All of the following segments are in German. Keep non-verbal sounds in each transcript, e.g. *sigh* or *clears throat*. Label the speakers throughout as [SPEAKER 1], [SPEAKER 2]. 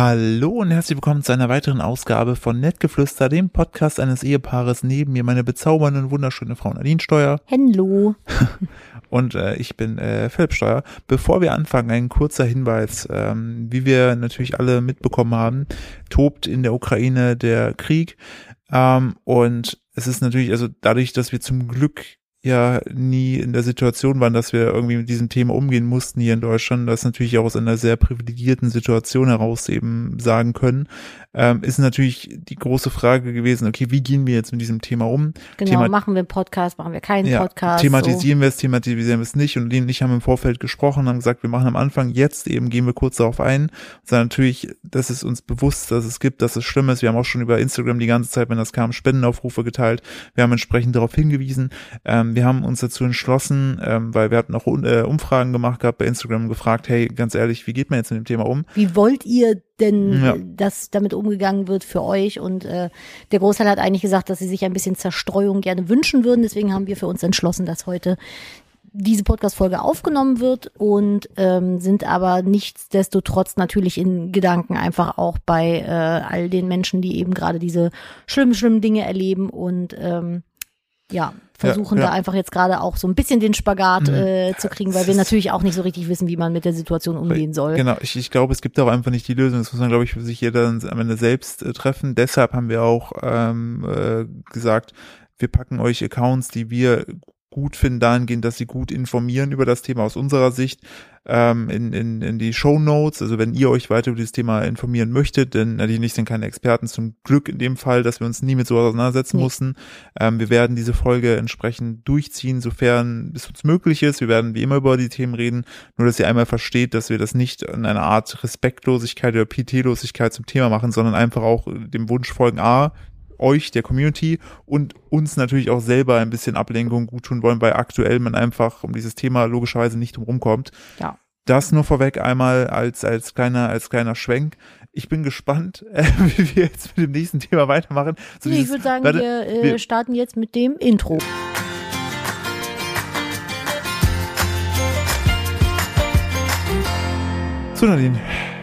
[SPEAKER 1] Hallo und herzlich willkommen zu einer weiteren Ausgabe von Nettgeflüster, dem Podcast eines Ehepaares. Neben mir meine bezaubernde und wunderschöne Frau Nadine Steuer
[SPEAKER 2] Henlo.
[SPEAKER 1] und äh, ich bin äh, Philipp Steuer. Bevor wir anfangen, ein kurzer Hinweis. Ähm, wie wir natürlich alle mitbekommen haben, tobt in der Ukraine der Krieg. Ähm, und es ist natürlich, also dadurch, dass wir zum Glück ja nie in der Situation waren, dass wir irgendwie mit diesem Thema umgehen mussten hier in Deutschland, das natürlich auch aus einer sehr privilegierten Situation heraus eben sagen können, ähm, ist natürlich die große Frage gewesen, okay, wie gehen wir jetzt mit diesem Thema um?
[SPEAKER 2] Genau,
[SPEAKER 1] Thema-
[SPEAKER 2] machen wir einen Podcast, machen wir keinen Podcast.
[SPEAKER 1] thematisieren wir es, thematisieren wir es nicht. Und Lene und ich haben im Vorfeld gesprochen, haben gesagt, wir machen am Anfang jetzt eben, gehen wir kurz darauf ein. Und sagen natürlich, das ist uns bewusst, dass es gibt, dass es schlimm ist. Wir haben auch schon über Instagram die ganze Zeit, wenn das kam, Spendenaufrufe geteilt. Wir haben entsprechend darauf hingewiesen. Ähm, wir haben uns dazu entschlossen, ähm, weil wir hatten auch äh, Umfragen gemacht gehabt bei Instagram und gefragt, hey, ganz ehrlich, wie geht man jetzt mit dem Thema um?
[SPEAKER 2] So. Wie wollt ihr denn,
[SPEAKER 1] Ja.
[SPEAKER 2] äh, dass damit umgegangen wird für euch? Und äh, der Großteil hat eigentlich gesagt, dass sie sich ein bisschen Zerstreuung gerne wünschen würden. Deswegen haben wir für uns entschlossen, dass heute diese Podcast-Folge aufgenommen wird und ähm, sind aber nichtsdestotrotz natürlich in Gedanken einfach auch bei äh, all den Menschen, die eben gerade diese schlimmen, schlimmen Dinge erleben und ähm, ja, versuchen
[SPEAKER 1] Ja, ja.
[SPEAKER 2] da einfach jetzt gerade auch so ein bisschen den Spagat
[SPEAKER 1] Mhm.
[SPEAKER 2] äh, zu kriegen, weil wir natürlich auch nicht so richtig wissen, wie man mit der Situation umgehen soll.
[SPEAKER 1] Genau, ich, ich glaube, es gibt auch einfach nicht die Lösung. Das muss man, glaube ich, für sich jeder dann am Ende selbst äh, treffen. Deshalb haben wir auch ähm, äh, gesagt, wir packen euch Accounts, die wir gut finden, dahingehend, dass sie gut informieren über das Thema aus unserer Sicht, ähm, in, in, in die Show Notes. Also wenn ihr euch weiter über dieses Thema informieren möchtet, denn Nadine und ich sind keine Experten, zum Glück in dem Fall, dass wir uns nie mit sowas auseinandersetzen
[SPEAKER 2] Nee.
[SPEAKER 1] mussten. Ähm, wir werden diese Folge entsprechend durchziehen, sofern es uns möglich ist. Wir werden wie immer über die Themen reden, nur dass ihr einmal versteht, dass wir das nicht in einer Art Respektlosigkeit oder Pietätlosigkeit zum Thema machen, sondern einfach auch äh, dem Wunsch folgen, A, euch, der Community und uns natürlich auch selber ein bisschen Ablenkung gut tun wollen, weil aktuell man einfach um dieses Thema logischerweise nicht drum rumkommt.
[SPEAKER 2] Ja.
[SPEAKER 1] Das nur vorweg einmal als, als kleiner, als kleiner Schwenk. Ich bin gespannt, *laughs* äh, wie wir jetzt mit dem nächsten Thema weitermachen. So
[SPEAKER 2] Nee, ich
[SPEAKER 1] dieses-
[SPEAKER 2] würde sagen,
[SPEAKER 1] warte,
[SPEAKER 2] wir, äh,
[SPEAKER 1] wir-
[SPEAKER 2] starten jetzt mit dem Intro.
[SPEAKER 1] So, Nadine,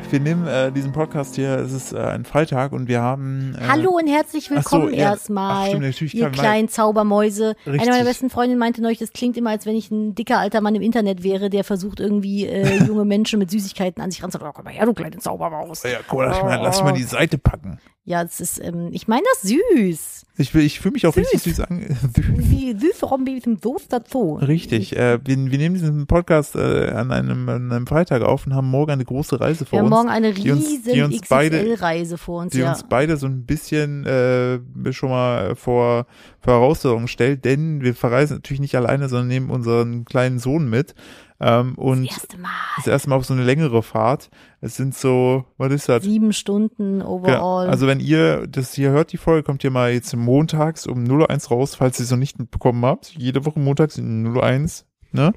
[SPEAKER 1] wir nehmen äh, diesen Podcast hier, es ist äh, ein Freitag und wir haben. Äh,
[SPEAKER 2] Hallo und herzlich
[SPEAKER 1] ach so,
[SPEAKER 2] willkommen
[SPEAKER 1] ja. Ach,
[SPEAKER 2] erstmal,
[SPEAKER 1] stimmt, natürlich
[SPEAKER 2] ihr
[SPEAKER 1] kann man-
[SPEAKER 2] kleinen Zaubermäuse.
[SPEAKER 1] Richtig.
[SPEAKER 2] Eine meiner besten Freundinnen meinte neulich, das klingt immer, als wenn ich ein dicker alter Mann im Internet wäre, der versucht irgendwie
[SPEAKER 1] *laughs*
[SPEAKER 2] äh, junge Menschen mit Süßigkeiten an sich ranzuholen. Oh, komm mal her, du kleine Zaubermaus.
[SPEAKER 1] Ja, cool, lass, ich mal,
[SPEAKER 2] Oh,
[SPEAKER 1] lass ich mal die Seite packen.
[SPEAKER 2] Ja, das ist, ähm, ich meine das süß.
[SPEAKER 1] Ich, will- ich fühle mich auch
[SPEAKER 2] Süß.
[SPEAKER 1] richtig *laughs* süß an.
[SPEAKER 2] Wie süße Rombi mit dem Soß dazu.
[SPEAKER 1] Richtig. Äh, wir, wir nehmen diesen Podcast äh, an, einem, an einem Freitag auf und haben morgen eine große Reise vor
[SPEAKER 2] Wir haben
[SPEAKER 1] uns.
[SPEAKER 2] morgen eine
[SPEAKER 1] die uns- die
[SPEAKER 2] riesen
[SPEAKER 1] uns beide-
[SPEAKER 2] XXL-Reise vor uns.
[SPEAKER 1] die
[SPEAKER 2] ja.
[SPEAKER 1] uns beide so ein bisschen äh, schon mal vor vor Herausforderungen stellt, denn wir verreisen natürlich nicht alleine, sondern nehmen unseren kleinen Sohn mit ähm, und
[SPEAKER 2] das
[SPEAKER 1] das,
[SPEAKER 2] erste Mal.
[SPEAKER 1] erste Mal auf so eine längere Fahrt. Es sind so, was ist das?
[SPEAKER 2] Sieben Stunden
[SPEAKER 1] Genau.
[SPEAKER 2] overall.
[SPEAKER 1] Also wenn ihr das hier hört, die Folge, kommt ihr mal jetzt montags um 0.01 raus, falls ihr es noch nicht mitbekommen habt. Jede Woche montags um 0.01, ne?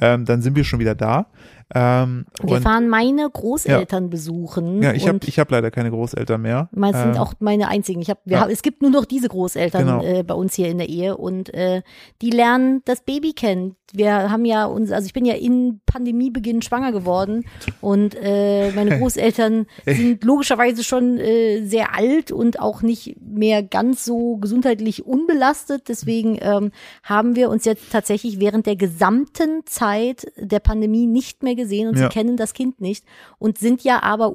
[SPEAKER 1] Ähm, dann sind wir schon wieder da. Ähm,
[SPEAKER 2] wir
[SPEAKER 1] und,
[SPEAKER 2] fahren meine Großeltern besuchen.
[SPEAKER 1] ja, ich habe
[SPEAKER 2] und
[SPEAKER 1] ich hab leider keine Großeltern mehr.
[SPEAKER 2] meins sind
[SPEAKER 1] Ähm,
[SPEAKER 2] auch meine einzigen. Ich hab, wir
[SPEAKER 1] ja.
[SPEAKER 2] haben, es gibt nur noch diese Großeltern
[SPEAKER 1] Genau.
[SPEAKER 2] äh, bei uns hier in der Ehe und äh, die lernen das Baby kennen. Wir haben ja uns, also ich bin ja in Pandemiebeginn schwanger geworden und äh,
[SPEAKER 1] *laughs*
[SPEAKER 2] meine Großeltern sind logischerweise schon äh, sehr alt und auch nicht mehr ganz so gesundheitlich unbelastet. Deswegen ähm, haben wir uns jetzt tatsächlich während der gesamten Zeit der Pandemie nicht mehr gesehen und
[SPEAKER 1] Ja.
[SPEAKER 2] sie kennen das Kind nicht und sind ja aber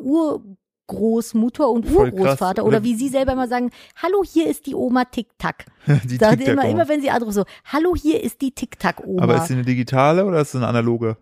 [SPEAKER 2] Urgroßmutter und
[SPEAKER 1] Voll krass.
[SPEAKER 2] Urgroßvater oder wie sie selber immer sagen, hallo, hier ist die Oma Tic-Tac.
[SPEAKER 1] *laughs* die
[SPEAKER 2] Da
[SPEAKER 1] tickt ja
[SPEAKER 2] immer,
[SPEAKER 1] kaum.
[SPEAKER 2] immer wenn sie anrufen, so, hallo, hier ist die Tic-Tac-Oma.
[SPEAKER 1] Aber ist sie eine digitale oder ist sie eine analoge?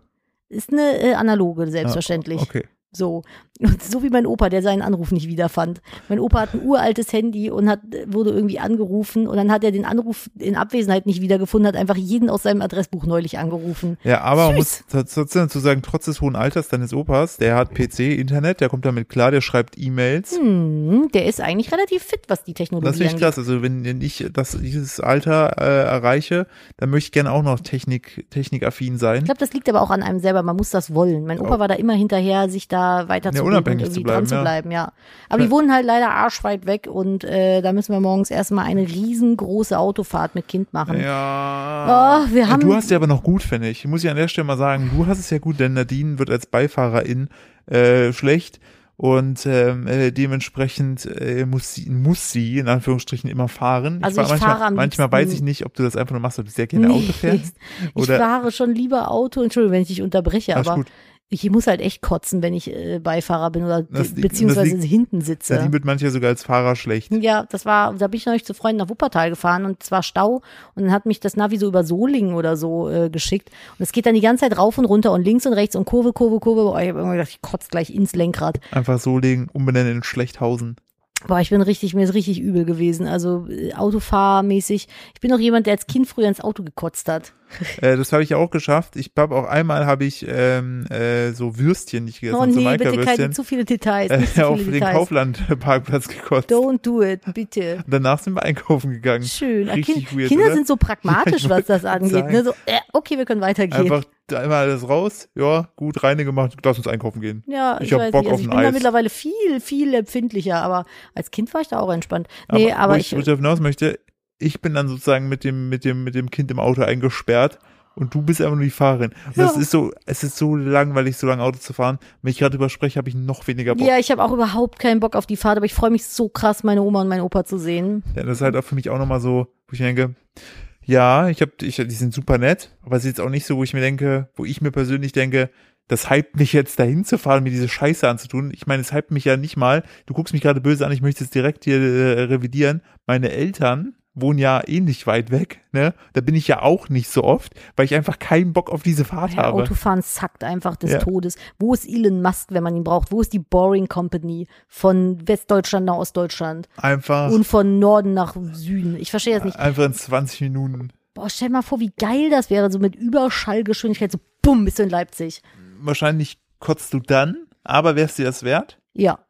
[SPEAKER 2] ist eine äh, analoge, selbstverständlich.
[SPEAKER 1] Okay.
[SPEAKER 2] So. Und so wie mein Opa, der seinen Anruf nicht wiederfand. Mein Opa hat ein uraltes Handy und hat, wurde irgendwie angerufen und dann hat er den Anruf in Abwesenheit nicht wiedergefunden, hat einfach jeden aus seinem Adressbuch neulich angerufen.
[SPEAKER 1] Ja, aber man muss
[SPEAKER 2] Süß.
[SPEAKER 1] tats- trotzdem dazu sagen, trotz des hohen Alters deines Opas, der hat PC, Internet, der kommt damit klar, der schreibt E-Mails.
[SPEAKER 2] Hm, der ist eigentlich relativ fit, was die
[SPEAKER 1] Das
[SPEAKER 2] Technologie
[SPEAKER 1] finde ich
[SPEAKER 2] angeht.
[SPEAKER 1] krass. Also wenn, wenn ich das, dieses Alter äh, erreiche, dann möchte ich gerne auch noch Technik, technikaffin sein.
[SPEAKER 2] Ich glaube, das liegt aber auch an einem selber. Man muss das wollen. Mein Opa
[SPEAKER 1] Oh.
[SPEAKER 2] war da immer hinterher, sich da weiterzubilden und
[SPEAKER 1] unabhängig
[SPEAKER 2] irgendwie
[SPEAKER 1] zu bleiben,
[SPEAKER 2] dran zu
[SPEAKER 1] ja.
[SPEAKER 2] bleiben, ja. Aber die wohnen halt leider arschweit weg und äh, da müssen wir morgens erstmal eine riesengroße Autofahrt mit Kind machen.
[SPEAKER 1] Ja.
[SPEAKER 2] Oh, wir haben-
[SPEAKER 1] du hast ja aber noch gut, finde ich. Muss ich an der Stelle mal sagen, du hast es ja gut, denn Nadine wird als Beifahrerin äh, schlecht und ähm, äh, dementsprechend äh, muss, sie, muss sie in Anführungsstrichen immer fahren.
[SPEAKER 2] Also
[SPEAKER 1] war-
[SPEAKER 2] ich
[SPEAKER 1] manchmal,
[SPEAKER 2] fahre am
[SPEAKER 1] manchmal
[SPEAKER 2] liebsten-
[SPEAKER 1] weiß ich nicht, ob du das einfach nur machst, weil du sehr gerne
[SPEAKER 2] *laughs*
[SPEAKER 1] Auto fährst.
[SPEAKER 2] ich
[SPEAKER 1] Oder
[SPEAKER 2] fahre schon lieber Auto. Entschuldigung, wenn ich dich unterbreche,
[SPEAKER 1] Alles
[SPEAKER 2] aber
[SPEAKER 1] gut.
[SPEAKER 2] ich muss halt echt kotzen, wenn ich äh, Beifahrer bin oder
[SPEAKER 1] Das
[SPEAKER 2] be-
[SPEAKER 1] liegt-
[SPEAKER 2] beziehungsweise
[SPEAKER 1] das
[SPEAKER 2] hinten
[SPEAKER 1] ja,
[SPEAKER 2] sitze.
[SPEAKER 1] die wird manchmal sogar als Fahrer schlecht.
[SPEAKER 2] Ja, das war, da bin ich neulich zu Freunden nach Wuppertal gefahren und es war Stau und dann hat mich das Navi so über Solingen oder so äh, geschickt und es geht dann die ganze Zeit rauf und runter und links und rechts und Kurve, Kurve, Kurve. Boah, ich habe immer gedacht, ich kotze gleich ins Lenkrad.
[SPEAKER 1] Einfach so legen, umbenennen in Schlechthausen.
[SPEAKER 2] Boah, ich bin richtig, mir ist richtig übel gewesen. Also äh, Autofahrmäßig. Ich bin auch jemand, der als Kind früher ins Auto gekotzt hat.
[SPEAKER 1] Äh, das habe ich ja auch geschafft. Ich habe auch einmal habe ich ähm, äh, so Würstchen, die ich gegessen
[SPEAKER 2] oh
[SPEAKER 1] habe, so
[SPEAKER 2] nee, bitte keine
[SPEAKER 1] Maika-Würstchen,
[SPEAKER 2] zu viele Details.
[SPEAKER 1] *laughs*
[SPEAKER 2] Nicht
[SPEAKER 1] äh,
[SPEAKER 2] zu
[SPEAKER 1] auf
[SPEAKER 2] viele
[SPEAKER 1] den
[SPEAKER 2] Details.
[SPEAKER 1] Kaufland-Parkplatz gekotzt. Und
[SPEAKER 2] Don't do it,
[SPEAKER 1] *laughs*
[SPEAKER 2] bitte.
[SPEAKER 1] danach sind wir einkaufen gegangen.
[SPEAKER 2] Schön.
[SPEAKER 1] Richtig
[SPEAKER 2] Kind-
[SPEAKER 1] weird,
[SPEAKER 2] Kinder
[SPEAKER 1] oder?
[SPEAKER 2] sind so pragmatisch,
[SPEAKER 1] *laughs*
[SPEAKER 2] was das angeht.
[SPEAKER 1] sagen.
[SPEAKER 2] Ne? So, äh, okay, wir können weitergehen.
[SPEAKER 1] Einfach einmal alles raus, ja, gut, reine gemacht, lass uns einkaufen gehen.
[SPEAKER 2] ja,
[SPEAKER 1] ich
[SPEAKER 2] ich,
[SPEAKER 1] hab
[SPEAKER 2] weiß
[SPEAKER 1] Bock
[SPEAKER 2] nicht. Also
[SPEAKER 1] auf ein
[SPEAKER 2] ich bin da
[SPEAKER 1] Eis.
[SPEAKER 2] mittlerweile viel, viel empfindlicher, aber als Kind war ich da auch entspannt. Nee, aber,
[SPEAKER 1] wo
[SPEAKER 2] ich,
[SPEAKER 1] wo ich darauf hinaus möchte, ich bin dann sozusagen mit dem, mit dem, mit dem Kind im Auto eingesperrt und du bist einfach nur die Fahrerin. Und
[SPEAKER 2] Ja.
[SPEAKER 1] das ist so, es ist so langweilig, so lange Auto zu fahren. Wenn ich gerade drüber spreche, habe ich noch weniger Bock.
[SPEAKER 2] ja, ich habe auch überhaupt keinen Bock auf die Fahrt, aber ich freue mich so krass, meine Oma und meinen Opa zu sehen.
[SPEAKER 1] Ja, das ist halt auch für mich auch nochmal so, wo ich denke, ja, ich hab, ich, die sind super nett, aber es ist jetzt auch nicht so, wo ich mir denke, wo ich mir persönlich denke, das hypt mich jetzt dahin zu fahren, mir diese Scheiße anzutun. Ich meine, es hypt mich ja nicht mal. Du guckst mich gerade böse an, ich möchte es direkt hier äh, revidieren. Meine Eltern wohnen ja eh nicht weit weg, ne? Da bin ich ja auch nicht so oft, weil ich einfach keinen Bock auf diese Fahrt
[SPEAKER 2] Ja,
[SPEAKER 1] habe.
[SPEAKER 2] Autofahren sackt einfach des
[SPEAKER 1] Ja.
[SPEAKER 2] Todes. Wo ist Elon Musk, wenn man ihn braucht? Wo ist die Boring Company von Westdeutschland nach Ostdeutschland
[SPEAKER 1] Einfach,
[SPEAKER 2] und von Norden nach Süden? Ich verstehe das nicht.
[SPEAKER 1] einfach in 20 Minuten.
[SPEAKER 2] Boah, stell mal vor, wie geil das wäre, so mit Überschallgeschwindigkeit, so bumm, bist du in Leipzig.
[SPEAKER 1] Wahrscheinlich kotzt du dann, aber wär's dir das wert? *laughs*
[SPEAKER 2] Ja.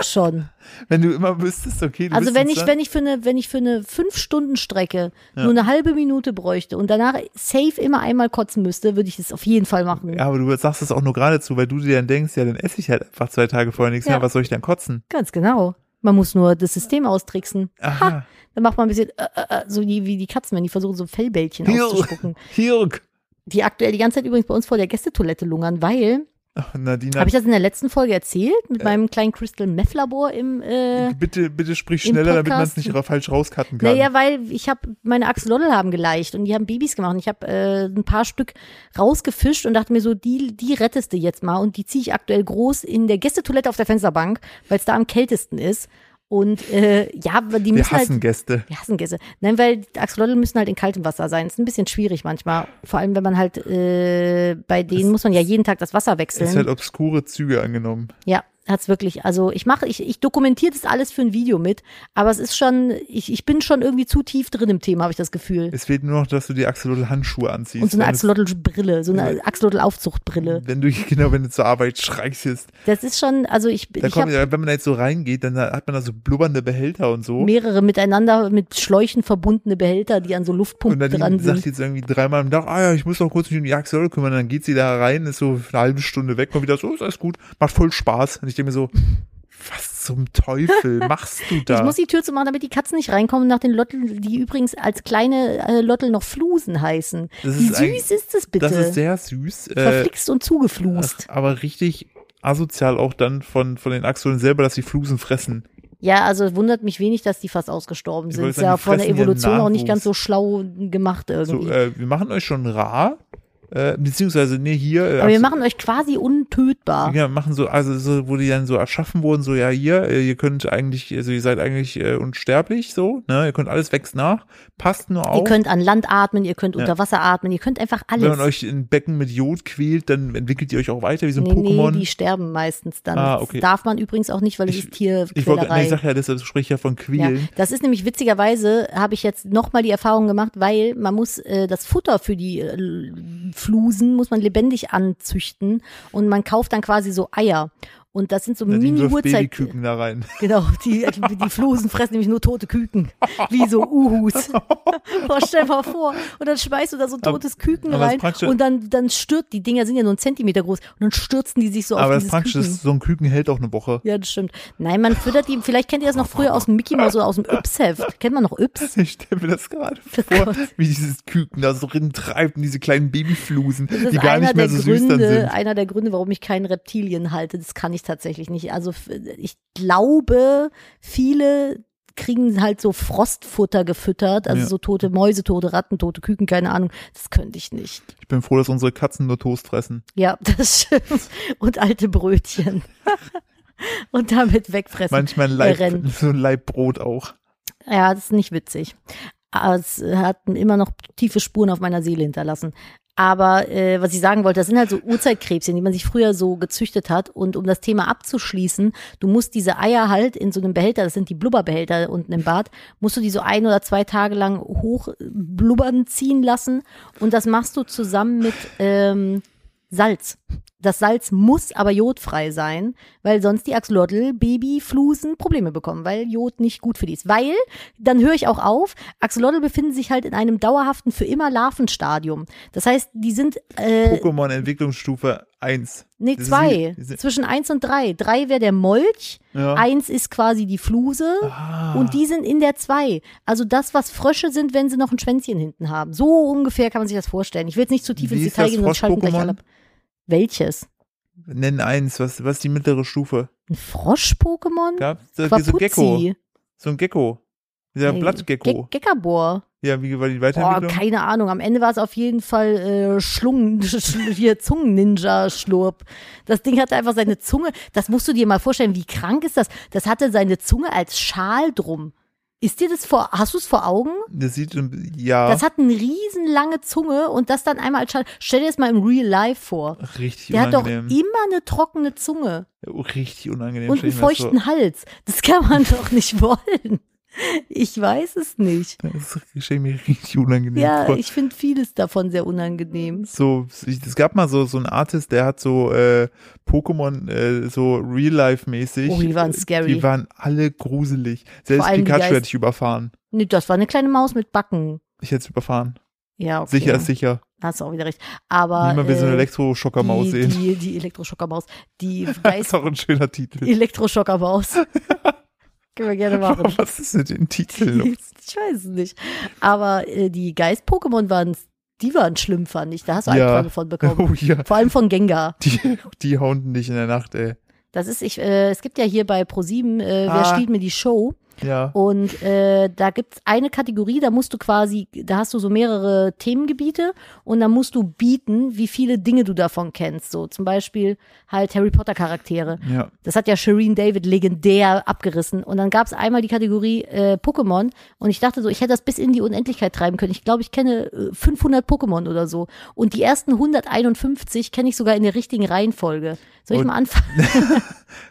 [SPEAKER 2] Schon.
[SPEAKER 1] Wenn du immer wüsstest, okay, du
[SPEAKER 2] Also
[SPEAKER 1] bist
[SPEAKER 2] wenn
[SPEAKER 1] jetzt
[SPEAKER 2] ich,
[SPEAKER 1] da-
[SPEAKER 2] wenn ich für eine, wenn ich für eine fünf Stunden Strecke nur eine halbe Minute bräuchte und danach safe immer einmal kotzen müsste, würde ich das auf jeden Fall machen.
[SPEAKER 1] Ja, aber du sagst es auch nur geradezu, weil du dir dann denkst, ja, dann esse ich halt einfach zwei Tage vorher nichts
[SPEAKER 2] Ja.
[SPEAKER 1] mehr, was soll ich dann kotzen?
[SPEAKER 2] Ganz genau. Man muss nur das System austricksen.
[SPEAKER 1] Aha.
[SPEAKER 2] Dann macht man ein bisschen äh, äh, äh, so die, wie die Katzen, wenn die versuchen, so Fellbällchen auszuspucken.
[SPEAKER 1] Hirk.
[SPEAKER 2] Die aktuell die ganze Zeit übrigens bei uns vor der Gästetoilette lungern, weil,
[SPEAKER 1] Ach, Nadine,
[SPEAKER 2] habe ich das in der letzten Folge erzählt,
[SPEAKER 1] Äh.
[SPEAKER 2] mit meinem kleinen Crystal Meth Labor im äh,
[SPEAKER 1] bitte, bitte sprich
[SPEAKER 2] im
[SPEAKER 1] schneller, damit man es
[SPEAKER 2] Podcast-
[SPEAKER 1] nicht ra- falsch rauscutten kann.
[SPEAKER 2] Naja, weil ich habe meine Axolotl haben geleicht und die haben Babys gemacht. Und ich habe äh, ein paar Stück rausgefischt und dachte mir so, die, die rettest du jetzt mal. Und die ziehe ich aktuell groß in der Gästetoilette auf der Fensterbank, weil es da am kältesten ist. Und äh, ja, aber die
[SPEAKER 1] Wir
[SPEAKER 2] müssen
[SPEAKER 1] hassen
[SPEAKER 2] halt.
[SPEAKER 1] Gäste.
[SPEAKER 2] Wir hassen Gäste. Nein, weil Axolotl müssen halt in kaltem Wasser sein. Ist ein bisschen schwierig manchmal. Vor allem, wenn man halt äh, bei denen muss man ja jeden Tag das Wasser wechseln.
[SPEAKER 1] Es hat obskure Züge angenommen.
[SPEAKER 2] Ja, hat's wirklich. Also ich mache, ich, ich dokumentiere das alles für ein Video mit, aber es ist schon, ich, ich bin schon irgendwie zu tief drin im Thema, habe ich das Gefühl.
[SPEAKER 1] Es fehlt nur noch, dass du die Axolotl-Handschuhe anziehst.
[SPEAKER 2] Und so eine
[SPEAKER 1] wenn, es- Äh,
[SPEAKER 2] Axolotl-Brille, so eine Axolotl-Aufzuchtbrille.
[SPEAKER 1] *laughs* wenn du, genau, wenn du zur Arbeit schreist jetzt.
[SPEAKER 2] Das ist schon, also ich,
[SPEAKER 1] Da
[SPEAKER 2] ich
[SPEAKER 1] kommt,
[SPEAKER 2] habe
[SPEAKER 1] ja, wenn man da jetzt so reingeht, dann hat man da so blubbernde Behälter und so.
[SPEAKER 2] mehrere miteinander mit Schläuchen verbundene Behälter, die an so
[SPEAKER 1] Und
[SPEAKER 2] Luftpumpen
[SPEAKER 1] dann
[SPEAKER 2] dran
[SPEAKER 1] sagt
[SPEAKER 2] sind.
[SPEAKER 1] jetzt irgendwie dreimal am Tag, ah ja, ich muss noch kurz mich um die Axolotl kümmern. Dann geht sie da rein, ist so eine halbe Stunde weg, kommt wieder so, ist alles gut, macht voll Spaß. Und ich denke mir so, was zum
[SPEAKER 2] *laughs*
[SPEAKER 1] Teufel machst du da?
[SPEAKER 2] Ich muss die Tür zumachen, damit die Katzen nicht reinkommen nach den Lotteln, die übrigens als kleine äh, Lottel noch Flusen heißen.
[SPEAKER 1] Das
[SPEAKER 2] Wie
[SPEAKER 1] ist ein-
[SPEAKER 2] süß ist das bitte?
[SPEAKER 1] das ist sehr süß, äh,
[SPEAKER 2] Verflixt und zugeflust.
[SPEAKER 1] aber richtig asozial auch dann von, von den Axolotl selber, dass sie Flusen fressen.
[SPEAKER 2] Ja, also wundert mich wenig, dass die fast ausgestorben
[SPEAKER 1] Ich
[SPEAKER 2] sind.
[SPEAKER 1] wollte
[SPEAKER 2] Ist
[SPEAKER 1] sagen,
[SPEAKER 2] ja
[SPEAKER 1] die
[SPEAKER 2] von der
[SPEAKER 1] fressen ihren
[SPEAKER 2] Evolution auch nicht
[SPEAKER 1] Nachwuchs.
[SPEAKER 2] ganz so schlau gemacht irgendwie.
[SPEAKER 1] So, äh, wir machen euch schon rar, äh, beziehungsweise, nee, hier. Äh,
[SPEAKER 2] Aber wir
[SPEAKER 1] Axo-
[SPEAKER 2] machen euch quasi untötbar.
[SPEAKER 1] Ja, machen so, also so, wo die dann so erschaffen wurden, so, ja, hier, äh, ihr könnt eigentlich, also ihr seid eigentlich äh, unsterblich, so, ne, ihr könnt alles wächst nach, passt nur
[SPEAKER 2] Ihr
[SPEAKER 1] auf.
[SPEAKER 2] könnt an Land atmen, ihr könnt unter Wasser atmen, ihr könnt einfach
[SPEAKER 1] Wenn man
[SPEAKER 2] alles.
[SPEAKER 1] euch in Becken mit Jod quält, dann entwickelt ihr euch auch weiter wie so ein
[SPEAKER 2] Nee, nee,
[SPEAKER 1] Pokémon.
[SPEAKER 2] die sterben meistens dann.
[SPEAKER 1] Ah,
[SPEAKER 2] Das
[SPEAKER 1] okay.
[SPEAKER 2] darf man übrigens auch nicht, weil es
[SPEAKER 1] Ich-
[SPEAKER 2] ist
[SPEAKER 1] ich wollte, nee,
[SPEAKER 2] Tierquälerei.
[SPEAKER 1] ich sag ja, deshalb spreche ich ja von
[SPEAKER 2] ja,
[SPEAKER 1] Quälen.
[SPEAKER 2] das ist nämlich witzigerweise, habe ich jetzt nochmal die Erfahrung gemacht, weil man muss äh, das Futter für die äh, L- Flusen, muss man lebendig anzüchten und man kauft dann quasi so Eier. Und das sind so
[SPEAKER 1] Ja, die wirft
[SPEAKER 2] Mini-Uhrzeit.
[SPEAKER 1] Babyküken da rein.
[SPEAKER 2] Genau, die, die Flusen fressen nämlich nur tote Küken. Wie
[SPEAKER 1] *laughs*
[SPEAKER 2] so Uhus. Boah, stell mal vor. Und dann schmeißt du da so ein totes Küken
[SPEAKER 1] aber das
[SPEAKER 2] rein
[SPEAKER 1] Praktische-
[SPEAKER 2] und dann, dann stürzt, die Dinger sind ja nur einen Zentimeter groß und dann stürzen die sich so
[SPEAKER 1] Aber
[SPEAKER 2] auf
[SPEAKER 1] das
[SPEAKER 2] dieses
[SPEAKER 1] Praktische
[SPEAKER 2] Küken.
[SPEAKER 1] ist, so ein Küken hält auch eine Woche. *laughs*
[SPEAKER 2] ja, das stimmt. Nein, man füttert die, vielleicht kennt ihr das noch früher aus dem Mickey Mouse oder aus dem Yps-Heft. Kennt man noch Yps?
[SPEAKER 1] Ich stelle mir das gerade vor,
[SPEAKER 2] Gott.
[SPEAKER 1] wie dieses Küken da so drin treibt und diese kleinen Babyflusen,
[SPEAKER 2] Das
[SPEAKER 1] die
[SPEAKER 2] ist
[SPEAKER 1] gar
[SPEAKER 2] einer
[SPEAKER 1] nicht mehr
[SPEAKER 2] der
[SPEAKER 1] so süß dann
[SPEAKER 2] Gründe,
[SPEAKER 1] sind.
[SPEAKER 2] einer der Gründe, warum ich keinen Reptilien halte. Das kann ich ich tatsächlich nicht. Also ich glaube, viele kriegen halt so Frostfutter gefüttert, also
[SPEAKER 1] Ja.
[SPEAKER 2] so tote Mäuse, tote Ratten, tote Küken, keine Ahnung. Das könnte ich nicht.
[SPEAKER 1] Ich bin froh, dass unsere Katzen nur Toast fressen.
[SPEAKER 2] Ja, *laughs* das stimmt. Und alte Brötchen. *laughs* Und damit wegfressen.
[SPEAKER 1] Manchmal ein Leib,
[SPEAKER 2] Irren.
[SPEAKER 1] *laughs* so ein Leibbrot auch.
[SPEAKER 2] Ja, das ist nicht witzig. Aber es hat immer noch tiefe Spuren auf meiner Seele hinterlassen. Aber äh, was ich sagen wollte, das sind halt so Urzeitkrebschen, die man sich früher so gezüchtet hat. Und um das Thema abzuschließen, du musst diese Eier halt in so einem Behälter, das sind die Blubberbehälter unten im Bad, musst du die so ein oder zwei Tage lang hoch äh, blubbern ziehen lassen. Und das machst du zusammen mit ähm, Salz. Das Salz muss aber jodfrei sein, weil sonst die Axolotl-Babyflusen Probleme bekommen, weil Jod nicht gut für die ist. Weil, dann höre ich auch auf, Axolotl befinden sich halt in einem dauerhaften, für immer Larvenstadium. Das heißt, die sind, äh,
[SPEAKER 1] Pokémon Entwicklungsstufe 1.
[SPEAKER 2] nee,
[SPEAKER 1] Das
[SPEAKER 2] zwei,
[SPEAKER 1] sind- das sind-
[SPEAKER 2] zwischen eins und drei. Drei wäre der Molch,
[SPEAKER 1] Ja.
[SPEAKER 2] eins ist quasi die Fluse
[SPEAKER 1] Ah,
[SPEAKER 2] und die sind in der zwei. Also das, was Frösche sind, wenn sie noch ein Schwänzchen hinten haben. So ungefähr kann man sich das vorstellen. Ich will jetzt nicht zu tief
[SPEAKER 1] Wie
[SPEAKER 2] ins
[SPEAKER 1] ist
[SPEAKER 2] Detail
[SPEAKER 1] das
[SPEAKER 2] gehen, sonst schalten gleich
[SPEAKER 1] Frosch-Pokémon?
[SPEAKER 2] alle ab. Welches?
[SPEAKER 1] nenn eins, was, was ist die mittlere Stufe?
[SPEAKER 2] Ein Frosch-Pokémon?
[SPEAKER 1] Gab so so ein also Gecko. So ein Gecko. Dieser
[SPEAKER 2] Nee,
[SPEAKER 1] Blattgecko.
[SPEAKER 2] Ge Gekabor.
[SPEAKER 1] ja, wie war die
[SPEAKER 2] Boah,
[SPEAKER 1] Weiterentwicklung?
[SPEAKER 2] keine Ahnung. Am Ende war es auf jeden Fall äh, Schlungen, schl- *laughs* hier Zungen-Ninja-Schlurp. Das Ding hatte einfach seine Zunge. Das musst du dir mal vorstellen, wie krank ist das? Das hatte seine Zunge als Schal drum. Ist dir das vor, hast du es vor Augen?
[SPEAKER 1] das sieht, ein- ja,
[SPEAKER 2] Das hat eine riesenlange Zunge und das dann einmal als Schal. Stell dir das mal im Real Life vor.
[SPEAKER 1] richtig
[SPEAKER 2] Der hat doch
[SPEAKER 1] unangenehm.
[SPEAKER 2] immer eine trockene Zunge
[SPEAKER 1] Oh, richtig unangenehm.
[SPEAKER 2] und
[SPEAKER 1] stell
[SPEAKER 2] einen
[SPEAKER 1] ich mir das
[SPEAKER 2] feuchten Hals. Das
[SPEAKER 1] *laughs*
[SPEAKER 2] kann man doch nicht wollen. Ich weiß es nicht.
[SPEAKER 1] So, *laughs* das stelle ich mir richtig unangenehm
[SPEAKER 2] Ja,
[SPEAKER 1] vor.
[SPEAKER 2] ich finde vieles davon sehr unangenehm.
[SPEAKER 1] so, ich- es gab mal so, so einen Artist, der hat so äh, Pokémon äh, so real-life-mäßig. äh,
[SPEAKER 2] Oh, die waren scary.
[SPEAKER 1] Die waren alle gruselig. Selbst
[SPEAKER 2] allem die
[SPEAKER 1] Pikachu
[SPEAKER 2] Geist-
[SPEAKER 1] hätte ich überfahren.
[SPEAKER 2] Nee, das war eine kleine Maus mit Backen.
[SPEAKER 1] Ich hätte es überfahren.
[SPEAKER 2] Ja, okay.
[SPEAKER 1] Sicher ist sicher.
[SPEAKER 2] Hast du auch wieder recht. Aber
[SPEAKER 1] Niemand will so eine
[SPEAKER 2] äh,
[SPEAKER 1] Elektroschockermaus
[SPEAKER 2] die,
[SPEAKER 1] sehen.
[SPEAKER 2] die, die Elektroschockermaus.
[SPEAKER 1] *laughs*
[SPEAKER 2] Die
[SPEAKER 1] Das ist
[SPEAKER 2] Geist
[SPEAKER 1] auch ein schöner *laughs* Titel.
[SPEAKER 2] Elektroschockermaus. Können wir gerne machen.
[SPEAKER 1] Was ist mit den Titeln los?
[SPEAKER 2] *laughs* ich weiß es nicht. Aber äh, die Geist-Pokémon waren, die waren schlimm, fand ich. Da hast du
[SPEAKER 1] Ja.
[SPEAKER 2] Albträume
[SPEAKER 1] *laughs*
[SPEAKER 2] von bekommen.
[SPEAKER 1] Oh ja,
[SPEAKER 2] Vor allem von Gengar.
[SPEAKER 1] die, die hauen dich in der Nacht, ey.
[SPEAKER 2] Das ist, ich, äh, es gibt ja hier bei ProSieben, äh, wer
[SPEAKER 1] Ah.
[SPEAKER 2] stiehlt mir die Show?
[SPEAKER 1] Ja.
[SPEAKER 2] Und äh, da gibt's eine Kategorie, da musst du quasi, da hast du so mehrere Themengebiete und da musst du bieten, wie viele Dinge du davon kennst. So zum Beispiel halt Harry Potter Charaktere.
[SPEAKER 1] Ja.
[SPEAKER 2] Das hat ja Shireen David legendär abgerissen. Und dann gab's einmal die Kategorie äh, Pokémon und ich dachte so, ich hätte das bis in die Unendlichkeit treiben können. Ich glaube, ich kenne äh, 500 Pokémon oder so. Und die ersten 151 kenne ich sogar in der richtigen Reihenfolge. Soll ich
[SPEAKER 1] Und-
[SPEAKER 2] mal anfangen?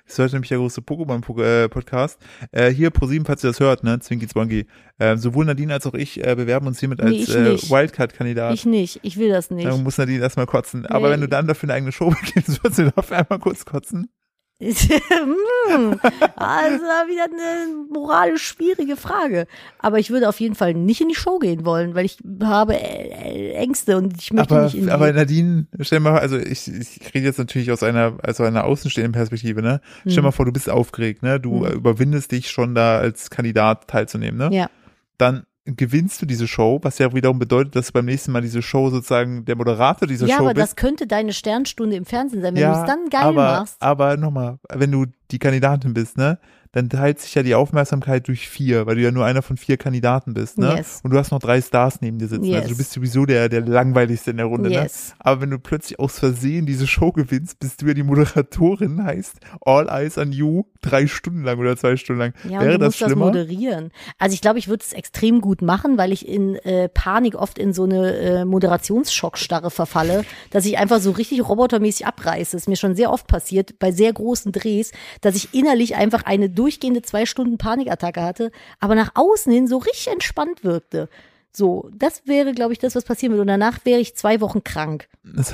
[SPEAKER 1] Das ist nämlich der große Pokémon-Podcast. Äh, hier, ProSieben, falls ihr das hört, ne? Zwinky Zwanky. Äh, sowohl Nadine als auch ich äh, bewerben uns hiermit als
[SPEAKER 2] Nee, ich
[SPEAKER 1] äh,
[SPEAKER 2] nicht.
[SPEAKER 1] Wildcard-Kandidat.
[SPEAKER 2] Ich nicht. Ich will das nicht.
[SPEAKER 1] Dann muss Nadine erstmal kotzen. Aber
[SPEAKER 2] Nee.
[SPEAKER 1] wenn du dann dafür eine eigene Show *laughs* beginnst, würdest du dafür einmal kurz kotzen.
[SPEAKER 2] *laughs* Hm, also wieder eine moralisch schwierige Frage. Aber ich würde auf jeden Fall nicht in die Show gehen wollen, weil ich habe äh, Ängste und ich möchte
[SPEAKER 1] Aber,
[SPEAKER 2] nicht in die
[SPEAKER 1] aber Nadine, stell mal, also ich, ich rede jetzt natürlich aus einer, also einer außenstehenden Perspektive, ne? Stell
[SPEAKER 2] Hm.
[SPEAKER 1] mal vor, du bist aufgeregt, ne? Du äh, überwindest dich schon da als Kandidat teilzunehmen, ne?
[SPEAKER 2] Ja.
[SPEAKER 1] Dann gewinnst du diese Show, was ja wiederum bedeutet, dass du beim nächsten Mal diese Show sozusagen der Moderator dieser
[SPEAKER 2] Ja,
[SPEAKER 1] Show
[SPEAKER 2] aber
[SPEAKER 1] bist.
[SPEAKER 2] das könnte deine Sternstunde im Fernsehen sein, wenn du es dann geil
[SPEAKER 1] aber,
[SPEAKER 2] machst.
[SPEAKER 1] Aber nochmal, wenn du die Kandidatin bist, ne, dann teilt sich ja die Aufmerksamkeit durch vier, weil du ja nur einer von vier Kandidaten bist, ne?
[SPEAKER 2] Yes.
[SPEAKER 1] Und du hast noch drei Stars neben dir sitzen. Also
[SPEAKER 2] Yes.
[SPEAKER 1] du bist sowieso der, der langweiligste in der Runde,
[SPEAKER 2] Yes.
[SPEAKER 1] ne? Aber wenn du plötzlich aus Versehen diese Show gewinnst, bist du ja die Moderatorin, heißt All Eyes on You drei Stunden lang oder zwei Stunden lang.
[SPEAKER 2] Ja,
[SPEAKER 1] Wäre
[SPEAKER 2] und du
[SPEAKER 1] das
[SPEAKER 2] musst das
[SPEAKER 1] schlimmer?
[SPEAKER 2] moderieren. Also ich glaube, ich würde es extrem gut machen, weil ich in äh, Panik oft in so eine äh, Moderationsschockstarre verfalle, dass ich einfach so richtig robotermäßig abreiße. Das ist mir schon sehr oft passiert, bei sehr großen Drehs, dass ich innerlich einfach eine durchgehende zwei Stunden Panikattacke hatte, aber nach außen hin so richtig entspannt wirkte. So, das wäre, glaube ich, das, was passieren würde. Und danach wäre ich zwei Wochen krank.
[SPEAKER 1] Das,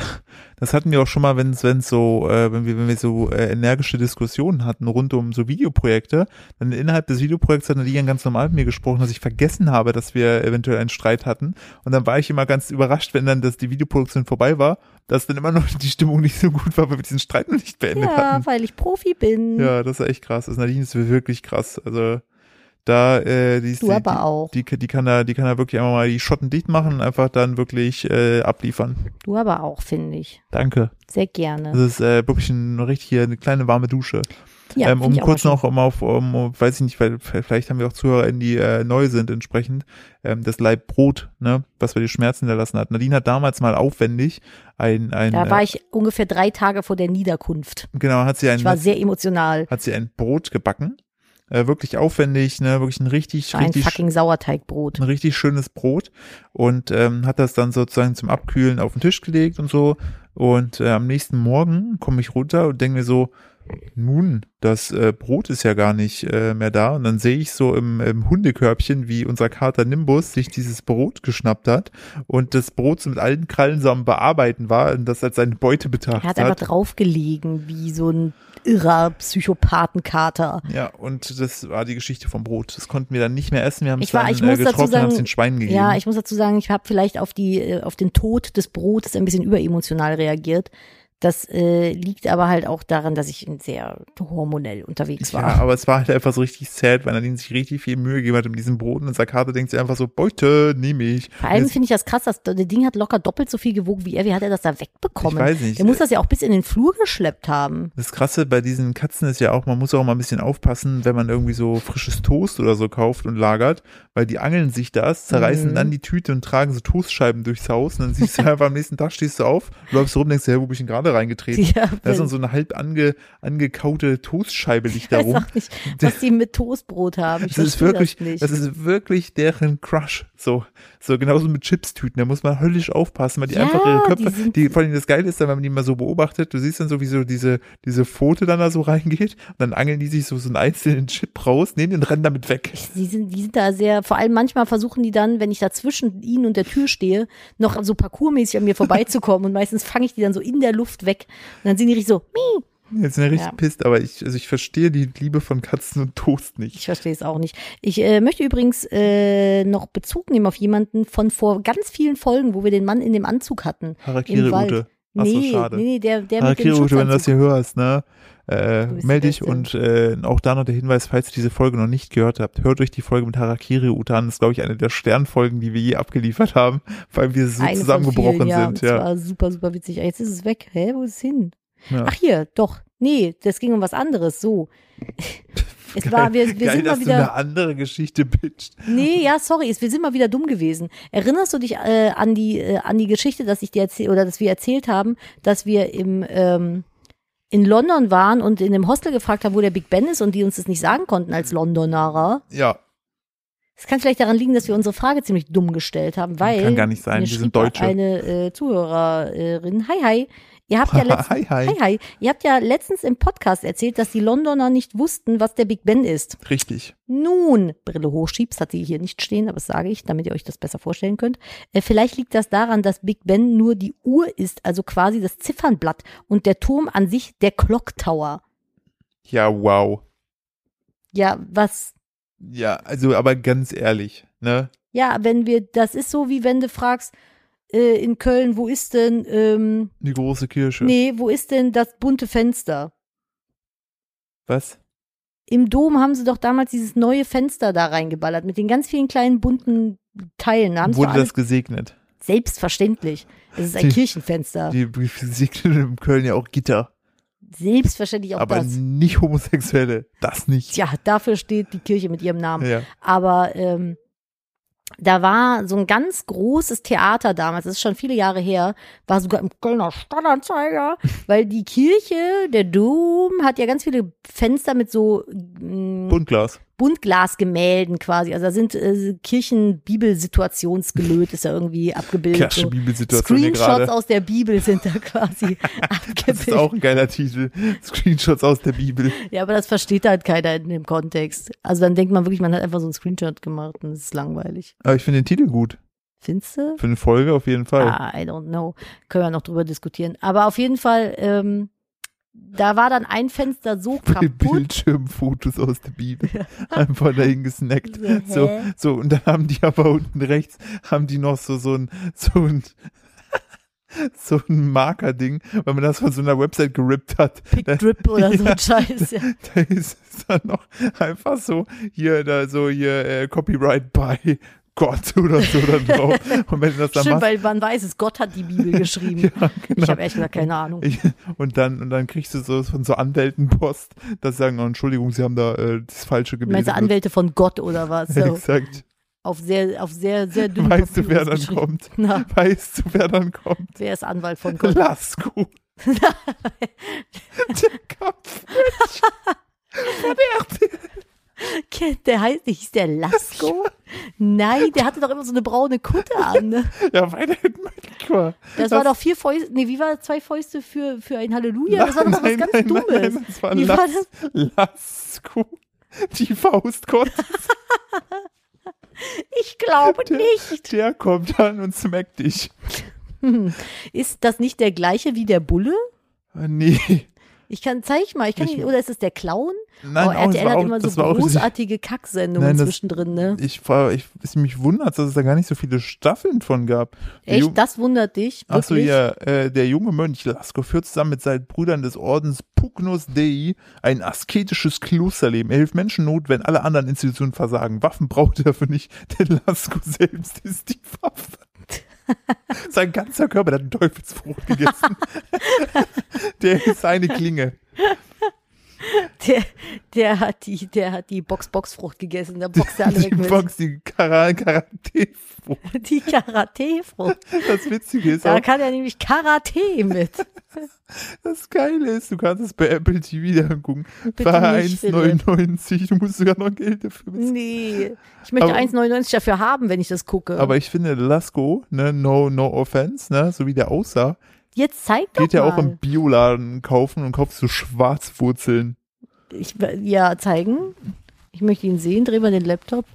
[SPEAKER 1] das hatten wir auch schon mal, wenn wenn so, äh, wenn wir, wenn wir so äh, energische Diskussionen hatten rund um so Videoprojekte, dann innerhalb des Videoprojekts hat Nadine ganz normal mit mir gesprochen, dass ich vergessen habe, dass wir eventuell einen Streit hatten. Und dann war ich immer ganz überrascht, wenn dann das die Videoproduktion vorbei war, dass dann immer noch die Stimmung nicht so gut war, weil wir diesen Streit noch nicht beendet
[SPEAKER 2] Ja,
[SPEAKER 1] hatten.
[SPEAKER 2] weil ich Profi bin.
[SPEAKER 1] Ja, das ist echt krass. Also Nadine ist wirklich krass. Also Da, äh, die, ist-
[SPEAKER 2] Du
[SPEAKER 1] die,
[SPEAKER 2] aber
[SPEAKER 1] die,
[SPEAKER 2] auch.
[SPEAKER 1] Die, die kann da, die kann da wirklich einmal mal die Schotten dicht machen und einfach dann wirklich äh, abliefern.
[SPEAKER 2] Du aber auch, finde ich.
[SPEAKER 1] Danke.
[SPEAKER 2] Sehr gerne.
[SPEAKER 1] Das ist äh, wirklich ein, richtig hier eine kleine warme Dusche.
[SPEAKER 2] Ja,
[SPEAKER 1] ähm,
[SPEAKER 2] finde
[SPEAKER 1] um
[SPEAKER 2] ich auch
[SPEAKER 1] kurz
[SPEAKER 2] schön.
[SPEAKER 1] noch um auf, um, um- weiß ich nicht, weil vielleicht haben wir auch ZuhörerInnen, die äh, neu sind entsprechend, ähm, das Leib Brot, ne, was wir die Schmerzen hinterlassen hat. Nadine hat damals mal aufwendig ein, ein
[SPEAKER 2] Da war
[SPEAKER 1] äh,
[SPEAKER 2] ich ungefähr drei Tage vor der Niederkunft.
[SPEAKER 1] genau, hat sie ein
[SPEAKER 2] Ich war sehr emotional.
[SPEAKER 1] hat sie ein Brot gebacken. Äh, wirklich aufwendig, ne, wirklich ein richtig,
[SPEAKER 2] Ein
[SPEAKER 1] richtig,
[SPEAKER 2] fucking Sauerteigbrot.
[SPEAKER 1] ein richtig schönes Brot und ähm, hat das dann sozusagen zum Abkühlen auf den Tisch gelegt und so. Und äh, am nächsten Morgen komme ich runter und denke mir so, nun, das äh, Brot ist ja gar nicht äh, mehr da. Und dann sehe ich so im, im Hundekörbchen, wie unser Kater Nimbus sich dieses Brot geschnappt hat und das Brot so mit allen Krallen so am Bearbeiten war und das als seine Beute
[SPEAKER 2] Er
[SPEAKER 1] betrachtet
[SPEAKER 2] hat
[SPEAKER 1] hat.
[SPEAKER 2] einfach draufgelegen, wie so ein irrer Psychopathenkater.
[SPEAKER 1] Ja, und das war die Geschichte vom Brot. Das konnten wir dann nicht mehr essen. Wir haben es
[SPEAKER 2] Ich war-
[SPEAKER 1] dann
[SPEAKER 2] ich muss
[SPEAKER 1] äh,
[SPEAKER 2] dazu
[SPEAKER 1] getrocknet und haben es
[SPEAKER 2] sagen,
[SPEAKER 1] den Schweinen gegeben.
[SPEAKER 2] Ja, ich muss dazu sagen, ich habe vielleicht auf die äh, auf den Tod des Brotes ein bisschen überemotional reagiert. Das äh, liegt aber halt auch daran, dass ich sehr hormonell unterwegs
[SPEAKER 1] ja,
[SPEAKER 2] war.
[SPEAKER 1] aber es war halt einfach so richtig sad, weil Nadine sich richtig viel Mühe gegeben hat mit diesem Brot und unser Kater denkt sich einfach so, Beute, nehme ich.
[SPEAKER 2] Vor allem
[SPEAKER 1] Und jetzt-
[SPEAKER 2] finde ich das krass, dass das Ding hat locker doppelt so viel gewogen wie er. Wie hat er das da wegbekommen?
[SPEAKER 1] Ich weiß nicht. äh
[SPEAKER 2] Er muss das ja auch bis in den Flur geschleppt haben.
[SPEAKER 1] das Krasse bei diesen Katzen ist ja auch, man muss auch mal ein bisschen aufpassen, wenn man irgendwie so frisches Toast oder so kauft und lagert, weil die angeln sich das, zerreißen
[SPEAKER 2] Mhm.
[SPEAKER 1] dann die Tüte und tragen so Toastscheiben durchs Haus und dann siehst du *laughs* einfach am nächsten Tag stehst du auf, läufst rum, denkst dir, hey, wo bin ich denn gerade reingetreten?
[SPEAKER 2] *laughs*
[SPEAKER 1] Da
[SPEAKER 2] Ja,
[SPEAKER 1] ist
[SPEAKER 2] wenn-
[SPEAKER 1] dann so eine halb ange, angekaute Toastscheibe liegt da
[SPEAKER 2] Ich weiß
[SPEAKER 1] rum.
[SPEAKER 2] auch nicht, was die mit Toastbrot haben. Ich
[SPEAKER 1] Das ist
[SPEAKER 2] verstehe
[SPEAKER 1] wirklich,
[SPEAKER 2] das
[SPEAKER 1] das,
[SPEAKER 2] nicht.
[SPEAKER 1] ist wirklich deren Crush. So, so genauso mit Chipstüten. Da muss man höllisch aufpassen, weil die
[SPEAKER 2] Ja,
[SPEAKER 1] einfach ihre
[SPEAKER 2] die
[SPEAKER 1] Köpfe, die,
[SPEAKER 2] sind-
[SPEAKER 1] vor allem das Geile ist dann, wenn man die mal so beobachtet, du siehst dann sowieso diese, diese Pfote dann da so reingeht und dann angeln die sich so, so einen einzelnen Chip raus, nehmen den Rennen damit weg.
[SPEAKER 2] Die sind, die sind da sehr, vor allem manchmal versuchen die dann, wenn ich da zwischen ihnen und der Tür stehe, noch so parkourmäßig an mir vorbeizukommen und meistens fange ich die dann so in der Luft weg und dann sind die richtig so, mie.
[SPEAKER 1] Jetzt sind ja richtig
[SPEAKER 2] Ja.
[SPEAKER 1] pisst, aber ich, also ich verstehe die Liebe von Katzen und Toast nicht.
[SPEAKER 2] ich verstehe es auch nicht. Ich äh, möchte übrigens äh, noch Bezug nehmen auf jemanden von vor ganz vielen Folgen, wo wir den Mann in dem Anzug hatten.
[SPEAKER 1] Harakiri
[SPEAKER 2] Im Wald.
[SPEAKER 1] Ute. Ach so,
[SPEAKER 2] Nee,
[SPEAKER 1] schade.
[SPEAKER 2] nee, nee, der, der mit
[SPEAKER 1] Harakiri
[SPEAKER 2] dem
[SPEAKER 1] Ute, wenn du das
[SPEAKER 2] Schutzanzug.
[SPEAKER 1] hier hörst, ne? Äh,
[SPEAKER 2] Du bist die
[SPEAKER 1] meld dich
[SPEAKER 2] Beste.
[SPEAKER 1] und äh, auch da noch der Hinweis, falls ihr diese Folge noch nicht gehört habt, hört euch die Folge mit Harakiri Ute an. Das ist, glaube ich, eine der Sternfolgen, die wir je abgeliefert haben, *laughs* weil wir so
[SPEAKER 2] Eine von
[SPEAKER 1] zusammengebrochen
[SPEAKER 2] vielen, ja,
[SPEAKER 1] sind.
[SPEAKER 2] Das
[SPEAKER 1] Ja.
[SPEAKER 2] war super, super witzig. Ah, Jetzt ist es weg. Hä, wo ist es hin?
[SPEAKER 1] Ja.
[SPEAKER 2] Ach hier, doch. Nee, das ging um was anderes.
[SPEAKER 1] *laughs*
[SPEAKER 2] So. Es
[SPEAKER 1] Geil,
[SPEAKER 2] war, wir, wir
[SPEAKER 1] Geil,
[SPEAKER 2] sind
[SPEAKER 1] dass
[SPEAKER 2] mal wieder.
[SPEAKER 1] du eine andere Geschichte pitcht.
[SPEAKER 2] Nee, ja, sorry, es- wir sind mal wieder dumm gewesen. Erinnerst du dich äh, an die äh, an die Geschichte, dass ich dir erzähl oder dass wir erzählt haben, dass wir im ähm, in London waren und in dem Hostel gefragt haben, wo der Big Ben ist und die uns das nicht sagen konnten als Londonerer?
[SPEAKER 1] Ja,
[SPEAKER 2] Es kann vielleicht daran liegen, dass wir unsere Frage ziemlich dumm gestellt haben, weil
[SPEAKER 1] kann gar nicht sein. Wir
[SPEAKER 2] mir schrieb
[SPEAKER 1] sind Deutsche. *laughs*
[SPEAKER 2] Eine äh, Zuhörerin, hi hi, ihr
[SPEAKER 1] *laughs*
[SPEAKER 2] habt ja letztens
[SPEAKER 1] hi, hi.
[SPEAKER 2] Hi, hi. Ihr habt ja letztens im Podcast erzählt, dass die Londoner nicht wussten, was der Big Ben ist.
[SPEAKER 1] Richtig.
[SPEAKER 2] Nun, Brille hochschiebst, hat die hier nicht stehen, aber das sage ich, damit ihr euch das besser vorstellen könnt. Äh, vielleicht liegt das daran, dass Big Ben nur die Uhr ist, also quasi das Ziffernblatt und der Turm an sich der Clock Tower.
[SPEAKER 1] Ja, wow.
[SPEAKER 2] Ja, was?
[SPEAKER 1] Ja, also aber ganz ehrlich, ne?
[SPEAKER 2] Ja, wenn wir, das ist so, wie wenn du fragst, äh, in Köln, wo ist denn, ähm,
[SPEAKER 1] Die große Kirsche.
[SPEAKER 2] nee, wo ist denn das bunte Fenster?
[SPEAKER 1] Was?
[SPEAKER 2] im Dom haben sie doch damals dieses neue Fenster da reingeballert mit den ganz vielen kleinen bunten Teilen. Da haben sie doch
[SPEAKER 1] Wurde
[SPEAKER 2] alles
[SPEAKER 1] das gesegnet?
[SPEAKER 2] selbstverständlich. Es ist ein
[SPEAKER 1] Die-
[SPEAKER 2] Kirchenfenster.
[SPEAKER 1] Die segnen in Köln ja auch Gitter,
[SPEAKER 2] selbstverständlich auch
[SPEAKER 1] aber
[SPEAKER 2] das.
[SPEAKER 1] nicht Homosexuelle. Das nicht.
[SPEAKER 2] Tja, dafür steht die Kirche mit ihrem Namen.
[SPEAKER 1] ja.
[SPEAKER 2] Aber ähm, da war so ein ganz großes Theater damals, das ist schon viele Jahre her, war sogar im Kölner
[SPEAKER 1] *laughs*
[SPEAKER 2] Stadtanzeiger, weil die Kirche, der Dom, hat ja ganz viele Fenster mit so mm,
[SPEAKER 1] Buntglas.
[SPEAKER 2] Buntglasgemälden quasi. Also da sind äh, Kirchenbibelsituationsgelöt ist ja irgendwie abgebildet.
[SPEAKER 1] Klassische
[SPEAKER 2] So.
[SPEAKER 1] Bibelsituation hier
[SPEAKER 2] Screenshots
[SPEAKER 1] gerade.
[SPEAKER 2] aus der Bibel sind da quasi
[SPEAKER 1] *laughs* Das ist
[SPEAKER 2] abgebildet.
[SPEAKER 1] auch ein geiler Titel. Screenshots aus der Bibel.
[SPEAKER 2] ja, aber das versteht halt keiner in dem Kontext. Also dann denkt man wirklich, man hat einfach so einen Screenshot gemacht und es ist langweilig.
[SPEAKER 1] Aber ich finde den Titel gut.
[SPEAKER 2] Findest du?
[SPEAKER 1] Für eine Folge auf jeden Fall.
[SPEAKER 2] Ah, I don't know. Können wir noch drüber diskutieren. Aber auf jeden Fall, ähm, da war dann ein Fenster so
[SPEAKER 1] Bei
[SPEAKER 2] kaputt.
[SPEAKER 1] Bildschirmfotos aus der Bibel. *laughs* Einfach dahin gesnackt.
[SPEAKER 2] So, hä?
[SPEAKER 1] So, so, und dann haben die aber unten rechts, haben die noch so, so ein, so ein, *laughs* so ein Markerding, weil man das von so einer Website gerippt hat.
[SPEAKER 2] Pick Drip oder
[SPEAKER 1] *laughs*
[SPEAKER 2] so ein Scheiß, ja.
[SPEAKER 1] Da *laughs* ist es dann noch einfach so hier, da so hier äh, Copyright by Gott *laughs* oder so da drauf. Und wenn du das dann
[SPEAKER 2] Schön,
[SPEAKER 1] machst,
[SPEAKER 2] weil man weiß es, Gott hat die Bibel geschrieben.
[SPEAKER 1] *laughs* ja,
[SPEAKER 2] Ich
[SPEAKER 1] genau.
[SPEAKER 2] habe ehrlich gesagt keine Ahnung.
[SPEAKER 1] Ich, und dann und dann kriegst du so von so Anwältenpost, dass sie sagen, oh, Entschuldigung, sie haben da äh, das falsche gewesen.
[SPEAKER 2] Meinst du
[SPEAKER 1] *laughs*
[SPEAKER 2] Anwälte von Gott oder was? So,
[SPEAKER 1] Exakt.
[SPEAKER 2] auf sehr, auf sehr, sehr dünnem
[SPEAKER 1] Weißt du,
[SPEAKER 2] Papier
[SPEAKER 1] wer dann
[SPEAKER 2] ausgeschrieben.
[SPEAKER 1] kommt?
[SPEAKER 2] *laughs* Na,
[SPEAKER 1] Weißt du, wer dann
[SPEAKER 2] *laughs*
[SPEAKER 1] kommt?
[SPEAKER 2] wer ist Anwalt von *laughs* Gott?
[SPEAKER 1] Glasgow. *laughs* Der Kampf.
[SPEAKER 2] Der heißt, hieß der Lasko? Nein, der hatte doch immer so eine braune Kutte an. Ne?
[SPEAKER 1] Ja, weiterhin Medikor.
[SPEAKER 2] Das, war doch vier Fäuste, nee, wie war das? zwei Fäuste für, für ein Halleluja? Das war doch so was
[SPEAKER 1] nein,
[SPEAKER 2] ganz
[SPEAKER 1] nein,
[SPEAKER 2] Dummes.
[SPEAKER 1] Nein, nein, das war
[SPEAKER 2] wie
[SPEAKER 1] Las,
[SPEAKER 2] war das?
[SPEAKER 1] Lasko. Die Faust
[SPEAKER 2] *laughs*
[SPEAKER 1] Gottes,
[SPEAKER 2] Ich glaube nicht.
[SPEAKER 1] der kommt an und smackt dich.
[SPEAKER 2] Hm. Ist das nicht der gleiche wie der Bulle?
[SPEAKER 1] Äh, Nee.
[SPEAKER 2] Ich kann, zeig mal, ich kann
[SPEAKER 1] Ich-
[SPEAKER 2] nicht, oder ist es der Clown?
[SPEAKER 1] Nein,
[SPEAKER 2] oh,
[SPEAKER 1] auch, das
[SPEAKER 2] RTL
[SPEAKER 1] war
[SPEAKER 2] hat
[SPEAKER 1] auch,
[SPEAKER 2] immer so
[SPEAKER 1] das war auch
[SPEAKER 2] großartige Kacksendungen
[SPEAKER 1] Nein, das-
[SPEAKER 2] zwischendrin, ne?
[SPEAKER 1] Ich, war, ich, es mich wundert, dass es da gar nicht so viele Staffeln von gab. Der Ju-
[SPEAKER 2] Echt, das wundert dich?
[SPEAKER 1] Ach so,
[SPEAKER 2] Wirklich?
[SPEAKER 1] ja, äh, der junge Mönch Lasko führt zusammen mit seinen Brüdern des Ordens Pugnus Dei ein asketisches Klosterleben. Er hilft Menschennot, wenn alle anderen Institutionen versagen. Waffen braucht er dafür nicht, *laughs* denn Lasko selbst ist die
[SPEAKER 2] *laughs*
[SPEAKER 1] Waffe. Sein ganzer Körper der hat einen Teufelsfrucht
[SPEAKER 2] *laughs*
[SPEAKER 1] gegessen. der ist eine Klinge.
[SPEAKER 2] Der, der hat die, der hat die Box-Box-Frucht gegessen, da boxt er alle
[SPEAKER 1] die
[SPEAKER 2] weg mit.
[SPEAKER 1] Box, die Kara- Karate-Frucht.
[SPEAKER 2] *laughs* Die Karate-Frucht.
[SPEAKER 1] Das Witzige ist
[SPEAKER 2] Da
[SPEAKER 1] auch,
[SPEAKER 2] kann er nämlich Karate mit.
[SPEAKER 1] *laughs* Das Geile ist, du kannst es bei Apple TV dann gucken.
[SPEAKER 2] Bitte
[SPEAKER 1] War
[SPEAKER 2] nicht, Philipp.
[SPEAKER 1] 1,99, du musst sogar noch Geld dafür bezahlen.
[SPEAKER 2] Nee. Ich möchte
[SPEAKER 1] Aber-
[SPEAKER 2] 1,99 dafür haben, wenn ich das gucke.
[SPEAKER 1] Aber ich finde, Lasko, ne, no, no offense, ne, so wie der aussah,
[SPEAKER 2] Jetzt zeig doch
[SPEAKER 1] geht ja
[SPEAKER 2] mal.
[SPEAKER 1] auch im Bioladen kaufen und kaufst so Schwarzwurzeln.
[SPEAKER 2] ich, ja, zeigen. Ich möchte ihn sehen. Dreh mal den Laptop.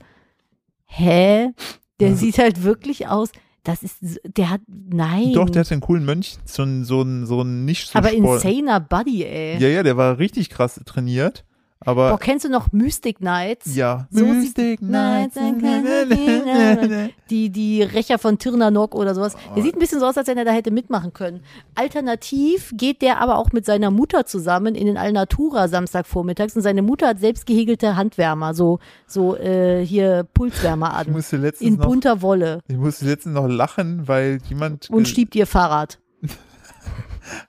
[SPEAKER 2] Hä? Der sieht halt wirklich aus. Das ist, so- der hat, nein.
[SPEAKER 1] Doch, der hat einen coolen Mönch, so ein, so ein, so ein nicht so
[SPEAKER 2] Hm. Aber
[SPEAKER 1] Sport-
[SPEAKER 2] insaner Buddy, ey.
[SPEAKER 1] Ja, ja, der war richtig krass trainiert, aber
[SPEAKER 2] Boah, kennst du noch Mystic Knights?
[SPEAKER 1] ja.
[SPEAKER 2] so sieht-
[SPEAKER 1] Mystic Nights.
[SPEAKER 2] Die, die Rächer von Tirnanok oder sowas. Der sieht ein bisschen so aus, als wenn er da hätte mitmachen können. Alternativ geht der aber auch mit seiner Mutter zusammen in den Alnatura Samstagvormittags und seine Mutter hat selbst gehegelte Handwärmer, so, so äh, hier Pulswärmer
[SPEAKER 1] Ich
[SPEAKER 2] an.
[SPEAKER 1] musste letztens
[SPEAKER 2] In
[SPEAKER 1] noch,
[SPEAKER 2] bunter Wolle
[SPEAKER 1] ich musste letztens noch lachen, weil jemand
[SPEAKER 2] und
[SPEAKER 1] ge-
[SPEAKER 2] stiebt ihr Fahrrad.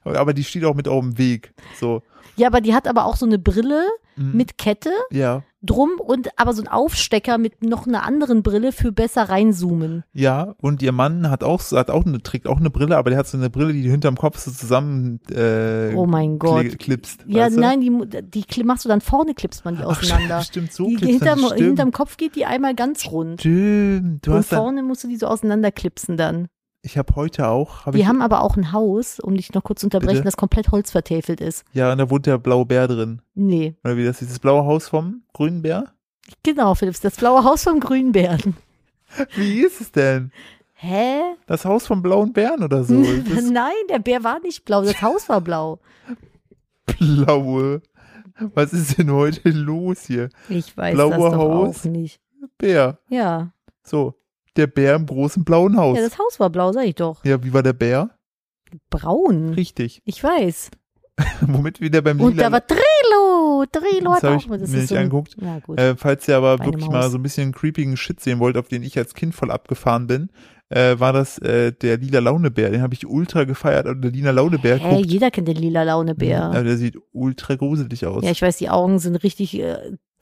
[SPEAKER 1] Aber die steht auch mit auf dem Weg. So,
[SPEAKER 2] Ja, aber die hat aber auch so eine Brille
[SPEAKER 1] Mhm.
[SPEAKER 2] mit Kette
[SPEAKER 1] ja.
[SPEAKER 2] drum und aber so einen Aufstecker mit noch einer anderen Brille für besser reinzoomen.
[SPEAKER 1] Ja, und ihr Mann hat auch, hat auch eine, trägt auch eine Brille, aber der hat so eine Brille, die du hinterm Kopf so zusammen äh,
[SPEAKER 2] Oh mein Gott.
[SPEAKER 1] kli- klippst.
[SPEAKER 2] Ja,
[SPEAKER 1] weißt du?
[SPEAKER 2] nein, die, mu- die kli- machst du dann vorne, klippst man die
[SPEAKER 1] Ach,
[SPEAKER 2] auseinander.
[SPEAKER 1] stimmt, so
[SPEAKER 2] die
[SPEAKER 1] klippst du
[SPEAKER 2] hinterm,
[SPEAKER 1] das, stimmt.
[SPEAKER 2] hinterm Kopf geht die einmal ganz rund.
[SPEAKER 1] Stimmt, du
[SPEAKER 2] und
[SPEAKER 1] hast dann,
[SPEAKER 2] vorne musst du die so auseinanderklipsen dann.
[SPEAKER 1] ich habe heute auch, hab
[SPEAKER 2] Wir
[SPEAKER 1] ich,
[SPEAKER 2] haben aber auch ein Haus, um dich noch kurz zu unterbrechen,
[SPEAKER 1] Bitte?
[SPEAKER 2] das komplett holzvertäfelt ist.
[SPEAKER 1] ja, und da wohnt der blaue Bär drin.
[SPEAKER 2] Nee,
[SPEAKER 1] Oder wie das ist, das blaue Haus vom grünen Bär? *laughs*
[SPEAKER 2] genau, Philipps, das blaue Haus vom Grünbären.
[SPEAKER 1] Wie ist es denn?
[SPEAKER 2] Hä?
[SPEAKER 1] Das Haus vom blauen Bären oder
[SPEAKER 2] *laughs*
[SPEAKER 1] so? Das
[SPEAKER 2] Nein, der Bär war nicht blau, das Haus war blau.
[SPEAKER 1] blaue. Was ist denn heute los hier?
[SPEAKER 2] Ich weiß
[SPEAKER 1] Blaue
[SPEAKER 2] das doch
[SPEAKER 1] Haus?
[SPEAKER 2] auch nicht.
[SPEAKER 1] Bär.
[SPEAKER 2] Ja.
[SPEAKER 1] So, der Bär im großen blauen Haus.
[SPEAKER 2] ja, das Haus war blau, sag ich doch.
[SPEAKER 1] Ja, wie war der Bär?
[SPEAKER 2] Braun.
[SPEAKER 1] Richtig.
[SPEAKER 2] Ich weiß.
[SPEAKER 1] *laughs* Womit wieder beim
[SPEAKER 2] Und
[SPEAKER 1] Lila
[SPEAKER 2] da war Drelo. Drelo
[SPEAKER 1] Das
[SPEAKER 2] hat
[SPEAKER 1] hab
[SPEAKER 2] auch
[SPEAKER 1] ich
[SPEAKER 2] das
[SPEAKER 1] mir
[SPEAKER 2] ist
[SPEAKER 1] nicht
[SPEAKER 2] so ein-
[SPEAKER 1] angeguckt.
[SPEAKER 2] Na gut.
[SPEAKER 1] Äh, falls ihr aber
[SPEAKER 2] Meine
[SPEAKER 1] wirklich
[SPEAKER 2] Maus.
[SPEAKER 1] mal so ein bisschen creepigen Shit sehen wollt, auf den ich als Kind voll abgefahren bin, äh, war das äh, der lila Launebär. Den habe ich ultra gefeiert. Und der lila Launebär
[SPEAKER 2] Hä,
[SPEAKER 1] guckt.
[SPEAKER 2] jeder kennt den lila Launebär.
[SPEAKER 1] Aber der sieht ultra gruselig aus. *laughs*
[SPEAKER 2] Ja, ich weiß, die Augen sind richtig äh,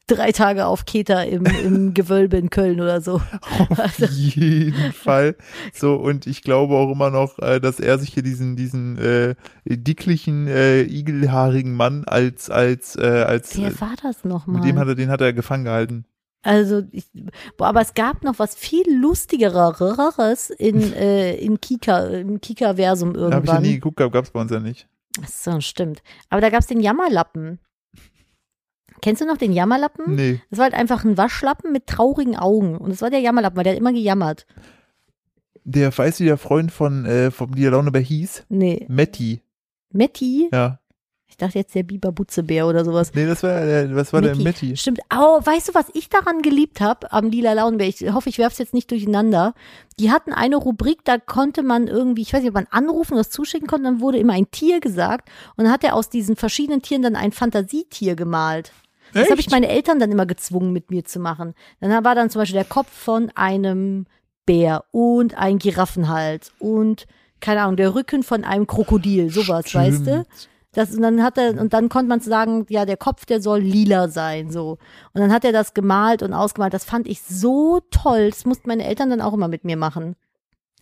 [SPEAKER 2] drei Tage auf Keter im,
[SPEAKER 1] *laughs*
[SPEAKER 2] im Gewölbe in Köln oder so.
[SPEAKER 1] auf jeden Fall. So, und ich glaube auch immer noch, äh, dass er sich hier diesen, diesen äh, dicklichen, äh, igelhaarigen Mann als, als, äh, als äh,
[SPEAKER 2] Wer war das
[SPEAKER 1] mit dem hat
[SPEAKER 2] nochmal?
[SPEAKER 1] er, den hat er gefangen gehalten.
[SPEAKER 2] Also, ich, boah, aber es gab noch was viel lustigeres in, äh, in Kika, im Kika-Versum
[SPEAKER 1] Da habe ich ja nie
[SPEAKER 2] irgendwann.
[SPEAKER 1] geguckt, gab es bei uns ja nicht.
[SPEAKER 2] Ach So, stimmt. Aber da gab's den Jammerlappen. Kennst du noch den Jammerlappen?
[SPEAKER 1] Nee.
[SPEAKER 2] Das war halt einfach ein Waschlappen mit traurigen Augen. Und das war der Jammerlappen, weil der hat immer gejammert.
[SPEAKER 1] Der weiß, wie der Freund von, äh, vom Lila Launebär hieß?
[SPEAKER 2] Nee.
[SPEAKER 1] Matti.
[SPEAKER 2] Metti?
[SPEAKER 1] Ja.
[SPEAKER 2] Ich dachte jetzt der Biber Butzebär oder sowas.
[SPEAKER 1] Nee, das war der, was war der Mitty?
[SPEAKER 2] Stimmt. Oh, weißt du, was ich daran geliebt habe am Lila Launenberg? Ich hoffe, ich werf's jetzt nicht durcheinander. Die hatten eine Rubrik, da konnte man irgendwie, ich weiß nicht, ob man anrufen oder was zuschicken konnte, dann wurde immer ein Tier gesagt und dann hat er aus diesen verschiedenen Tieren dann ein Fantasietier gemalt. Das habe ich
[SPEAKER 1] Echt?
[SPEAKER 2] meine Eltern dann immer gezwungen, mit mir zu machen. Dann war dann zum Beispiel der Kopf von einem Bär und ein Giraffenhals und keine Ahnung, der Rücken von einem Krokodil, sowas, weißt du?
[SPEAKER 1] Stimmt.
[SPEAKER 2] Das, und dann hat er, und dann konnte man sagen, ja, der Kopf, der soll lila sein, so. Und dann hat er das gemalt und ausgemalt. Das fand ich so toll. Das mussten meine Eltern dann auch immer mit mir machen.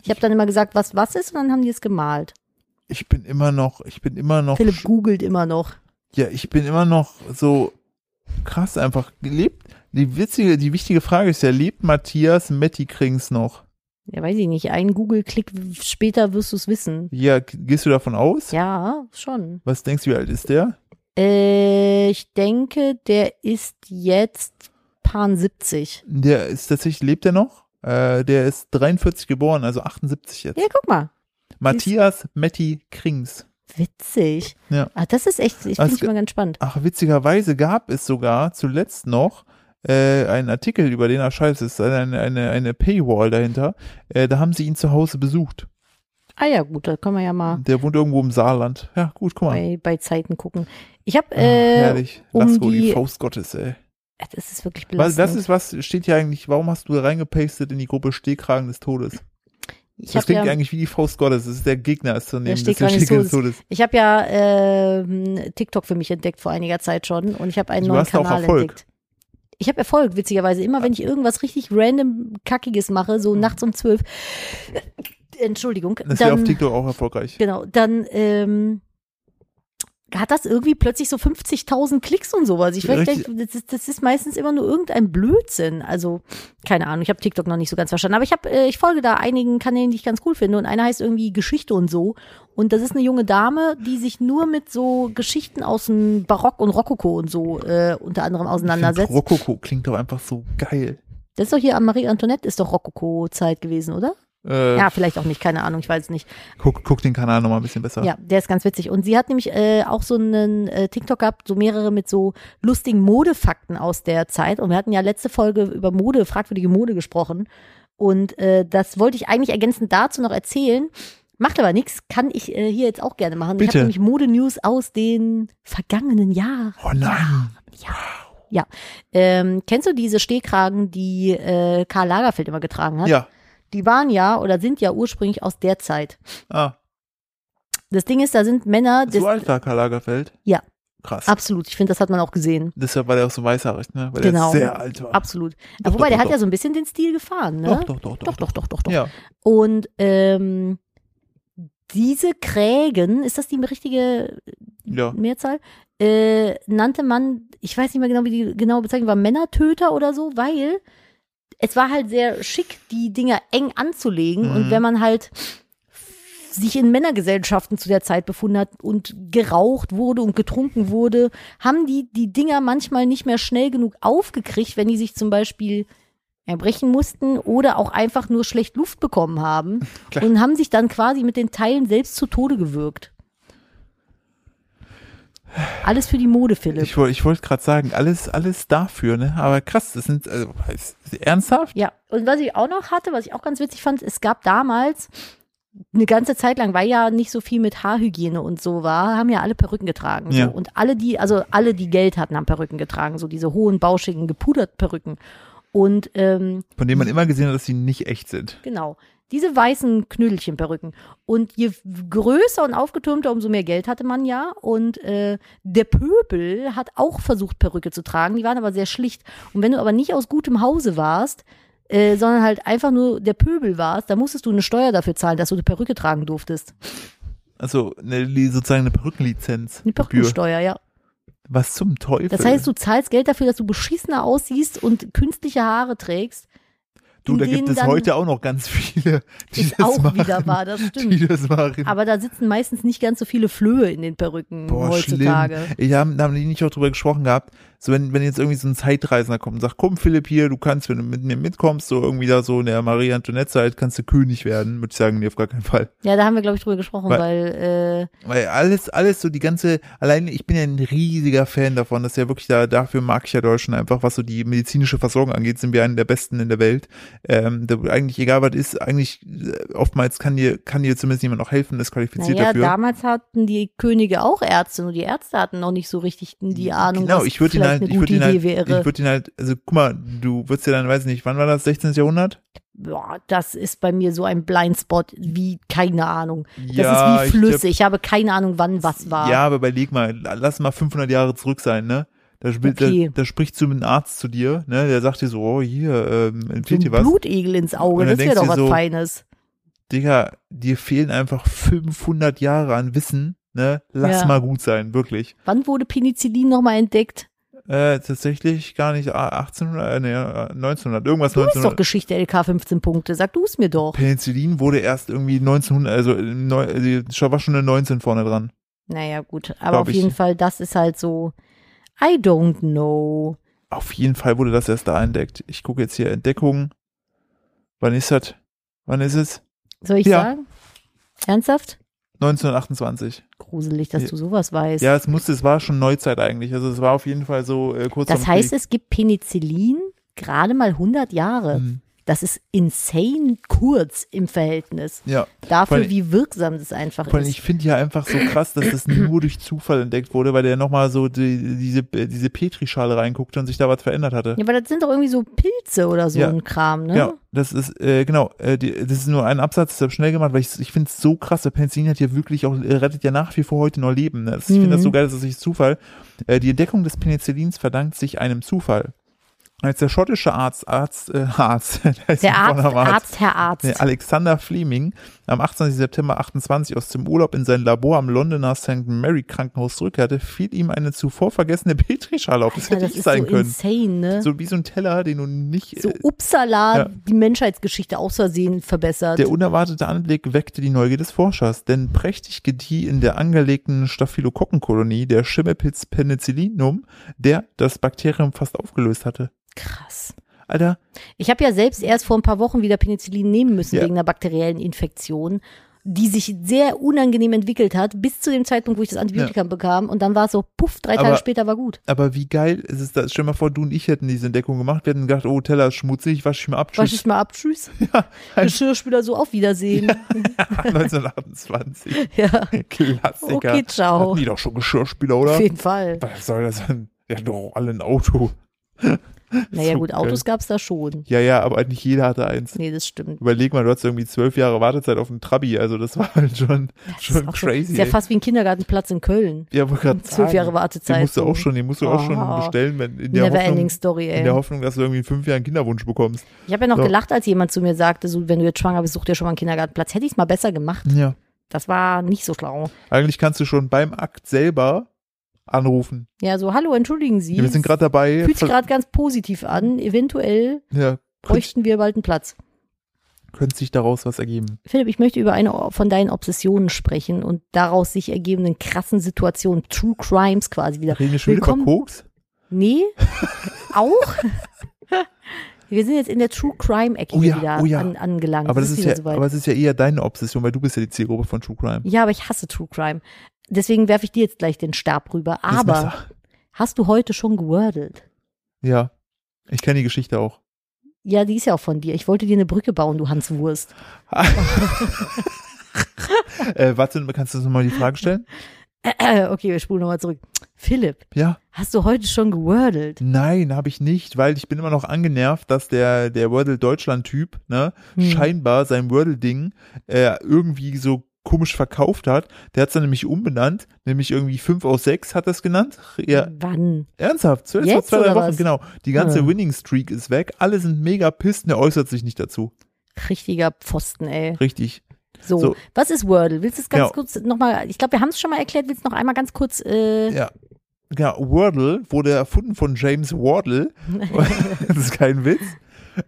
[SPEAKER 2] Ich habe dann immer gesagt, was was ist, und dann haben die es gemalt.
[SPEAKER 1] Ich bin immer noch, ich bin immer noch,
[SPEAKER 2] Philipp googelt immer noch.
[SPEAKER 1] ja, ich bin immer noch so krass einfach gelebt. Die witzige, die wichtige Frage ist ja, lebt Matthias Metti Krings noch?
[SPEAKER 2] Ja, weiß ich nicht. Einen Google-Klick später wirst du es wissen.
[SPEAKER 1] Ja, g- gehst du davon aus?
[SPEAKER 2] Ja, schon.
[SPEAKER 1] Was denkst du, wie alt ist der?
[SPEAKER 2] Äh, ich denke, der ist jetzt Pan 70.
[SPEAKER 1] Der ist tatsächlich, lebt er noch? Äh, der ist 43 geboren, also 78 jetzt.
[SPEAKER 2] Ja, guck mal.
[SPEAKER 1] Matthias Metti Krings.
[SPEAKER 2] Witzig.
[SPEAKER 1] Ja.
[SPEAKER 2] Ah, das ist echt, ich
[SPEAKER 1] Also,
[SPEAKER 2] finde ich mal ganz spannend.
[SPEAKER 1] Ach, witzigerweise gab es sogar zuletzt noch äh, einen Artikel über den, ach scheiße, es ist eine, eine, eine Paywall dahinter. Äh, da haben sie ihn zu Hause besucht.
[SPEAKER 2] Ah ja, gut, da können wir ja mal
[SPEAKER 1] Der wohnt irgendwo im Saarland. Ja, gut, guck mal.
[SPEAKER 2] bei, bei Zeiten gucken. Ich habe,
[SPEAKER 1] Ach,
[SPEAKER 2] äh,
[SPEAKER 1] Ah, herrlich. Lasko,
[SPEAKER 2] um
[SPEAKER 1] die,
[SPEAKER 2] die-
[SPEAKER 1] Faust Gottes, ey.
[SPEAKER 2] das ist wirklich
[SPEAKER 1] Was,
[SPEAKER 2] belastend.
[SPEAKER 1] das ist, was steht hier eigentlich, warum hast du da reingepastet in die Gruppe Stehkragen des Todes?
[SPEAKER 2] ich
[SPEAKER 1] Das
[SPEAKER 2] habe
[SPEAKER 1] klingt
[SPEAKER 2] ja,
[SPEAKER 1] eigentlich wie die Faust Gottes. Das ist der Gegner, ist zu nehmen. Das ist der
[SPEAKER 2] Stehkragen des
[SPEAKER 1] Stehkragen des
[SPEAKER 2] Todes.
[SPEAKER 1] Todes.
[SPEAKER 2] ich hab ja ähm, TikTok für mich entdeckt vor einiger Zeit schon und ich habe einen
[SPEAKER 1] Du
[SPEAKER 2] neuen
[SPEAKER 1] hast auch
[SPEAKER 2] Kanal
[SPEAKER 1] Erfolg.
[SPEAKER 2] entdeckt. Ich habe Erfolg, witzigerweise. Immer wenn ich irgendwas richtig random Kackiges mache, so nachts um zwölf, Entschuldigung,
[SPEAKER 1] Das wäre Mhm. auf
[SPEAKER 2] dann,
[SPEAKER 1] TikTok auch erfolgreich.
[SPEAKER 2] genau, dann ähm, hat das irgendwie plötzlich so 50.000 Klicks und sowas. Ich weiß,
[SPEAKER 1] Richtig.
[SPEAKER 2] nicht, das, ist, das ist meistens immer nur irgendein Blödsinn. Also keine Ahnung, ich habe TikTok noch nicht so ganz verstanden, aber ich habe äh, ich folge da einigen Kanälen, die ich ganz cool finde und einer heißt irgendwie Geschichte und so und das ist eine junge Dame, die sich nur mit so Geschichten aus dem Barock und Rokoko und so äh, unter anderem
[SPEAKER 1] Ich
[SPEAKER 2] auseinandersetzt.
[SPEAKER 1] find Rokoko klingt doch einfach so geil.
[SPEAKER 2] Das ist doch hier an Marie Antoinette ist doch Rokoko Zeit gewesen, oder?
[SPEAKER 1] Äh,
[SPEAKER 2] Ja, vielleicht auch nicht, keine Ahnung, ich weiß es nicht.
[SPEAKER 1] guck, guck den Kanal nochmal ein bisschen besser.
[SPEAKER 2] Ja, der ist ganz witzig. Und sie hat nämlich äh, auch so einen äh, TikTok gehabt, so mehrere mit so lustigen Modefakten aus der Zeit. Und wir hatten ja letzte Folge über Mode, fragwürdige Mode gesprochen. Und äh, das wollte ich eigentlich ergänzend dazu noch erzählen. Macht aber nichts, kann ich äh, hier jetzt auch gerne machen. Ich
[SPEAKER 1] Bitte.
[SPEAKER 2] habe nämlich Mode-News aus den vergangenen Jahren.
[SPEAKER 1] Oh nein.
[SPEAKER 2] Ähm, kennst du diese Stehkragen, die äh, Karl Lagerfeld immer getragen hat?
[SPEAKER 1] Ja.
[SPEAKER 2] Die waren ja oder sind ja ursprünglich aus der Zeit.
[SPEAKER 1] Ah,
[SPEAKER 2] Das Ding ist, da sind Männer, das,
[SPEAKER 1] so alt war Karl Lagerfeld?
[SPEAKER 2] Ja.
[SPEAKER 1] Krass.
[SPEAKER 2] absolut, ich finde, das hat man auch gesehen.
[SPEAKER 1] Deshalb war der auch so weißhaarig, ne? Weil der
[SPEAKER 2] Genau.
[SPEAKER 1] sehr alt war.
[SPEAKER 2] Absolut.
[SPEAKER 1] Doch,
[SPEAKER 2] Wobei,
[SPEAKER 1] doch,
[SPEAKER 2] der
[SPEAKER 1] doch,
[SPEAKER 2] hat ja so ein bisschen den Stil gefahren, ne?
[SPEAKER 1] Doch, doch, doch, doch.
[SPEAKER 2] doch, doch, doch, doch, doch.
[SPEAKER 1] Ja.
[SPEAKER 2] Und ähm, diese Krägen, ist das die richtige
[SPEAKER 1] ja.
[SPEAKER 2] Mehrzahl? Äh, nannte man, ich weiß nicht mehr genau, wie die genaue Bezeichnung war, Männertöter oder so, weil es war halt sehr schick, die Dinger eng anzulegen.
[SPEAKER 1] Mhm.
[SPEAKER 2] Und wenn man halt sich in Männergesellschaften zu der Zeit befunden hat und geraucht wurde und getrunken wurde, haben die die Dinger manchmal nicht mehr schnell genug aufgekriegt, wenn die sich zum Beispiel erbrechen mussten oder auch einfach nur schlecht Luft bekommen haben
[SPEAKER 1] *laughs* Klar.
[SPEAKER 2] und haben sich dann quasi mit den Teilen selbst zu Tode gewürgt. Alles für die Mode, Philipp.
[SPEAKER 1] Ich, woll- ich wollte gerade sagen, alles, alles dafür, ne? Aber krass, das sind, also, ist, ist ernsthaft?
[SPEAKER 2] Ja, und was ich auch noch hatte, was ich auch ganz witzig fand, es gab damals eine ganze Zeit lang, weil ja nicht so viel mit Haarhygiene und so war, haben ja alle Perücken getragen.
[SPEAKER 1] Ja.
[SPEAKER 2] So. Und alle, die, also alle, die Geld hatten, haben Perücken getragen, so diese hohen, bauschigen, gepuderten Perücken. Und ähm,
[SPEAKER 1] Von dem man immer gesehen hat, dass sie nicht echt sind.
[SPEAKER 2] Genau. Diese weißen Knödelchenperücken. Und je größer und aufgetürmter, umso mehr Geld hatte man ja. Und äh, der Pöbel hat auch versucht, Perücke zu tragen. Die waren aber sehr schlicht. Und wenn du aber nicht aus gutem Hause warst, äh, sondern halt einfach nur der Pöbel warst, dann musstest du eine Steuer dafür zahlen, dass du eine Perücke tragen durftest.
[SPEAKER 1] Also, ne, die- sozusagen eine Perückenlizenz.
[SPEAKER 2] Eine
[SPEAKER 1] Gebühr.
[SPEAKER 2] Perückensteuer, ja.
[SPEAKER 1] Was zum Teufel?
[SPEAKER 2] Das heißt, du zahlst Geld dafür, dass du beschissener aussiehst und künstliche Haare
[SPEAKER 1] *laughs*
[SPEAKER 2] trägst.
[SPEAKER 1] du,
[SPEAKER 2] in
[SPEAKER 1] da gibt
[SPEAKER 2] denen
[SPEAKER 1] es
[SPEAKER 2] dann-
[SPEAKER 1] heute auch noch ganz *laughs* viele, die
[SPEAKER 2] Ist
[SPEAKER 1] das
[SPEAKER 2] auch
[SPEAKER 1] machen.
[SPEAKER 2] wieder wahr, das stimmt.
[SPEAKER 1] Die das machen.
[SPEAKER 2] Aber da sitzen meistens nicht ganz so viele Flöhe in den Perücken
[SPEAKER 1] Boah,
[SPEAKER 2] heutzutage.
[SPEAKER 1] schlimm. Ich haben, haben die nicht auch drüber gesprochen gehabt, So, wenn, wenn jetzt irgendwie so ein Zeitreisender kommt und sagt, komm Philipp hier, du kannst, wenn du mit mir mitkommst, so irgendwie da so in der Marie Antoinette-Zeit, kannst du König werden, würde ich sagen, nee, auf gar keinen Fall.
[SPEAKER 2] Ja, da haben wir, glaube ich, drüber gesprochen,
[SPEAKER 1] Weil-
[SPEAKER 2] weil, äh,
[SPEAKER 1] Weil alles, alles so die ganze, allein ich bin ja ein riesiger Fan davon, dass ja wirklich da, dafür mag ich ja Deutschland einfach, was so die medizinische Versorgung angeht, sind wir einer der besten in der Welt. Ähm, da, eigentlich egal was ist, eigentlich äh, oftmals kann dir, kann dir zumindest jemand auch helfen, ist
[SPEAKER 2] äh,
[SPEAKER 1] qualifiziert
[SPEAKER 2] naja,
[SPEAKER 1] dafür.
[SPEAKER 2] damals hatten die Könige auch Ärzte, nur die Ärzte hatten noch nicht so richtig die Ahnung,
[SPEAKER 1] genau,
[SPEAKER 2] was
[SPEAKER 1] ich würde ihn
[SPEAKER 2] vielleicht
[SPEAKER 1] halt,
[SPEAKER 2] eine
[SPEAKER 1] ich
[SPEAKER 2] gute
[SPEAKER 1] würde ihn
[SPEAKER 2] Idee
[SPEAKER 1] halt,
[SPEAKER 2] wäre.
[SPEAKER 1] ich würde ihn halt, also guck mal, du würdest ja dann, weiß nicht, wann war das, 16. Jahrhundert?
[SPEAKER 2] Boah, das ist bei mir so ein Blindspot wie keine Ahnung. Das
[SPEAKER 1] Ja,
[SPEAKER 2] ist
[SPEAKER 1] ich
[SPEAKER 2] wie
[SPEAKER 1] glaub-
[SPEAKER 2] Flüsse. Ich, habe keine Ahnung, wann was war.
[SPEAKER 1] Ja, aber überleg mal, lass mal 500 Jahre zurück sein, ne? Da, sp-
[SPEAKER 2] Okay.
[SPEAKER 1] da, da spricht so ein Arzt zu dir, ne? Der sagt dir so, oh, hier, ähm,
[SPEAKER 2] so
[SPEAKER 1] entfehlt
[SPEAKER 2] ein
[SPEAKER 1] dir was.
[SPEAKER 2] Blutegel ins Auge,
[SPEAKER 1] Und
[SPEAKER 2] das
[SPEAKER 1] dann denkst
[SPEAKER 2] wäre doch
[SPEAKER 1] du
[SPEAKER 2] was
[SPEAKER 1] so,
[SPEAKER 2] Feines.
[SPEAKER 1] Digga, dir fehlen einfach 500 Jahre an Wissen, ne? Lass
[SPEAKER 2] Ja.
[SPEAKER 1] mal gut sein, wirklich.
[SPEAKER 2] Wann wurde Penicillin nochmal entdeckt?
[SPEAKER 1] Äh, tatsächlich gar nicht ah, 1800, äh, nee, äh, 1900, irgendwas
[SPEAKER 2] Du bist doch
[SPEAKER 1] 1900.
[SPEAKER 2] Geschichte LK 15 Punkte. Sag du es mir doch.
[SPEAKER 1] Penicillin wurde erst irgendwie 1900, also im neu- äh, die- war schon eine 19 vorne dran.
[SPEAKER 2] Naja, gut. Aber
[SPEAKER 1] Glaub
[SPEAKER 2] auf
[SPEAKER 1] ich.
[SPEAKER 2] jeden Fall, das ist halt so. I don't know.
[SPEAKER 1] Auf jeden Fall wurde das erst da entdeckt. Ich gucke jetzt hier Entdeckungen. Wann ist das? Wann ist es?
[SPEAKER 2] Soll ich
[SPEAKER 1] Ja.
[SPEAKER 2] sagen? Ernsthaft?
[SPEAKER 1] 1928.
[SPEAKER 2] Gruselig, dass
[SPEAKER 1] Ja.
[SPEAKER 2] du sowas weißt.
[SPEAKER 1] Ja, es musste, es war schon Neuzeit eigentlich. Also es war auf jeden Fall so äh, kurz
[SPEAKER 2] das
[SPEAKER 1] vorm
[SPEAKER 2] heißt,
[SPEAKER 1] Krieg.
[SPEAKER 2] es gibt Penicillin gerade mal 100 Jahre.
[SPEAKER 1] Mhm.
[SPEAKER 2] Das ist insane kurz im Verhältnis.
[SPEAKER 1] Ja, Vor
[SPEAKER 2] Dafür,
[SPEAKER 1] allem-
[SPEAKER 2] wie wirksam das einfach
[SPEAKER 1] vor allem
[SPEAKER 2] ist.
[SPEAKER 1] ich finde ja einfach so krass, dass das nur durch Zufall entdeckt wurde, weil der nochmal so die, diese, äh, diese Petrischale reinguckte und sich da was verändert hatte.
[SPEAKER 2] Ja, aber das sind doch irgendwie so Pilze oder so
[SPEAKER 1] Ja.
[SPEAKER 2] ein Kram, ne?
[SPEAKER 1] Ja, das ist, äh, genau, äh, die, das ist nur ein Absatz, das habe ich schnell gemacht, weil ich, ich finde es so krass, der Penicillin hat ja wirklich auch, äh, rettet ja nach wie vor heute noch Leben. Ne? Das, Ich finde das
[SPEAKER 2] Mhm.
[SPEAKER 1] so geil, das ist nicht Zufall. Äh, die Entdeckung des Penicillins verdankt sich einem Zufall. Als der schottische Arzt, Arzt, äh, *laughs* Arzt, da ist
[SPEAKER 2] Der
[SPEAKER 1] ein
[SPEAKER 2] Arzt,
[SPEAKER 1] Vorname
[SPEAKER 2] Arzt, Herr Arzt.
[SPEAKER 1] Nee, Alexander Fleming am 18. September 28 aus dem Urlaub in sein Labor am Londoner St. Mary Krankenhaus zurückkehrte, fiel ihm eine zuvor vergessene *laughs* Petrischale auf. Das
[SPEAKER 2] ja,
[SPEAKER 1] hätte
[SPEAKER 2] das
[SPEAKER 1] ich
[SPEAKER 2] ist
[SPEAKER 1] sein
[SPEAKER 2] so
[SPEAKER 1] können.
[SPEAKER 2] insane, ne? So,
[SPEAKER 1] So wie so ein Teller, den du nicht. äh,
[SPEAKER 2] upsala,
[SPEAKER 1] ja.
[SPEAKER 2] die Menschheitsgeschichte aus Versehen verbessert.
[SPEAKER 1] der unerwartete Anblick weckte die Neugier des Forschers, denn prächtig gedieh in der angelegten Staphylokokkenkolonie der Schimmelpilz Penicillinum, der das Bakterium fast aufgelöst hatte.
[SPEAKER 2] Krass.
[SPEAKER 1] Alter,
[SPEAKER 2] Ich habe ja selbst erst vor ein paar Wochen wieder Penicillin nehmen müssen
[SPEAKER 1] Ja.
[SPEAKER 2] wegen einer bakteriellen Infektion, die sich sehr unangenehm entwickelt hat, bis zu dem Zeitpunkt, wo ich das Antibiotikum bekam. Und dann war es so, puff, drei Tage
[SPEAKER 1] Aber-
[SPEAKER 2] später war gut.
[SPEAKER 1] aber wie geil ist es da? Stell dir mal vor, du und ich hätten diese Entdeckung gemacht. Wir hätten gedacht, oh, Teller ist schmutzig, wasche ich mal ab.
[SPEAKER 2] Wasch
[SPEAKER 1] Tschüss.
[SPEAKER 2] ich mal ab, tschüss.
[SPEAKER 1] Ja, *laughs* ein
[SPEAKER 2] Geschirrspüler so, auf Wiedersehen.
[SPEAKER 1] 1928.
[SPEAKER 2] Ja,
[SPEAKER 1] Klassiker.
[SPEAKER 2] Okay, ciao.
[SPEAKER 1] Hatten die doch schon Geschirrspüler, oder?
[SPEAKER 2] auf jeden Fall.
[SPEAKER 1] Was soll das denn? Die hatten doch alle ein Auto. *laughs*
[SPEAKER 2] Naja
[SPEAKER 1] So
[SPEAKER 2] gut,
[SPEAKER 1] geil.
[SPEAKER 2] Autos gab es da schon.
[SPEAKER 1] Ja, ja, aber eigentlich jeder hatte eins.
[SPEAKER 2] Nee, das stimmt.
[SPEAKER 1] Überleg mal, du hattest irgendwie zwölf Jahre Wartezeit auf einen Trabi, also das war halt schon,
[SPEAKER 2] Das
[SPEAKER 1] schon
[SPEAKER 2] ist auch so-
[SPEAKER 1] crazy.
[SPEAKER 2] Ist ja
[SPEAKER 1] ey.
[SPEAKER 2] fast wie ein Kindergartenplatz in Köln.
[SPEAKER 1] ja, wollte gerade
[SPEAKER 2] Zwölf
[SPEAKER 1] sagen,
[SPEAKER 2] Jahre
[SPEAKER 1] Den
[SPEAKER 2] Wartezeit.
[SPEAKER 1] musst du
[SPEAKER 2] so.
[SPEAKER 1] auch schon, den musst du auch
[SPEAKER 2] Oh.
[SPEAKER 1] schon bestellen, wenn in der Hoffnung,
[SPEAKER 2] Neverending Story,
[SPEAKER 1] in der
[SPEAKER 2] ey.
[SPEAKER 1] Hoffnung, dass du irgendwie in fünf Jahren einen Kinderwunsch bekommst.
[SPEAKER 2] Ich habe ja noch
[SPEAKER 1] So.
[SPEAKER 2] gelacht, als jemand zu mir sagte, so, wenn du jetzt schwanger bist, such dir schon mal einen Kindergartenplatz. Hätte ich es mal besser gemacht.
[SPEAKER 1] Ja.
[SPEAKER 2] Das war nicht so schlau.
[SPEAKER 1] Eigentlich kannst du schon beim Akt selber anrufen.
[SPEAKER 2] Ja, so, hallo, entschuldigen Sie.
[SPEAKER 1] Ja, wir sind gerade dabei.
[SPEAKER 2] Fühlt sich gerade ganz positiv an. Eventuell
[SPEAKER 1] ja, könnte,
[SPEAKER 2] bräuchten wir bald einen Platz.
[SPEAKER 1] könnte sich daraus was ergeben.
[SPEAKER 2] Philipp, ich möchte über eine von deinen Obsessionen sprechen und daraus sich ergebenden krassen Situationen, True Crimes quasi wieder.
[SPEAKER 1] Reden wir schon wieder über
[SPEAKER 2] Willkommen-
[SPEAKER 1] Koks? *laughs*
[SPEAKER 2] Nee, auch? wir sind jetzt in der True Crime-Ecke
[SPEAKER 1] Oh ja,
[SPEAKER 2] wieder
[SPEAKER 1] oh ja.
[SPEAKER 2] an, angelangt.
[SPEAKER 1] Aber
[SPEAKER 2] Es
[SPEAKER 1] das ist
[SPEAKER 2] wieder
[SPEAKER 1] ja,
[SPEAKER 2] soweit.
[SPEAKER 1] aber es ist ja eher deine Obsession, weil du bist ja die Zielgruppe von True Crime.
[SPEAKER 2] ja, aber ich hasse True Crime. Deswegen werfe ich dir jetzt gleich den Stab rüber.
[SPEAKER 1] Das
[SPEAKER 2] Aber
[SPEAKER 1] Messer.
[SPEAKER 2] hast du heute schon gewordelt?
[SPEAKER 1] Ja. Ich kenne die Geschichte auch.
[SPEAKER 2] Ja, die ist ja auch von dir. Ich wollte dir eine Brücke bauen, du Hanswurst.
[SPEAKER 1] Äh, warte, kannst du uns nochmal die Frage stellen?
[SPEAKER 2] *clears throat* Okay, wir spulen nochmal zurück. Philipp,
[SPEAKER 1] Ja.
[SPEAKER 2] Hast du heute schon gewordelt?
[SPEAKER 1] Nein, habe ich nicht, weil ich bin immer noch angenervt, dass der, der Wordle Deutschland-Typ, ne,
[SPEAKER 2] Hm.
[SPEAKER 1] scheinbar sein Wordle-Ding äh, irgendwie so komisch verkauft hat. Der hat es dann nämlich umbenannt, nämlich irgendwie 5 aus 6 hat das genannt. Ja,
[SPEAKER 2] Wann?
[SPEAKER 1] ernsthaft, zuerst vor
[SPEAKER 2] Jetzt
[SPEAKER 1] zwei, drei
[SPEAKER 2] oder
[SPEAKER 1] Wochen,
[SPEAKER 2] was?
[SPEAKER 1] genau. Die ganze
[SPEAKER 2] Hm.
[SPEAKER 1] Winning-Streak ist weg, alle sind mega pissed, der äußert sich nicht dazu.
[SPEAKER 2] Richtiger Pfosten, ey.
[SPEAKER 1] Richtig.
[SPEAKER 2] So,
[SPEAKER 1] So.
[SPEAKER 2] was ist Wordle? Willst du es ganz
[SPEAKER 1] Ja.
[SPEAKER 2] kurz nochmal, ich glaube, wir haben es schon mal erklärt, willst du noch einmal ganz kurz, äh, *laughs*
[SPEAKER 1] Ja. Ja, Wordle wurde erfunden von James Wardle. *laughs* das ist kein Witz.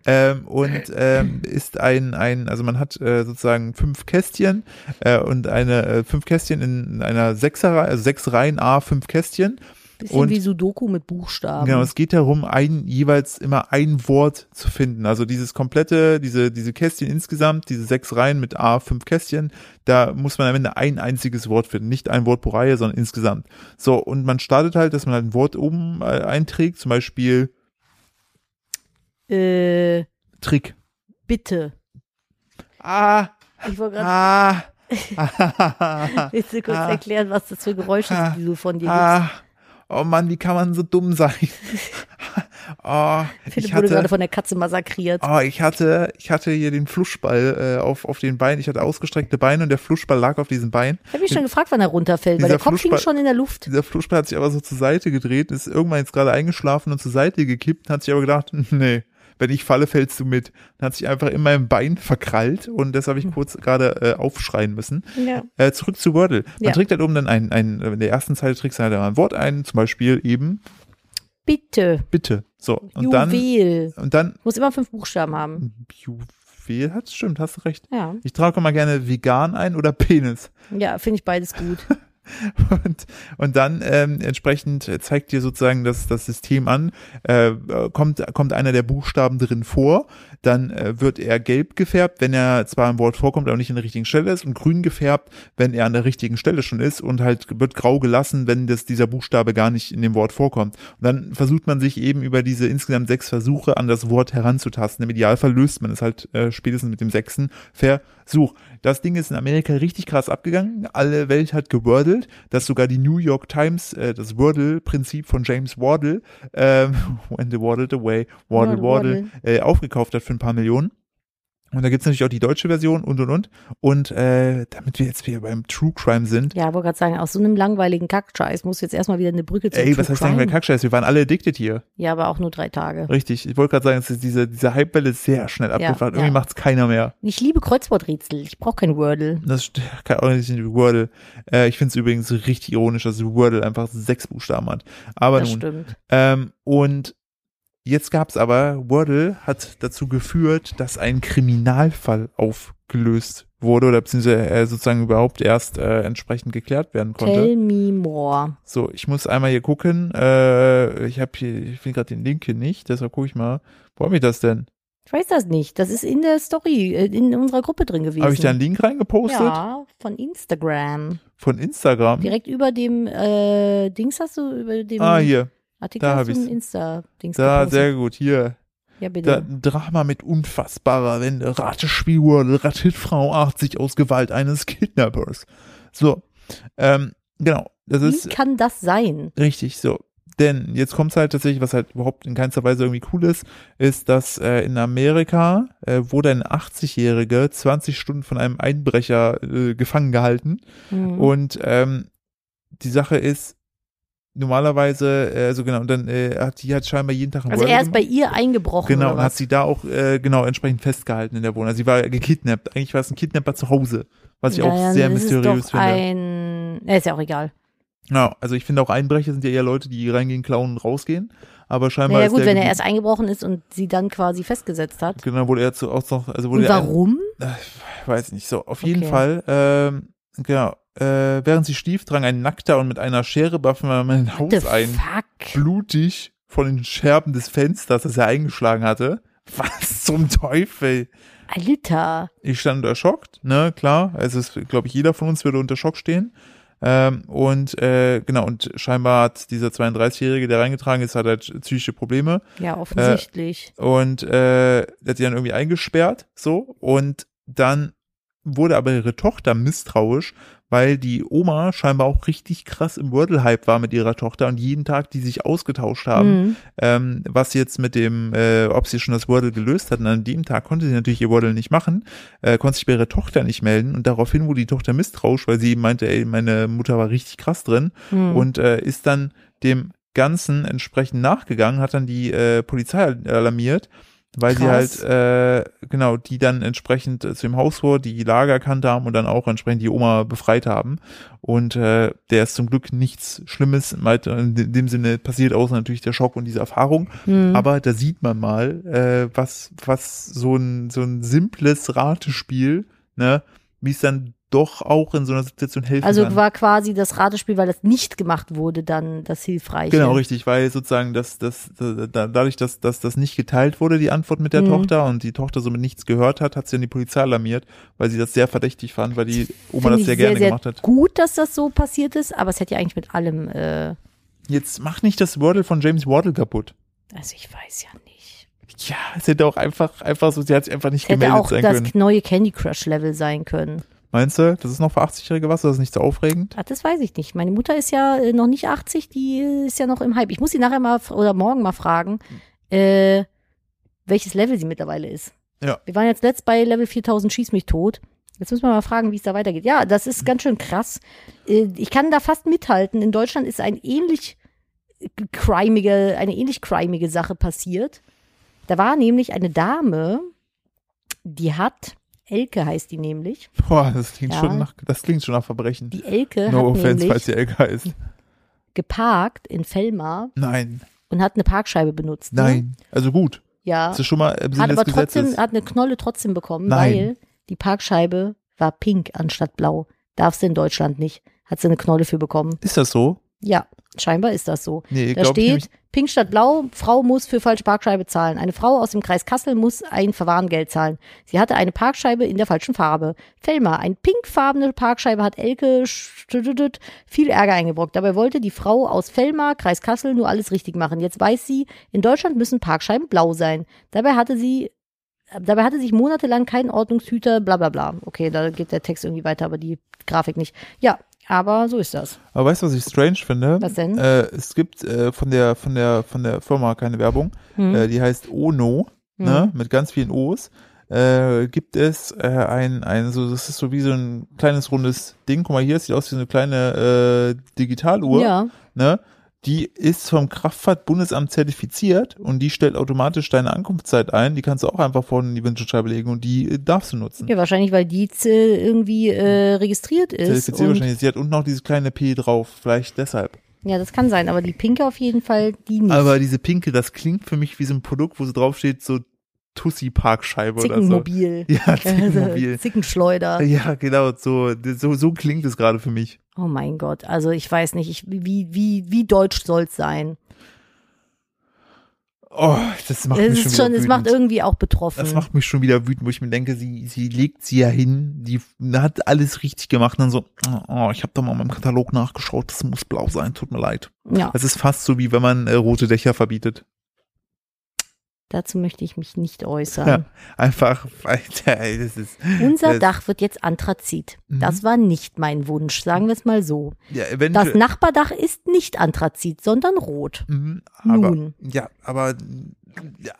[SPEAKER 1] Ähm, und ähm, ist ein, ein, also man hat äh, sozusagen fünf Kästchen äh, und eine äh, fünf Kästchen in einer Sechser, also sechs Reihen A, fünf Kästchen.
[SPEAKER 2] Bisschen
[SPEAKER 1] Und-
[SPEAKER 2] wie Sudoku mit Buchstaben.
[SPEAKER 1] Genau, es geht darum, ein, jeweils immer ein Wort zu finden. Also dieses komplette, diese, diese Kästchen insgesamt, diese sechs Reihen mit A, fünf Kästchen, da muss man am Ende ein einziges Wort finden. Nicht ein Wort pro Reihe, sondern insgesamt. So, und man startet halt, dass man halt ein Wort oben äh, einträgt, zum Beispiel
[SPEAKER 2] äh,
[SPEAKER 1] Trick.
[SPEAKER 2] bitte.
[SPEAKER 1] Ah,
[SPEAKER 2] Ich wollte gerade *laughs*
[SPEAKER 1] ah,
[SPEAKER 2] willst du kurz
[SPEAKER 1] ah.
[SPEAKER 2] erklären, was das für Geräusche
[SPEAKER 1] Ah.
[SPEAKER 2] sind, die du von dir gibst.
[SPEAKER 1] ah. Oh Mann, wie kann man so dumm sein?
[SPEAKER 2] *laughs*
[SPEAKER 1] Oh,
[SPEAKER 2] Philipp
[SPEAKER 1] ich
[SPEAKER 2] wurde
[SPEAKER 1] hatte,
[SPEAKER 2] gerade von der Katze massakriert.
[SPEAKER 1] Oh, ich hatte, ich hatte hier den Fluschball äh, auf, auf den Beinen. Ich hatte ausgestreckte Beine und der Fluschball lag auf diesen Beinen.
[SPEAKER 2] Ich habe mich schon gefragt, wann er runterfällt, weil
[SPEAKER 1] Dieser
[SPEAKER 2] der Kopf hing
[SPEAKER 1] Flussball-
[SPEAKER 2] schon in der Luft.
[SPEAKER 1] Dieser Fluschball hat sich aber so zur Seite gedreht, ist irgendwann jetzt gerade eingeschlafen und zur Seite gekippt, hat sich aber gedacht, *laughs* nee, wenn ich falle, fällst du mit. Und hat sich einfach in meinem Bein verkrallt und das
[SPEAKER 2] Hm.
[SPEAKER 1] habe ich kurz gerade äh, aufschreien müssen.
[SPEAKER 2] Ja.
[SPEAKER 1] Äh, zurück zu Wordle. Man
[SPEAKER 2] Ja.
[SPEAKER 1] trägt halt oben dann ein, ein, in der ersten Zeile trägst du halt ein Wort ein, zum Beispiel eben
[SPEAKER 2] Bitte.
[SPEAKER 1] bitte. So. Und dann, Hm.
[SPEAKER 2] Juwel.
[SPEAKER 1] und dann,
[SPEAKER 2] Muss immer fünf Buchstaben haben.
[SPEAKER 1] Juwel hat, stimmt, hast du recht.
[SPEAKER 2] Ja,
[SPEAKER 1] Ich trage mal gerne vegan ein oder Penis.
[SPEAKER 2] ja finde ich beides gut.
[SPEAKER 1] Und, und dann ähm, entsprechend zeigt dir sozusagen das, das System an, äh, kommt, kommt einer der Buchstaben drin vor, dann äh, wird er gelb gefärbt, wenn er zwar im Wort vorkommt, aber nicht an der richtigen Stelle ist und grün gefärbt, wenn er an der richtigen Stelle schon ist und halt wird grau gelassen, wenn das, dieser Buchstabe gar nicht in dem Wort vorkommt. Und dann versucht man sich eben über diese insgesamt sechs Versuche an das Wort heranzutasten. Im Idealfall löst man es halt äh, spätestens mit dem sechsten Versuch. Das Ding ist in Amerika richtig krass abgegangen. Alle Welt hat gewordelt, dass sogar die New York Times äh, das Wordle-Prinzip von James Wardle, ähm, *laughs* when they waddled away, waddle,
[SPEAKER 2] Wordle,
[SPEAKER 1] waddle, äh, aufgekauft hat für ein paar Millionen. Und da gibt's natürlich auch die deutsche Version und und und. Und äh, damit wir jetzt wieder beim True Crime sind,
[SPEAKER 2] *laughs* Ja, wollte gerade sagen, aus so einem langweiligen Kackscheiß muss jetzt erstmal wieder eine Brücke zu
[SPEAKER 1] Ey, was heißt denn bei Kackscheiß? Wir waren alle addicted hier.
[SPEAKER 2] Ja, aber auch nur drei Tage.
[SPEAKER 1] Richtig. Ich wollte gerade sagen, es ist diese, diese Hypewelle ist sehr schnell abgefahren.
[SPEAKER 2] ja.
[SPEAKER 1] Irgendwie macht's keiner mehr.
[SPEAKER 2] Ich liebe Kreuzworträtsel. Ich brauche kein Wordle.
[SPEAKER 1] Das st- *laughs* kann auch nicht in Wordle. Äh, ich finde es übrigens richtig ironisch, dass Wordle einfach sechs Buchstaben hat. Aber
[SPEAKER 2] Das
[SPEAKER 1] nun.
[SPEAKER 2] stimmt.
[SPEAKER 1] Ähm, und jetzt gab's aber, Wordle hat dazu geführt, dass ein Kriminalfall aufgelöst wurde oder beziehungsweise äh, sozusagen überhaupt erst äh, entsprechend geklärt werden konnte.
[SPEAKER 2] Tell me more.
[SPEAKER 1] So, ich muss einmal hier gucken. Äh, ich habe hier, ich finde gerade den Link hier nicht, deshalb gucke ich mal. Wo hab ich das denn?
[SPEAKER 2] Ich weiß das nicht. Das ist in der Story, äh, in unserer Gruppe drin gewesen.
[SPEAKER 1] Habe ich da einen Link reingepostet?
[SPEAKER 2] Ja, von Instagram.
[SPEAKER 1] Von Instagram?
[SPEAKER 2] Direkt über dem äh, Dings hast du, über dem
[SPEAKER 1] ah, hier.
[SPEAKER 2] Artikel
[SPEAKER 1] da hab
[SPEAKER 2] hast du
[SPEAKER 1] ich's.
[SPEAKER 2] ein Insta-Dings
[SPEAKER 1] Da,
[SPEAKER 2] gepostet.
[SPEAKER 1] sehr gut. Hier.
[SPEAKER 2] Ja,
[SPEAKER 1] Da,
[SPEAKER 2] bitte.
[SPEAKER 1] ein Drama mit unfassbarer Wende. Ratespiel Wordle. Ratitfrau 80 aus Gewalt eines Kidnappers. So. Ähm, genau. Das ist.
[SPEAKER 2] Wie kann das sein?
[SPEAKER 1] Richtig, so. Denn jetzt kommt's halt tatsächlich, was halt überhaupt in keinster Weise irgendwie cool ist, ist, dass äh, in Amerika äh, wurde ein 80-Jährige 20 Stunden von einem Einbrecher äh, gefangen gehalten.
[SPEAKER 2] Hm.
[SPEAKER 1] Und ähm, die Sache ist, normalerweise, äh, also genau, und dann äh, hat die hat scheinbar jeden Tag ein
[SPEAKER 2] also
[SPEAKER 1] Wordle
[SPEAKER 2] er ist bei
[SPEAKER 1] gemacht.
[SPEAKER 2] ihr eingebrochen.
[SPEAKER 1] Genau,
[SPEAKER 2] oder
[SPEAKER 1] und hat
[SPEAKER 2] was?
[SPEAKER 1] sie da auch äh, genau entsprechend festgehalten in der Wohnung. Also sie war gekidnappt. Eigentlich war es ein Kidnapper zu Hause, was ich
[SPEAKER 2] Naja,
[SPEAKER 1] auch sehr
[SPEAKER 2] das
[SPEAKER 1] mysteriös
[SPEAKER 2] ist doch
[SPEAKER 1] finde.
[SPEAKER 2] Ein, Ja, ist ja auch egal.
[SPEAKER 1] Ja, also ich finde auch Einbrecher sind ja eher Leute, die reingehen, klauen und rausgehen. Aber scheinbar
[SPEAKER 2] Naja
[SPEAKER 1] ist
[SPEAKER 2] gut,
[SPEAKER 1] der
[SPEAKER 2] wenn er
[SPEAKER 1] geblieben.
[SPEAKER 2] erst eingebrochen ist und sie dann quasi festgesetzt hat.
[SPEAKER 1] genau wurde er zu auch noch also wurde er
[SPEAKER 2] Und warum?
[SPEAKER 1] ich weiß nicht so auf jeden
[SPEAKER 2] Okay.
[SPEAKER 1] Fall ähm, genau äh, während sie stief drang ein nackter und mit einer Schere baffen wir mein Haus
[SPEAKER 2] The
[SPEAKER 1] ein
[SPEAKER 2] fuck?
[SPEAKER 1] blutig von den Scherben des Fensters, das er eingeschlagen hatte. *laughs* Was zum Teufel?
[SPEAKER 2] Alter.
[SPEAKER 1] Ich stand unter Schock, ne, klar. Also es glaube ich, jeder von uns würde unter Schock stehen. Ähm, und äh, genau, und scheinbar hat dieser 32-Jährige, der reingetragen ist, hat halt psychische Probleme
[SPEAKER 2] Ja, offensichtlich.
[SPEAKER 1] und äh, der hat sie dann irgendwie eingesperrt, so, und dann wurde aber ihre Tochter misstrauisch, weil die Oma scheinbar auch richtig krass im Wordle-Hype war mit ihrer Tochter und jeden Tag die sich ausgetauscht Äh, haben
[SPEAKER 2] Hm.
[SPEAKER 1] ähm, was jetzt mit dem, äh, ob sie schon das Wordle gelöst hatten. An dem Tag konnte sie natürlich ihr Wordle nicht machen, äh, konnte sich bei ihrer Tochter nicht melden und daraufhin wurde die Tochter misstrauisch, weil sie eben meinte, ey, meine Mutter war richtig krass drin
[SPEAKER 2] Hm.
[SPEAKER 1] und äh, ist dann dem Ganzen entsprechend nachgegangen, hat dann die äh, Polizei alarmiert, weil
[SPEAKER 2] Krass.
[SPEAKER 1] sie halt, äh, genau, die dann entsprechend äh, zu dem Haus fuhr, die Lager erkannt haben und dann auch entsprechend die Oma befreit haben. Und äh, der ist zum Glück nichts Schlimmes weit- in dem Sinne passiert, außer natürlich der Schock und diese Erfahrung.
[SPEAKER 2] Hm.
[SPEAKER 1] Aber da sieht man mal, äh, was, was so ein, so ein simples Ratespiel, ne, wie es dann doch auch in so einer Situation helfen
[SPEAKER 2] Also
[SPEAKER 1] kann.
[SPEAKER 2] war quasi das Ratespiel, weil das nicht gemacht wurde, dann das Hilfreiche.
[SPEAKER 1] Genau, richtig, weil sozusagen das, das, da- da- dadurch, dass, dass das nicht geteilt wurde, die Antwort mit der
[SPEAKER 2] Mhm.
[SPEAKER 1] Tochter und die Tochter somit nichts gehört hat, hat sie dann die Polizei alarmiert, weil sie das sehr verdächtig fand, weil die Oma
[SPEAKER 2] Finde
[SPEAKER 1] das
[SPEAKER 2] ich
[SPEAKER 1] sehr gerne
[SPEAKER 2] sehr
[SPEAKER 1] gemacht hat.
[SPEAKER 2] Gut, dass das so passiert ist, aber es hätte ja eigentlich mit allem, äh,
[SPEAKER 1] Jetzt mach nicht das Wordle von James Wardle kaputt.
[SPEAKER 2] also ich weiß ja nicht.
[SPEAKER 1] Ja, es hätte auch einfach, einfach so, sie hat sich einfach nicht
[SPEAKER 2] Es hätte
[SPEAKER 1] gemeldet
[SPEAKER 2] auch
[SPEAKER 1] sein
[SPEAKER 2] das
[SPEAKER 1] können.
[SPEAKER 2] neue Candy Crush Level sein können.
[SPEAKER 1] Meinst du, das ist noch für 80-Jährige was, das ist nicht so aufregend?
[SPEAKER 2] Ach, das weiß ich nicht. Meine Mutter ist ja äh, noch nicht 80, die äh, ist ja noch im Hype. Ich muss sie nachher mal f- oder morgen mal fragen,
[SPEAKER 1] Hm.
[SPEAKER 2] äh, welches Level sie mittlerweile ist.
[SPEAKER 1] Ja.
[SPEAKER 2] Wir waren jetzt letzt bei Level 4000 Schieß mich tot. Jetzt müssen wir mal fragen, wie es da weitergeht. Ja, das
[SPEAKER 1] Hm.
[SPEAKER 2] ist ganz schön krass. Äh, Ich kann da fast mithalten. In Deutschland ist ein ähnlich crimige, eine ähnlich crimige Sache passiert. Da war nämlich eine Dame, die hat, Elke heißt die nämlich.
[SPEAKER 1] Boah, das klingt
[SPEAKER 2] Ja.
[SPEAKER 1] schon nach, das klingt schon nach Verbrechen.
[SPEAKER 2] Die Elke
[SPEAKER 1] No
[SPEAKER 2] hat
[SPEAKER 1] offense,
[SPEAKER 2] nämlich
[SPEAKER 1] falls die LK ist.
[SPEAKER 2] geparkt in Fellmar
[SPEAKER 1] Nein,
[SPEAKER 2] und hat eine Parkscheibe benutzt. ne?
[SPEAKER 1] nein. Also gut,
[SPEAKER 2] Hm? Ja.
[SPEAKER 1] das ist schon mal äh, im
[SPEAKER 2] Hat
[SPEAKER 1] Sinne
[SPEAKER 2] aber
[SPEAKER 1] des Gesetzes.
[SPEAKER 2] trotzdem, hat eine Knolle trotzdem bekommen,
[SPEAKER 1] Nein.
[SPEAKER 2] weil die Parkscheibe war pink anstatt blau. Darfst du in Deutschland nicht. Hat sie eine Knolle für bekommen.
[SPEAKER 1] Ist das so?
[SPEAKER 2] Ja, scheinbar ist das so.
[SPEAKER 1] Nee,
[SPEAKER 2] Da
[SPEAKER 1] glaub ich nämlich
[SPEAKER 2] steht, pink statt blau, Frau muss für falsche Parkscheibe zahlen. Eine Frau aus dem Kreis Kassel muss ein Verwarngeld zahlen. Sie hatte eine Parkscheibe in der falschen Farbe. Fellmar, ein pinkfarbene Parkscheibe hat Elke schüttet viel Ärger eingebrockt. Dabei wollte die Frau aus Fellmar, Kreis Kassel, nur alles richtig machen. Jetzt weiß sie, in Deutschland müssen Parkscheiben blau sein. Dabei hatte sie Dabei hatte sich monatelang kein Ordnungshüter, bla bla bla. Okay, da geht der Text irgendwie weiter, aber die Grafik nicht. Ja, aber so ist das.
[SPEAKER 1] Aber weißt du, was ich strange finde?
[SPEAKER 2] Was denn?
[SPEAKER 1] Äh, es gibt äh, von der von der von der Firma keine Werbung.
[SPEAKER 2] Hm.
[SPEAKER 1] Äh, die heißt Ono, ne?
[SPEAKER 2] Mhm.
[SPEAKER 1] Mit ganz vielen O's. Äh, gibt es äh, ein, ein, so, das ist so wie so ein kleines rundes Ding. Guck mal, hier, das sieht aus wie so eine kleine äh, Digitaluhr,
[SPEAKER 2] Ja,
[SPEAKER 1] ne? Die ist vom Kraftfahrtbundesamt zertifiziert und die stellt automatisch deine Ankunftszeit ein. Die kannst du auch einfach vorne in die Windschutzscheibe legen und die äh, darfst du nutzen.
[SPEAKER 2] Ja, wahrscheinlich, weil die Z- irgendwie äh, registriert ist.
[SPEAKER 1] Zertifiziert
[SPEAKER 2] Und,
[SPEAKER 1] wahrscheinlich. Sie hat unten noch dieses kleine P drauf, vielleicht deshalb.
[SPEAKER 2] ja, das kann sein, aber die Pinke auf jeden Fall, die nicht.
[SPEAKER 1] Aber diese pinke, das klingt für mich wie so ein Produkt, wo so draufsteht, so Tussi-Parkscheibe oder so.
[SPEAKER 2] Zickenmobil.
[SPEAKER 1] *laughs* Ja,
[SPEAKER 2] *laughs* Also,
[SPEAKER 1] Zickenmobil.
[SPEAKER 2] Zickenschleuder.
[SPEAKER 1] Ja, genau, so, so, so klingt es gerade für mich.
[SPEAKER 2] Oh mein Gott, also ich weiß nicht, ich, wie, wie, wie deutsch soll's sein?
[SPEAKER 1] Oh, das macht
[SPEAKER 2] Es
[SPEAKER 1] mich schon
[SPEAKER 2] ist
[SPEAKER 1] wieder
[SPEAKER 2] schon, es
[SPEAKER 1] wütend.
[SPEAKER 2] macht irgendwie auch betroffen.
[SPEAKER 1] das macht mich schon wieder wütend, wo ich mir denke, sie, sie legt sie ja hin, die hat alles richtig gemacht und dann so, oh, ich habe da mal in meinem Katalog nachgeschaut, das muss blau sein, tut mir leid.
[SPEAKER 2] ja,
[SPEAKER 1] Das ist fast so wie wenn man äh, rote Dächer verbietet.
[SPEAKER 2] dazu möchte ich mich nicht äußern.
[SPEAKER 1] Ja, einfach, *laughs* Alter, ey, das ist,
[SPEAKER 2] Unser
[SPEAKER 1] das-
[SPEAKER 2] Dach wird jetzt Anthrazit.
[SPEAKER 1] Mhm.
[SPEAKER 2] Das war nicht mein Wunsch, sagen wir es mal so.
[SPEAKER 1] ja,
[SPEAKER 2] Das
[SPEAKER 1] eventuell,
[SPEAKER 2] Nachbardach ist nicht Anthrazit, sondern rot.
[SPEAKER 1] Mhm, aber,
[SPEAKER 2] Nun.
[SPEAKER 1] ja, aber, ja,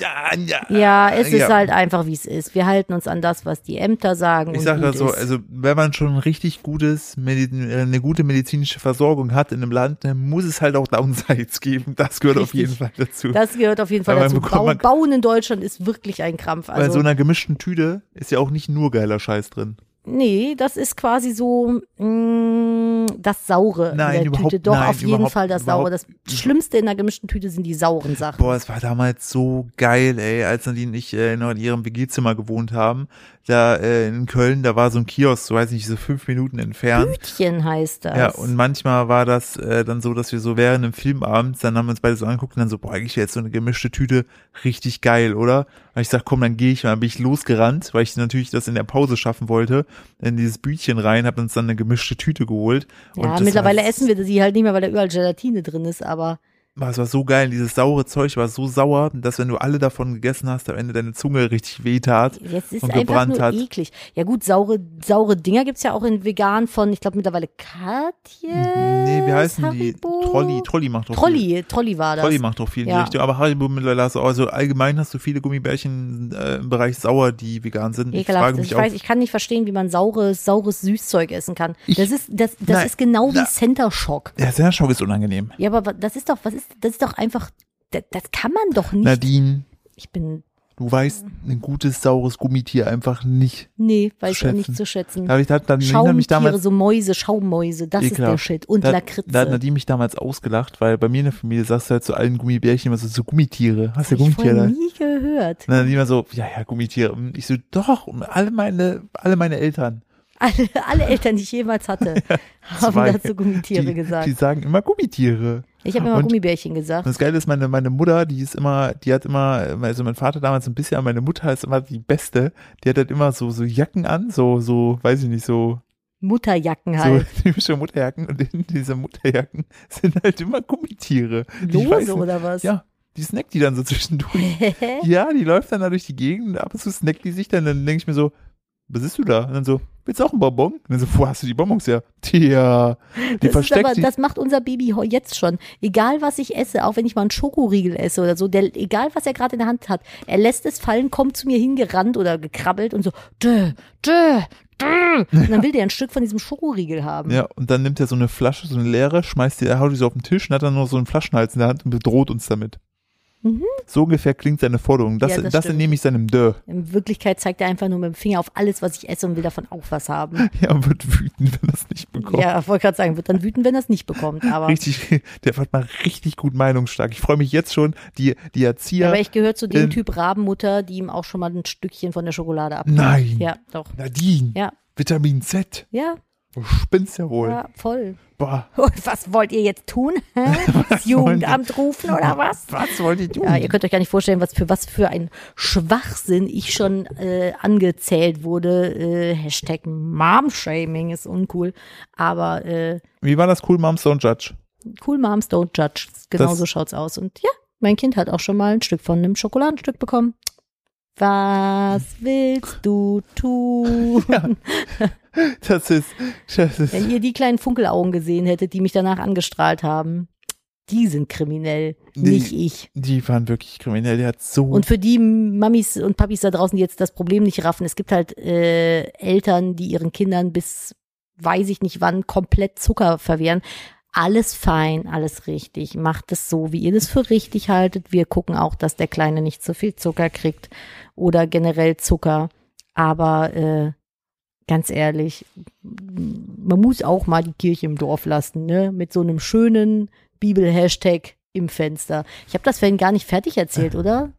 [SPEAKER 1] ja, ja,
[SPEAKER 2] Ja, es ist
[SPEAKER 1] Ah, ja.
[SPEAKER 2] halt einfach, wie es ist. Wir halten uns an das, was die Ämter sagen.
[SPEAKER 1] Ich
[SPEAKER 2] und
[SPEAKER 1] sag
[SPEAKER 2] gut
[SPEAKER 1] das so,
[SPEAKER 2] ist.
[SPEAKER 1] also wenn man schon ein richtig gutes, Medi- äh, eine gute medizinische Versorgung hat in einem Land, dann muss es halt auch Downsides *laughs* geben. Das gehört auf
[SPEAKER 2] Richtig.
[SPEAKER 1] jeden Fall dazu.
[SPEAKER 2] das gehört auf jeden Fall
[SPEAKER 1] Aber man
[SPEAKER 2] dazu.
[SPEAKER 1] bekommt-
[SPEAKER 2] Bau,
[SPEAKER 1] man-
[SPEAKER 2] Bauen in Deutschland ist wirklich ein Krampf.
[SPEAKER 1] Bei so
[SPEAKER 2] Also,
[SPEAKER 1] einer gemischten Tüte ist ja auch nicht nur geiler Scheiß drin.
[SPEAKER 2] nee, das ist quasi so mh, das Saure
[SPEAKER 1] Nein,
[SPEAKER 2] in der
[SPEAKER 1] überhaupt-
[SPEAKER 2] Tüte. Doch,
[SPEAKER 1] nein,
[SPEAKER 2] auf jeden
[SPEAKER 1] überhaupt-
[SPEAKER 2] Fall das Saure. Das Schlimmste in der gemischten Tüte sind die sauren Sachen.
[SPEAKER 1] Boah, es war damals so geil, ey, als Nadine und ich äh, noch in ihrem WG-Zimmer gewohnt haben. Da äh, in Köln, da war so ein Kiosk, so weiß nicht, so fünf Minuten entfernt.
[SPEAKER 2] Tütchen heißt das.
[SPEAKER 1] Ja, und manchmal war das äh, dann so, dass wir so während dem Filmabend, dann haben wir uns beide so angeguckt und dann so, boah, eigentlich wäre jetzt so eine gemischte Tüte richtig geil, oder? Und ich sag, komm, dann gehe ich mal, dann bin ich losgerannt, weil ich natürlich das in der Pause schaffen wollte, in dieses Bütchen rein, hab uns dann eine gemischte Tüte geholt. und
[SPEAKER 2] ja,
[SPEAKER 1] das
[SPEAKER 2] mittlerweile
[SPEAKER 1] war,
[SPEAKER 2] essen wir sie halt nicht mehr, weil da überall Gelatine drin ist, aber
[SPEAKER 1] Boah, es war so geil, dieses saure Zeug war so sauer, dass wenn du alle davon gegessen hast, am Ende deine Zunge richtig wehtat.
[SPEAKER 2] Jetzt ist
[SPEAKER 1] und
[SPEAKER 2] einfach
[SPEAKER 1] gebrannt
[SPEAKER 2] nur
[SPEAKER 1] hat.
[SPEAKER 2] eklig. Ja gut, saure, saure Dinger gibt's ja auch in vegan von, ich glaube mittlerweile Katje.
[SPEAKER 1] Nee, wie heißen
[SPEAKER 2] Haribo?
[SPEAKER 1] die? Trolli, Trolli macht doch viel.
[SPEAKER 2] Trolli, Trolli war das.
[SPEAKER 1] Trolli macht doch viel in
[SPEAKER 2] Ja.
[SPEAKER 1] die Richtung, aber Haribo mittlerweile hast du, also allgemein hast du viele Gummibärchen äh, im Bereich sauer, die vegan sind. Ich
[SPEAKER 2] Ekelhaft.
[SPEAKER 1] frage
[SPEAKER 2] Ich,
[SPEAKER 1] mich auch,
[SPEAKER 2] weiß, ich kann nicht verstehen, wie man saures, saures Süßzeug essen kann.
[SPEAKER 1] Ich-
[SPEAKER 2] das ist, das, das
[SPEAKER 1] Nein.
[SPEAKER 2] ist genau wie
[SPEAKER 1] Na.
[SPEAKER 2] Center Shock.
[SPEAKER 1] der Senderschock ist unangenehm.
[SPEAKER 2] Ja, aber wa- das ist doch, was ist, das ist doch einfach, das, das kann man doch nicht.
[SPEAKER 1] Nadine,
[SPEAKER 2] ich bin,
[SPEAKER 1] du weißt
[SPEAKER 2] Mhm.
[SPEAKER 1] ein gutes saures Gummitier einfach nicht.
[SPEAKER 2] nee, weiß ich auch nicht
[SPEAKER 1] Schätzen.
[SPEAKER 2] zu schätzen.
[SPEAKER 1] Da habe ich da, da Nadine hat mich
[SPEAKER 2] Schaumtiere,
[SPEAKER 1] damals
[SPEAKER 2] so Mäuse, Schaummäuse, das ist der
[SPEAKER 1] Ekelhaft.
[SPEAKER 2] Shit. Und
[SPEAKER 1] da,
[SPEAKER 2] Lakritze.
[SPEAKER 1] da hat Nadine mich damals ausgelacht, weil bei mir in der Familie sagst du halt zu allen Gummibärchen immer so, so Gummitiere. Hast du
[SPEAKER 2] ich
[SPEAKER 1] Gummitiere?
[SPEAKER 2] vorher
[SPEAKER 1] da?
[SPEAKER 2] nie gehört.
[SPEAKER 1] Und Nadine war so, ja, ja, Gummitiere. Und ich so, doch, und alle meine, alle meine Eltern.
[SPEAKER 2] Alle, alle Eltern, die ich jemals hatte,
[SPEAKER 1] *laughs*
[SPEAKER 2] haben
[SPEAKER 1] Zwei.
[SPEAKER 2] dazu Gummitiere
[SPEAKER 1] die,
[SPEAKER 2] gesagt.
[SPEAKER 1] Die sagen immer Gummitiere.
[SPEAKER 2] ich habe immer
[SPEAKER 1] und-
[SPEAKER 2] Gummibärchen
[SPEAKER 1] Und
[SPEAKER 2] gesagt.
[SPEAKER 1] das Geile ist, meine, meine Mutter, die ist immer, die hat immer, also mein Vater damals ein bisschen, aber meine Mutter ist immer die Beste. Die hat halt immer so, so Jacken an, so, so, weiß ich nicht, so,
[SPEAKER 2] Mutterjacken
[SPEAKER 1] so
[SPEAKER 2] halt.
[SPEAKER 1] *laughs* typische Mutterjacken. Und in diese Mutterjacken *laughs* sind halt immer Gummitiere. Die ich weiß
[SPEAKER 2] Lose
[SPEAKER 1] nicht-
[SPEAKER 2] oder was? *laughs*
[SPEAKER 1] Ja, die snackt die dann so zwischendurch. ja, die läuft dann da durch die Gegend und ab und zu snackt die sich dann. Dann denke ich mir so, was ist du da? Und dann so, willst du auch einen Bonbon? Und dann so, wo hast du die Bonbons her? Tja, die
[SPEAKER 2] das, ist
[SPEAKER 1] versteckt
[SPEAKER 2] aber,
[SPEAKER 1] die.
[SPEAKER 2] das macht unser Baby heu- jetzt schon. Egal was ich esse, auch wenn ich mal einen Schokoriegel esse oder so, der, egal was er gerade in der Hand hat, er lässt es fallen, kommt zu mir hingerannt oder gekrabbelt und so, dö, dö, dö. Und dann will der ein Stück von diesem Schokoriegel haben.
[SPEAKER 1] Ja, und dann nimmt er so eine Flasche, so eine leere, schmeißt die, haut die so auf den Tisch und hat dann noch so einen Flaschenhals in der Hand und bedroht uns damit.
[SPEAKER 2] Mhm.
[SPEAKER 1] So ungefähr klingt seine Forderung. Das, das,
[SPEAKER 2] Ja, das stimmt.
[SPEAKER 1] entnehme ich seinem Dö. *laughs*
[SPEAKER 2] In Wirklichkeit zeigt er einfach nur mit dem Finger auf alles, was ich esse und will davon auch
[SPEAKER 1] *laughs*
[SPEAKER 2] was haben.
[SPEAKER 1] Ja, und wird wütend, wenn das nicht bekommt.
[SPEAKER 2] Ja, wollte gerade sagen, wird dann wütend, wenn er es nicht bekommt. Aber,
[SPEAKER 1] Richtig, der wird mal richtig gut meinungsstark. Ich freue mich jetzt schon, die, die Erzieher.
[SPEAKER 2] aber ich gehöre zu
[SPEAKER 1] Ähm.
[SPEAKER 2] dem Typ Rabenmutter, die ihm auch schon mal ein Stückchen von der Schokolade ab.
[SPEAKER 1] Nein.
[SPEAKER 2] Ja, doch.
[SPEAKER 1] Nadine,
[SPEAKER 2] Ja,
[SPEAKER 1] Vitamin Z.
[SPEAKER 2] ja,
[SPEAKER 1] Du spinnst ja wohl.
[SPEAKER 2] ja voll. *laughs*
[SPEAKER 1] Boah,
[SPEAKER 2] Und was wollt ihr jetzt tun? Hä? Das Jugendamt rufen oder was?
[SPEAKER 1] was wollt ihr tun?
[SPEAKER 2] Ja, ihr könnt euch gar nicht vorstellen, was für was für ein Schwachsinn ich schon äh, angezählt wurde. Äh, Hashtag Momshaming ist uncool. Aber äh,
[SPEAKER 1] Wie war das Cool Moms Don't Judge?
[SPEAKER 2] cool Moms don't judge. Genau
[SPEAKER 1] Das-
[SPEAKER 2] so schaut's aus. Und ja, mein Kind hat auch schon mal ein Stück von einem Schokoladenstück bekommen. Was willst du tun?
[SPEAKER 1] Das ist, das ist,
[SPEAKER 2] Wenn ihr die kleinen Funkelaugen gesehen hättet, die mich danach angestrahlt haben, die sind kriminell,
[SPEAKER 1] Nee.
[SPEAKER 2] nicht ich.
[SPEAKER 1] die waren wirklich kriminell. Der hat so
[SPEAKER 2] Und für die Mamis und Papis da draußen, die jetzt das Problem nicht raffen, es gibt halt äh, Eltern, die ihren Kindern bis weiß ich nicht wann komplett Zucker verwehren. Alles fein, alles richtig. Macht es so, wie ihr das für richtig haltet. Wir gucken auch, dass der Kleine nicht so viel Zucker kriegt oder generell Zucker. Aber äh, ganz ehrlich, man muss auch mal die Kirche im Dorf lassen, ne? Mit so einem schönen Bibel-Hashtag im Fenster. Ich habe das vorhin gar nicht fertig erzählt, oder?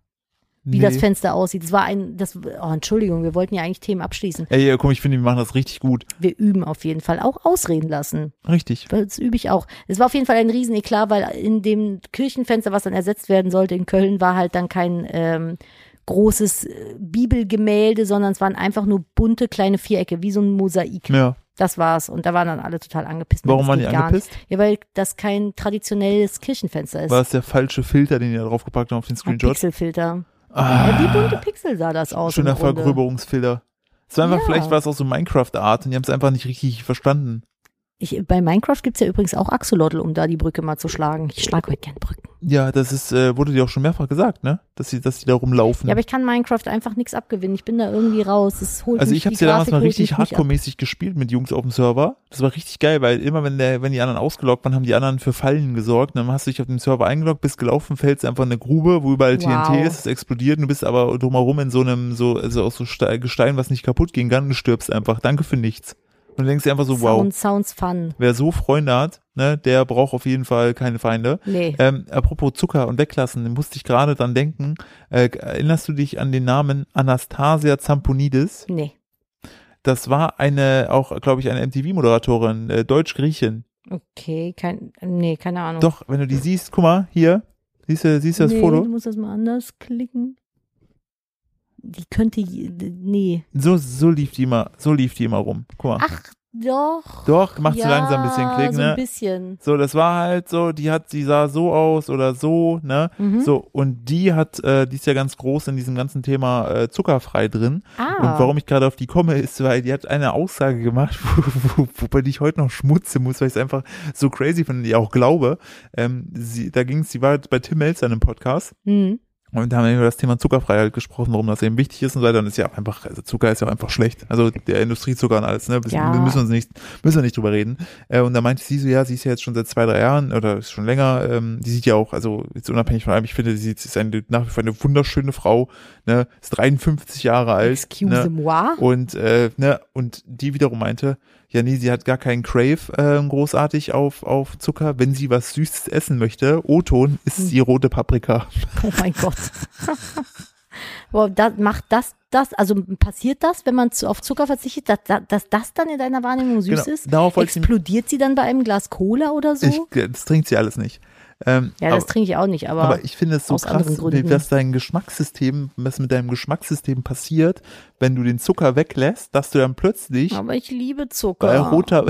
[SPEAKER 2] wie das Fenster aussieht. Das war ein, das, oh, Entschuldigung, wir wollten ja eigentlich Themen abschließen.
[SPEAKER 1] Ey, ja, komm, ich finde, wir machen das richtig gut.
[SPEAKER 2] Wir üben auf jeden Fall auch ausreden lassen.
[SPEAKER 1] Richtig.
[SPEAKER 2] Das übe ich auch. Es war auf jeden Fall ein Rieseneklat, weil in dem Kirchenfenster, was dann ersetzt werden sollte in Köln, war halt dann kein ähm, großes äh, Bibelgemälde, sondern es waren einfach nur bunte kleine Vierecke, wie so ein Mosaik.
[SPEAKER 1] Ja.
[SPEAKER 2] Das war's. Und da waren dann alle total angepisst.
[SPEAKER 1] Warum
[SPEAKER 2] Das
[SPEAKER 1] waren
[SPEAKER 2] geht
[SPEAKER 1] die
[SPEAKER 2] gar
[SPEAKER 1] angepisst?
[SPEAKER 2] Nicht. Ja, weil das kein traditionelles Kirchenfenster ist.
[SPEAKER 1] War das der falsche Filter, den ihr da draufgepackt habt auf den
[SPEAKER 2] Ein
[SPEAKER 1] Screenshot?
[SPEAKER 2] Pixelfilter.
[SPEAKER 1] Ah.
[SPEAKER 2] ja, wie bunte Pixel sah das aus. im
[SPEAKER 1] Schöner
[SPEAKER 2] Grunde.
[SPEAKER 1] Vergröberungsfilter. Es war einfach,
[SPEAKER 2] Ja.
[SPEAKER 1] vielleicht war es auch so Minecraft-Art und die haben es einfach nicht richtig verstanden.
[SPEAKER 2] Ich, bei Minecraft gibt's ja übrigens auch Axolotl, um da die Brücke mal zu schlagen. Ich schlage heute gern Brücken.
[SPEAKER 1] Ja, das ist, äh, wurde dir auch schon mehrfach gesagt, ne? Dass sie, dass die da rumlaufen.
[SPEAKER 2] Ja, aber ich kann Minecraft einfach nichts abgewinnen. Ich bin da irgendwie raus. Es holt
[SPEAKER 1] also
[SPEAKER 2] mich,
[SPEAKER 1] ich habe
[SPEAKER 2] die
[SPEAKER 1] ja damals
[SPEAKER 2] Grafik
[SPEAKER 1] mal
[SPEAKER 2] holt
[SPEAKER 1] richtig
[SPEAKER 2] mich nicht ab.
[SPEAKER 1] hardcore-mäßig gespielt mit Jungs auf dem Server. Das war richtig geil, weil immer wenn der, wenn die anderen ausgeloggt waren, haben die anderen für Fallen gesorgt. Und dann hast du dich auf dem Server eingeloggt, bist gelaufen, fällst einfach in eine Grube, wo überall TNT
[SPEAKER 2] Wow.
[SPEAKER 1] ist, es explodiert und du bist aber drumherum in so einem, so, also aus so Ste- Gestein, was nicht kaputt gehen kann und du stirbst einfach. Danke für nichts. Und du denkst dir einfach so, wow,
[SPEAKER 2] Sound, sounds fun.
[SPEAKER 1] wer so Freunde hat, ne, der braucht auf jeden Fall keine Feinde.
[SPEAKER 2] Nee.
[SPEAKER 1] Ähm, apropos Zucker und weglassen, musste ich gerade dran denken. Äh, erinnerst du dich an den Namen Anastasia Zamponidis?
[SPEAKER 2] Nee.
[SPEAKER 1] Das war eine, auch glaube ich, eine MTV-Moderatorin, äh, Deutsch-Griechin.
[SPEAKER 2] Okay, kein, nee, keine Ahnung.
[SPEAKER 1] Doch, wenn du die siehst, guck mal, hier, siehst du, siehst du das
[SPEAKER 2] nee,
[SPEAKER 1] Foto?
[SPEAKER 2] Du musst das mal anders klicken. Die könnte, je- nee.
[SPEAKER 1] So, so lief die immer, so lief die immer rum. Guck mal.
[SPEAKER 2] Ach, doch.
[SPEAKER 1] Doch, machst
[SPEAKER 2] ja,
[SPEAKER 1] du langsam ein bisschen Klick,
[SPEAKER 2] so
[SPEAKER 1] ne?
[SPEAKER 2] ein bisschen.
[SPEAKER 1] So, das war halt so, die hat, die sah so aus oder so, ne?
[SPEAKER 2] Mhm.
[SPEAKER 1] So, und die hat, äh, die ist ja ganz groß in diesem ganzen Thema äh, zuckerfrei drin.
[SPEAKER 2] Ah.
[SPEAKER 1] Und warum ich gerade auf die komme, *laughs* ist, weil die hat eine Aussage gemacht, *laughs* wo, wo, wobei ich heute noch schmutze muss, weil ich es einfach so crazy finde, die auch glaube. Ähm, sie, da ging es, sie war bei Tim Melzer in einem Podcast
[SPEAKER 2] Hm.
[SPEAKER 1] und da haben wir über das Thema Zuckerfreiheit gesprochen, warum das eben wichtig ist und so weiter. Und es ist ja auch einfach, also Zucker ist ja auch einfach schlecht. Also der Industriezucker und alles, ne? Wir,
[SPEAKER 2] Ja.
[SPEAKER 1] wir müssen uns nicht, müssen wir nicht drüber reden. Äh, und da meinte sie so, ja, sie ist ja jetzt schon seit zwei, drei Jahren oder ist schon länger, ähm, die sieht ja auch, also jetzt unabhängig von allem, ich finde, sie ist- ist eine, nach wie vor eine wunderschöne Frau, ne? Ist 53 Jahre alt. ne?
[SPEAKER 2] Excuse moi.
[SPEAKER 1] Und, äh, ne, und die wiederum meinte, ja, nee, sie hat gar keinen Crave äh, großartig auf, auf Zucker. Wenn sie was Süßes essen möchte, O-Ton
[SPEAKER 2] Hm.
[SPEAKER 1] ist die rote Paprika. *laughs*
[SPEAKER 2] Oh mein Gott. Wow, das, macht das das, also passiert das, wenn man zu, auf Zucker verzichtet, dass, dass das dann in deiner Wahrnehmung süß
[SPEAKER 1] Genau,
[SPEAKER 2] ist?
[SPEAKER 1] darauf wollte ich-
[SPEAKER 2] Explodiert sie dann bei einem Glas Cola oder so?
[SPEAKER 1] Ich, äh, das trinkt sie alles nicht. Ähm,
[SPEAKER 2] ja, das trinke ich auch nicht, aber,
[SPEAKER 1] Aber ich finde es so
[SPEAKER 2] aus
[SPEAKER 1] krass,
[SPEAKER 2] anderen Gründen.
[SPEAKER 1] wie- was dein Geschmackssystem, was mit deinem Geschmackssystem passiert, wenn du den Zucker weglässt, dass du dann plötzlich
[SPEAKER 2] aber ich liebe
[SPEAKER 1] bei
[SPEAKER 2] Zucker.
[SPEAKER 1] *laughs* roter,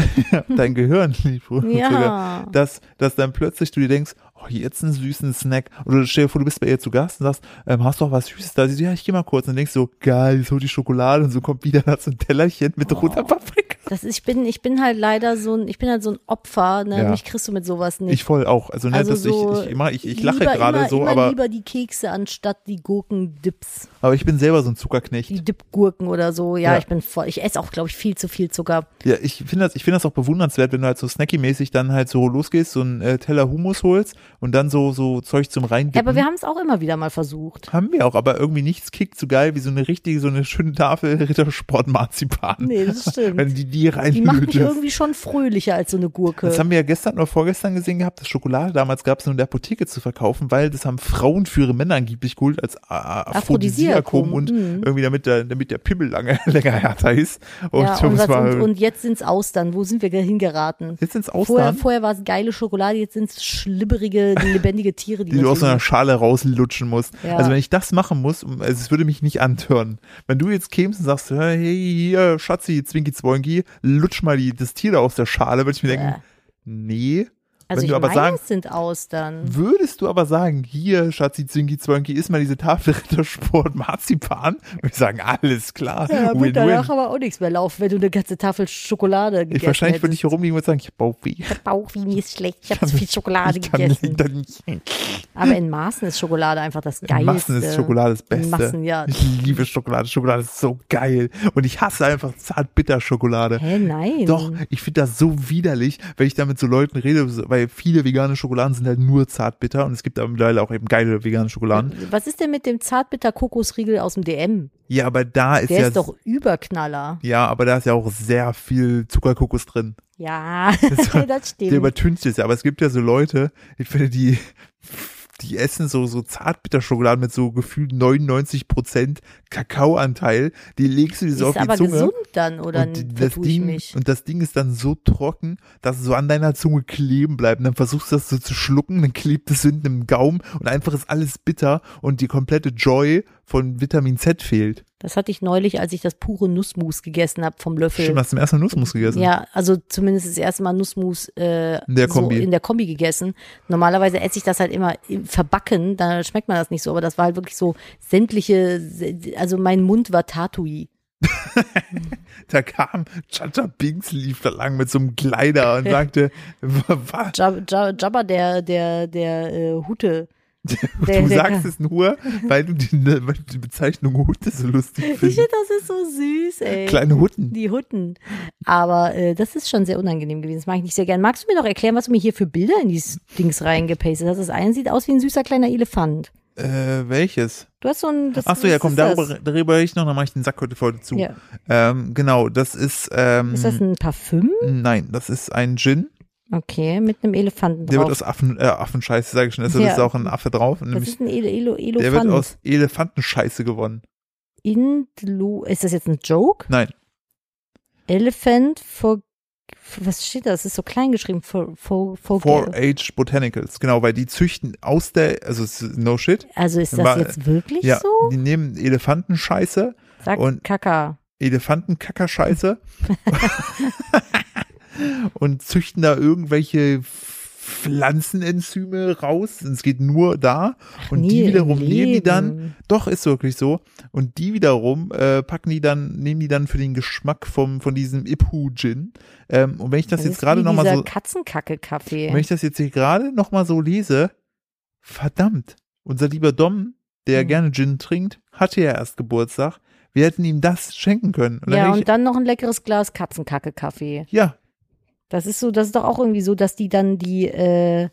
[SPEAKER 1] dein Gehirn liebt roten
[SPEAKER 2] Genau. Ja.
[SPEAKER 1] Zucker, dass, dass dann plötzlich du dir denkst, oh, jetzt einen süßen Snack. Oder stell dir vor, du bist bei ihr zu Gast und sagst, ähm, hast du auch was Süßes da? Sie so, ja, ich geh mal kurz. Und dann denkst du, so, geil, jetzt hol die Schokolade und so kommt wieder das so ein Tellerchen
[SPEAKER 2] Oh.
[SPEAKER 1] mit roter Paprika.
[SPEAKER 2] Das ist, ich bin, ich bin halt leider so ein, ich bin halt so ein Opfer, ne?
[SPEAKER 1] Ja.
[SPEAKER 2] Mich kriegst du mit sowas nicht.
[SPEAKER 1] Ich voll auch. Also, ne,
[SPEAKER 2] also
[SPEAKER 1] dass
[SPEAKER 2] so
[SPEAKER 1] ich, ich, immer, ich, ich lache
[SPEAKER 2] lieber-
[SPEAKER 1] gerade
[SPEAKER 2] immer-
[SPEAKER 1] so,
[SPEAKER 2] immer
[SPEAKER 1] aber,
[SPEAKER 2] lieber die Kekse anstatt die Gurkendips,
[SPEAKER 1] aber ich bin selber so ein Zuckerknecht.
[SPEAKER 2] die Dipgurken oder so. Ja,
[SPEAKER 1] Ja.
[SPEAKER 2] ich bin voll, ich esse auch, glaube ich, viel zu viel Zucker.
[SPEAKER 1] Ja, ich finde das, ich finde das auch bewundernswert, wenn du halt so snacky-mäßig dann halt so losgehst, so einen äh, Teller Hummus holst und dann so, so Zeug zum
[SPEAKER 2] Ja,
[SPEAKER 1] Reindippen.
[SPEAKER 2] aber wir haben es auch immer wieder mal versucht.
[SPEAKER 1] haben wir auch, aber irgendwie nichts kickt so geil wie so eine richtige, so eine schöne Tafel Rittersport-Marzipan.
[SPEAKER 2] Nee, das stimmt.
[SPEAKER 1] Wenn die die
[SPEAKER 2] Die macht mich
[SPEAKER 1] reinlötest.
[SPEAKER 2] irgendwie schon fröhlicher als so eine Gurke.
[SPEAKER 1] Das haben wir ja gestern oder vorgestern gesehen gehabt, dass Schokolade damals gab es nur in der Apotheke zu verkaufen, weil das haben Frauen für ihre Männer angeblich geholt als A- A- Aphrodisiakum
[SPEAKER 2] Aphrodisiakum,
[SPEAKER 1] und
[SPEAKER 2] mhm.
[SPEAKER 1] irgendwie damit der, damit der Pimmel lange, *laughs* länger härter ist. Und,
[SPEAKER 2] ja,
[SPEAKER 1] um
[SPEAKER 2] und,
[SPEAKER 1] es
[SPEAKER 2] was,
[SPEAKER 1] mal-
[SPEAKER 2] und, und jetzt sind's Austern. Wo sind wir hingeraten?
[SPEAKER 1] jetzt ins
[SPEAKER 2] Vorher,
[SPEAKER 1] Ausland.
[SPEAKER 2] vorher war es geile Schokolade, jetzt
[SPEAKER 1] *laughs*
[SPEAKER 2] sind's schlibberige, lebendige Tiere, die,
[SPEAKER 1] die
[SPEAKER 2] man
[SPEAKER 1] du aus
[SPEAKER 2] so
[SPEAKER 1] so einer
[SPEAKER 2] liebt.
[SPEAKER 1] Schale rauslutschen musst.
[SPEAKER 2] Ja.
[SPEAKER 1] Also wenn ich das machen muss, um- also es würde mich nicht antören. Wenn du jetzt kämst und sagst, hey, hier, Schatzi, Zwinki Zwonki, lutsch mal die, das Tier da aus der Schale, würde ich mir denken,
[SPEAKER 2] Äh.
[SPEAKER 1] nee.
[SPEAKER 2] Also
[SPEAKER 1] wenn
[SPEAKER 2] ich
[SPEAKER 1] du aber
[SPEAKER 2] meine,
[SPEAKER 1] sagen,
[SPEAKER 2] es sind Austern.
[SPEAKER 1] würdest du aber sagen, hier, Schatzi, Zwinki Zwonki, isst mal diese Tafel *laughs* Rittersport Marzipan, würde ich sagen, alles klar,
[SPEAKER 2] Ja,
[SPEAKER 1] win,
[SPEAKER 2] wird danach
[SPEAKER 1] win.
[SPEAKER 2] aber auch nichts mehr laufen, wenn du eine ganze Tafel Schokolade gegessen
[SPEAKER 1] Ich, wahrscheinlich würde ich hier
[SPEAKER 2] hättest.
[SPEAKER 1] rumliegen und sagen, ich hab Bauchweh.
[SPEAKER 2] Bauch, wie mir ist schlecht, ich habe zu viel Schokolade
[SPEAKER 1] *laughs* Ich kann
[SPEAKER 2] gegessen.
[SPEAKER 1] nicht, dann nicht.
[SPEAKER 2] Aber in Maßen ist Schokolade einfach das Geilste.
[SPEAKER 1] In Massen ist Schokolade das Beste.
[SPEAKER 2] In Massen, ja.
[SPEAKER 1] Ich liebe Schokolade. Schokolade ist so geil. Und ich hasse einfach Zartbitterschokolade.
[SPEAKER 2] Hä, nein.
[SPEAKER 1] Doch, ich finde das so widerlich, wenn ich da mit so Leuten rede, so- weil viele vegane Schokoladen sind halt nur zartbitter und es gibt aber mittlerweile auch eben geile vegane Schokoladen.
[SPEAKER 2] Was ist denn mit dem Zartbitter-Kokosriegel aus dem DM?
[SPEAKER 1] Ja, aber da ist
[SPEAKER 2] Der
[SPEAKER 1] ja,
[SPEAKER 2] ist doch Überknaller.
[SPEAKER 1] ja, aber da ist ja auch sehr viel Zuckerkokos drin. *laughs*
[SPEAKER 2] Ja, *laughs* das
[SPEAKER 1] Der
[SPEAKER 2] stimmt.
[SPEAKER 1] übertüncht es ja, aber es gibt ja so Leute, ich finde, die, die essen so, so Zartbitterschokolade mit so gefühlt 99% Kakaoanteil, die legst du dir so
[SPEAKER 2] ist
[SPEAKER 1] auf die
[SPEAKER 2] aber
[SPEAKER 1] Zunge.
[SPEAKER 2] gesund dann, oder
[SPEAKER 1] und, die- das
[SPEAKER 2] vertue ich
[SPEAKER 1] Ding,
[SPEAKER 2] mich?
[SPEAKER 1] und das Ding ist dann so trocken, dass es so an deiner Zunge kleben bleibt. Und dann versuchst du das so zu schlucken, dann klebt es hinten im Gaumen und einfach ist alles bitter und die komplette Joy von Vitamin Z fehlt.
[SPEAKER 2] Das hatte ich neulich, als ich das pure Nussmus gegessen habe vom Löffel.
[SPEAKER 1] Stimmt, hast du zum ersten Mal Nussmus gegessen?
[SPEAKER 2] Ja, also zumindest das erste Mal Nussmus äh,
[SPEAKER 1] In der Kombi.
[SPEAKER 2] So in der Kombi gegessen. Normalerweise esse ich das halt immer im verbacken, da schmeckt man das nicht so, aber das war halt wirklich so sämtliche, also mein Mund war Tatui.
[SPEAKER 1] Da kam Chacha Binks lief da lang mit so einem Kleider
[SPEAKER 2] *laughs*
[SPEAKER 1] und sagte, was?
[SPEAKER 2] Jab, Jab, Jabba, der, der, der äh,
[SPEAKER 1] Mhm.
[SPEAKER 2] Hute. Der-
[SPEAKER 1] du
[SPEAKER 2] der
[SPEAKER 1] sagst
[SPEAKER 2] kann-
[SPEAKER 1] es nur, weil du die, weil du die Bezeichnung Hutte so lustig
[SPEAKER 2] *laughs* Ich
[SPEAKER 1] findest.
[SPEAKER 2] finde, das ist so süß, ey.
[SPEAKER 1] Kleine Hutten.
[SPEAKER 2] Die Hutten. Aber äh, das ist schon sehr unangenehm gewesen. Das mag ich nicht sehr gern. Magst du mir noch erklären, was du mir hier für Bilder in dieses Dings reingepastet hast? Das eine sieht aus wie ein süßer kleiner Elefant.
[SPEAKER 1] Äh, welches?
[SPEAKER 2] Du hast so ein. Das,
[SPEAKER 1] Ach so, ja,
[SPEAKER 2] was
[SPEAKER 1] komm,
[SPEAKER 2] ist das?
[SPEAKER 1] darüber, darüber rede ich noch, dann mache ich den Sack heute voll zu.
[SPEAKER 2] Ja.
[SPEAKER 1] Ähm, genau, das ist, ähm,
[SPEAKER 2] Ist das ein Parfüm?
[SPEAKER 1] nein, das ist ein Gin,
[SPEAKER 2] Okay, mit einem Elefanten
[SPEAKER 1] der wird
[SPEAKER 2] drauf.
[SPEAKER 1] aus Affen, äh, Affenscheiße, sage ich schon, also
[SPEAKER 2] Ja.
[SPEAKER 1] das ist auch ein Affe drauf,
[SPEAKER 2] Das
[SPEAKER 1] nämlich,
[SPEAKER 2] ist ein Ele Elo Elefant.
[SPEAKER 1] der wird aus Elefantenscheiße gewonnen.
[SPEAKER 2] Indlu ist das jetzt ein Joke?
[SPEAKER 1] Nein,
[SPEAKER 2] Elephant for. Was steht da? Das ist so klein geschrieben. For, for, for,
[SPEAKER 1] 4-H Botanicals, genau, weil die züchten aus der, also es ist no shit,
[SPEAKER 2] Also ist das
[SPEAKER 1] War-
[SPEAKER 2] jetzt wirklich
[SPEAKER 1] ja,
[SPEAKER 2] so?
[SPEAKER 1] die nehmen Elefantenscheiße,
[SPEAKER 2] Sag
[SPEAKER 1] und-
[SPEAKER 2] Kaka.
[SPEAKER 1] Elefantenkackerscheiße *laughs* und züchten da irgendwelche Pflanzenenzyme raus. Und es geht nur da. Und
[SPEAKER 2] nie
[SPEAKER 1] die
[SPEAKER 2] im
[SPEAKER 1] wiederum nehmen die
[SPEAKER 2] Leben.
[SPEAKER 1] dann, doch ist wirklich so. Und die wiederum äh, packen die dann, nehmen die dann für den Geschmack vom von diesem Ipu Gin. Ähm, und wenn ich das,
[SPEAKER 2] Das
[SPEAKER 1] jetzt
[SPEAKER 2] ist
[SPEAKER 1] gerade
[SPEAKER 2] wie
[SPEAKER 1] noch mal
[SPEAKER 2] dieser
[SPEAKER 1] so, wenn
[SPEAKER 2] Katzenkacke-Kaffee.
[SPEAKER 1] ich das jetzt hier gerade noch mal so lese, verdammt, unser lieber Dom, der
[SPEAKER 2] Hm.
[SPEAKER 1] gerne Gin trinkt, hatte ja erst Geburtstag. Wir hätten ihm das schenken können. Und dann
[SPEAKER 2] Ja,
[SPEAKER 1] hätte ich
[SPEAKER 2] und dann noch ein leckeres Glas Katzenkacke-Kaffee.
[SPEAKER 1] Ja,
[SPEAKER 2] Das ist so, das ist doch auch irgendwie so, dass die dann die, äh,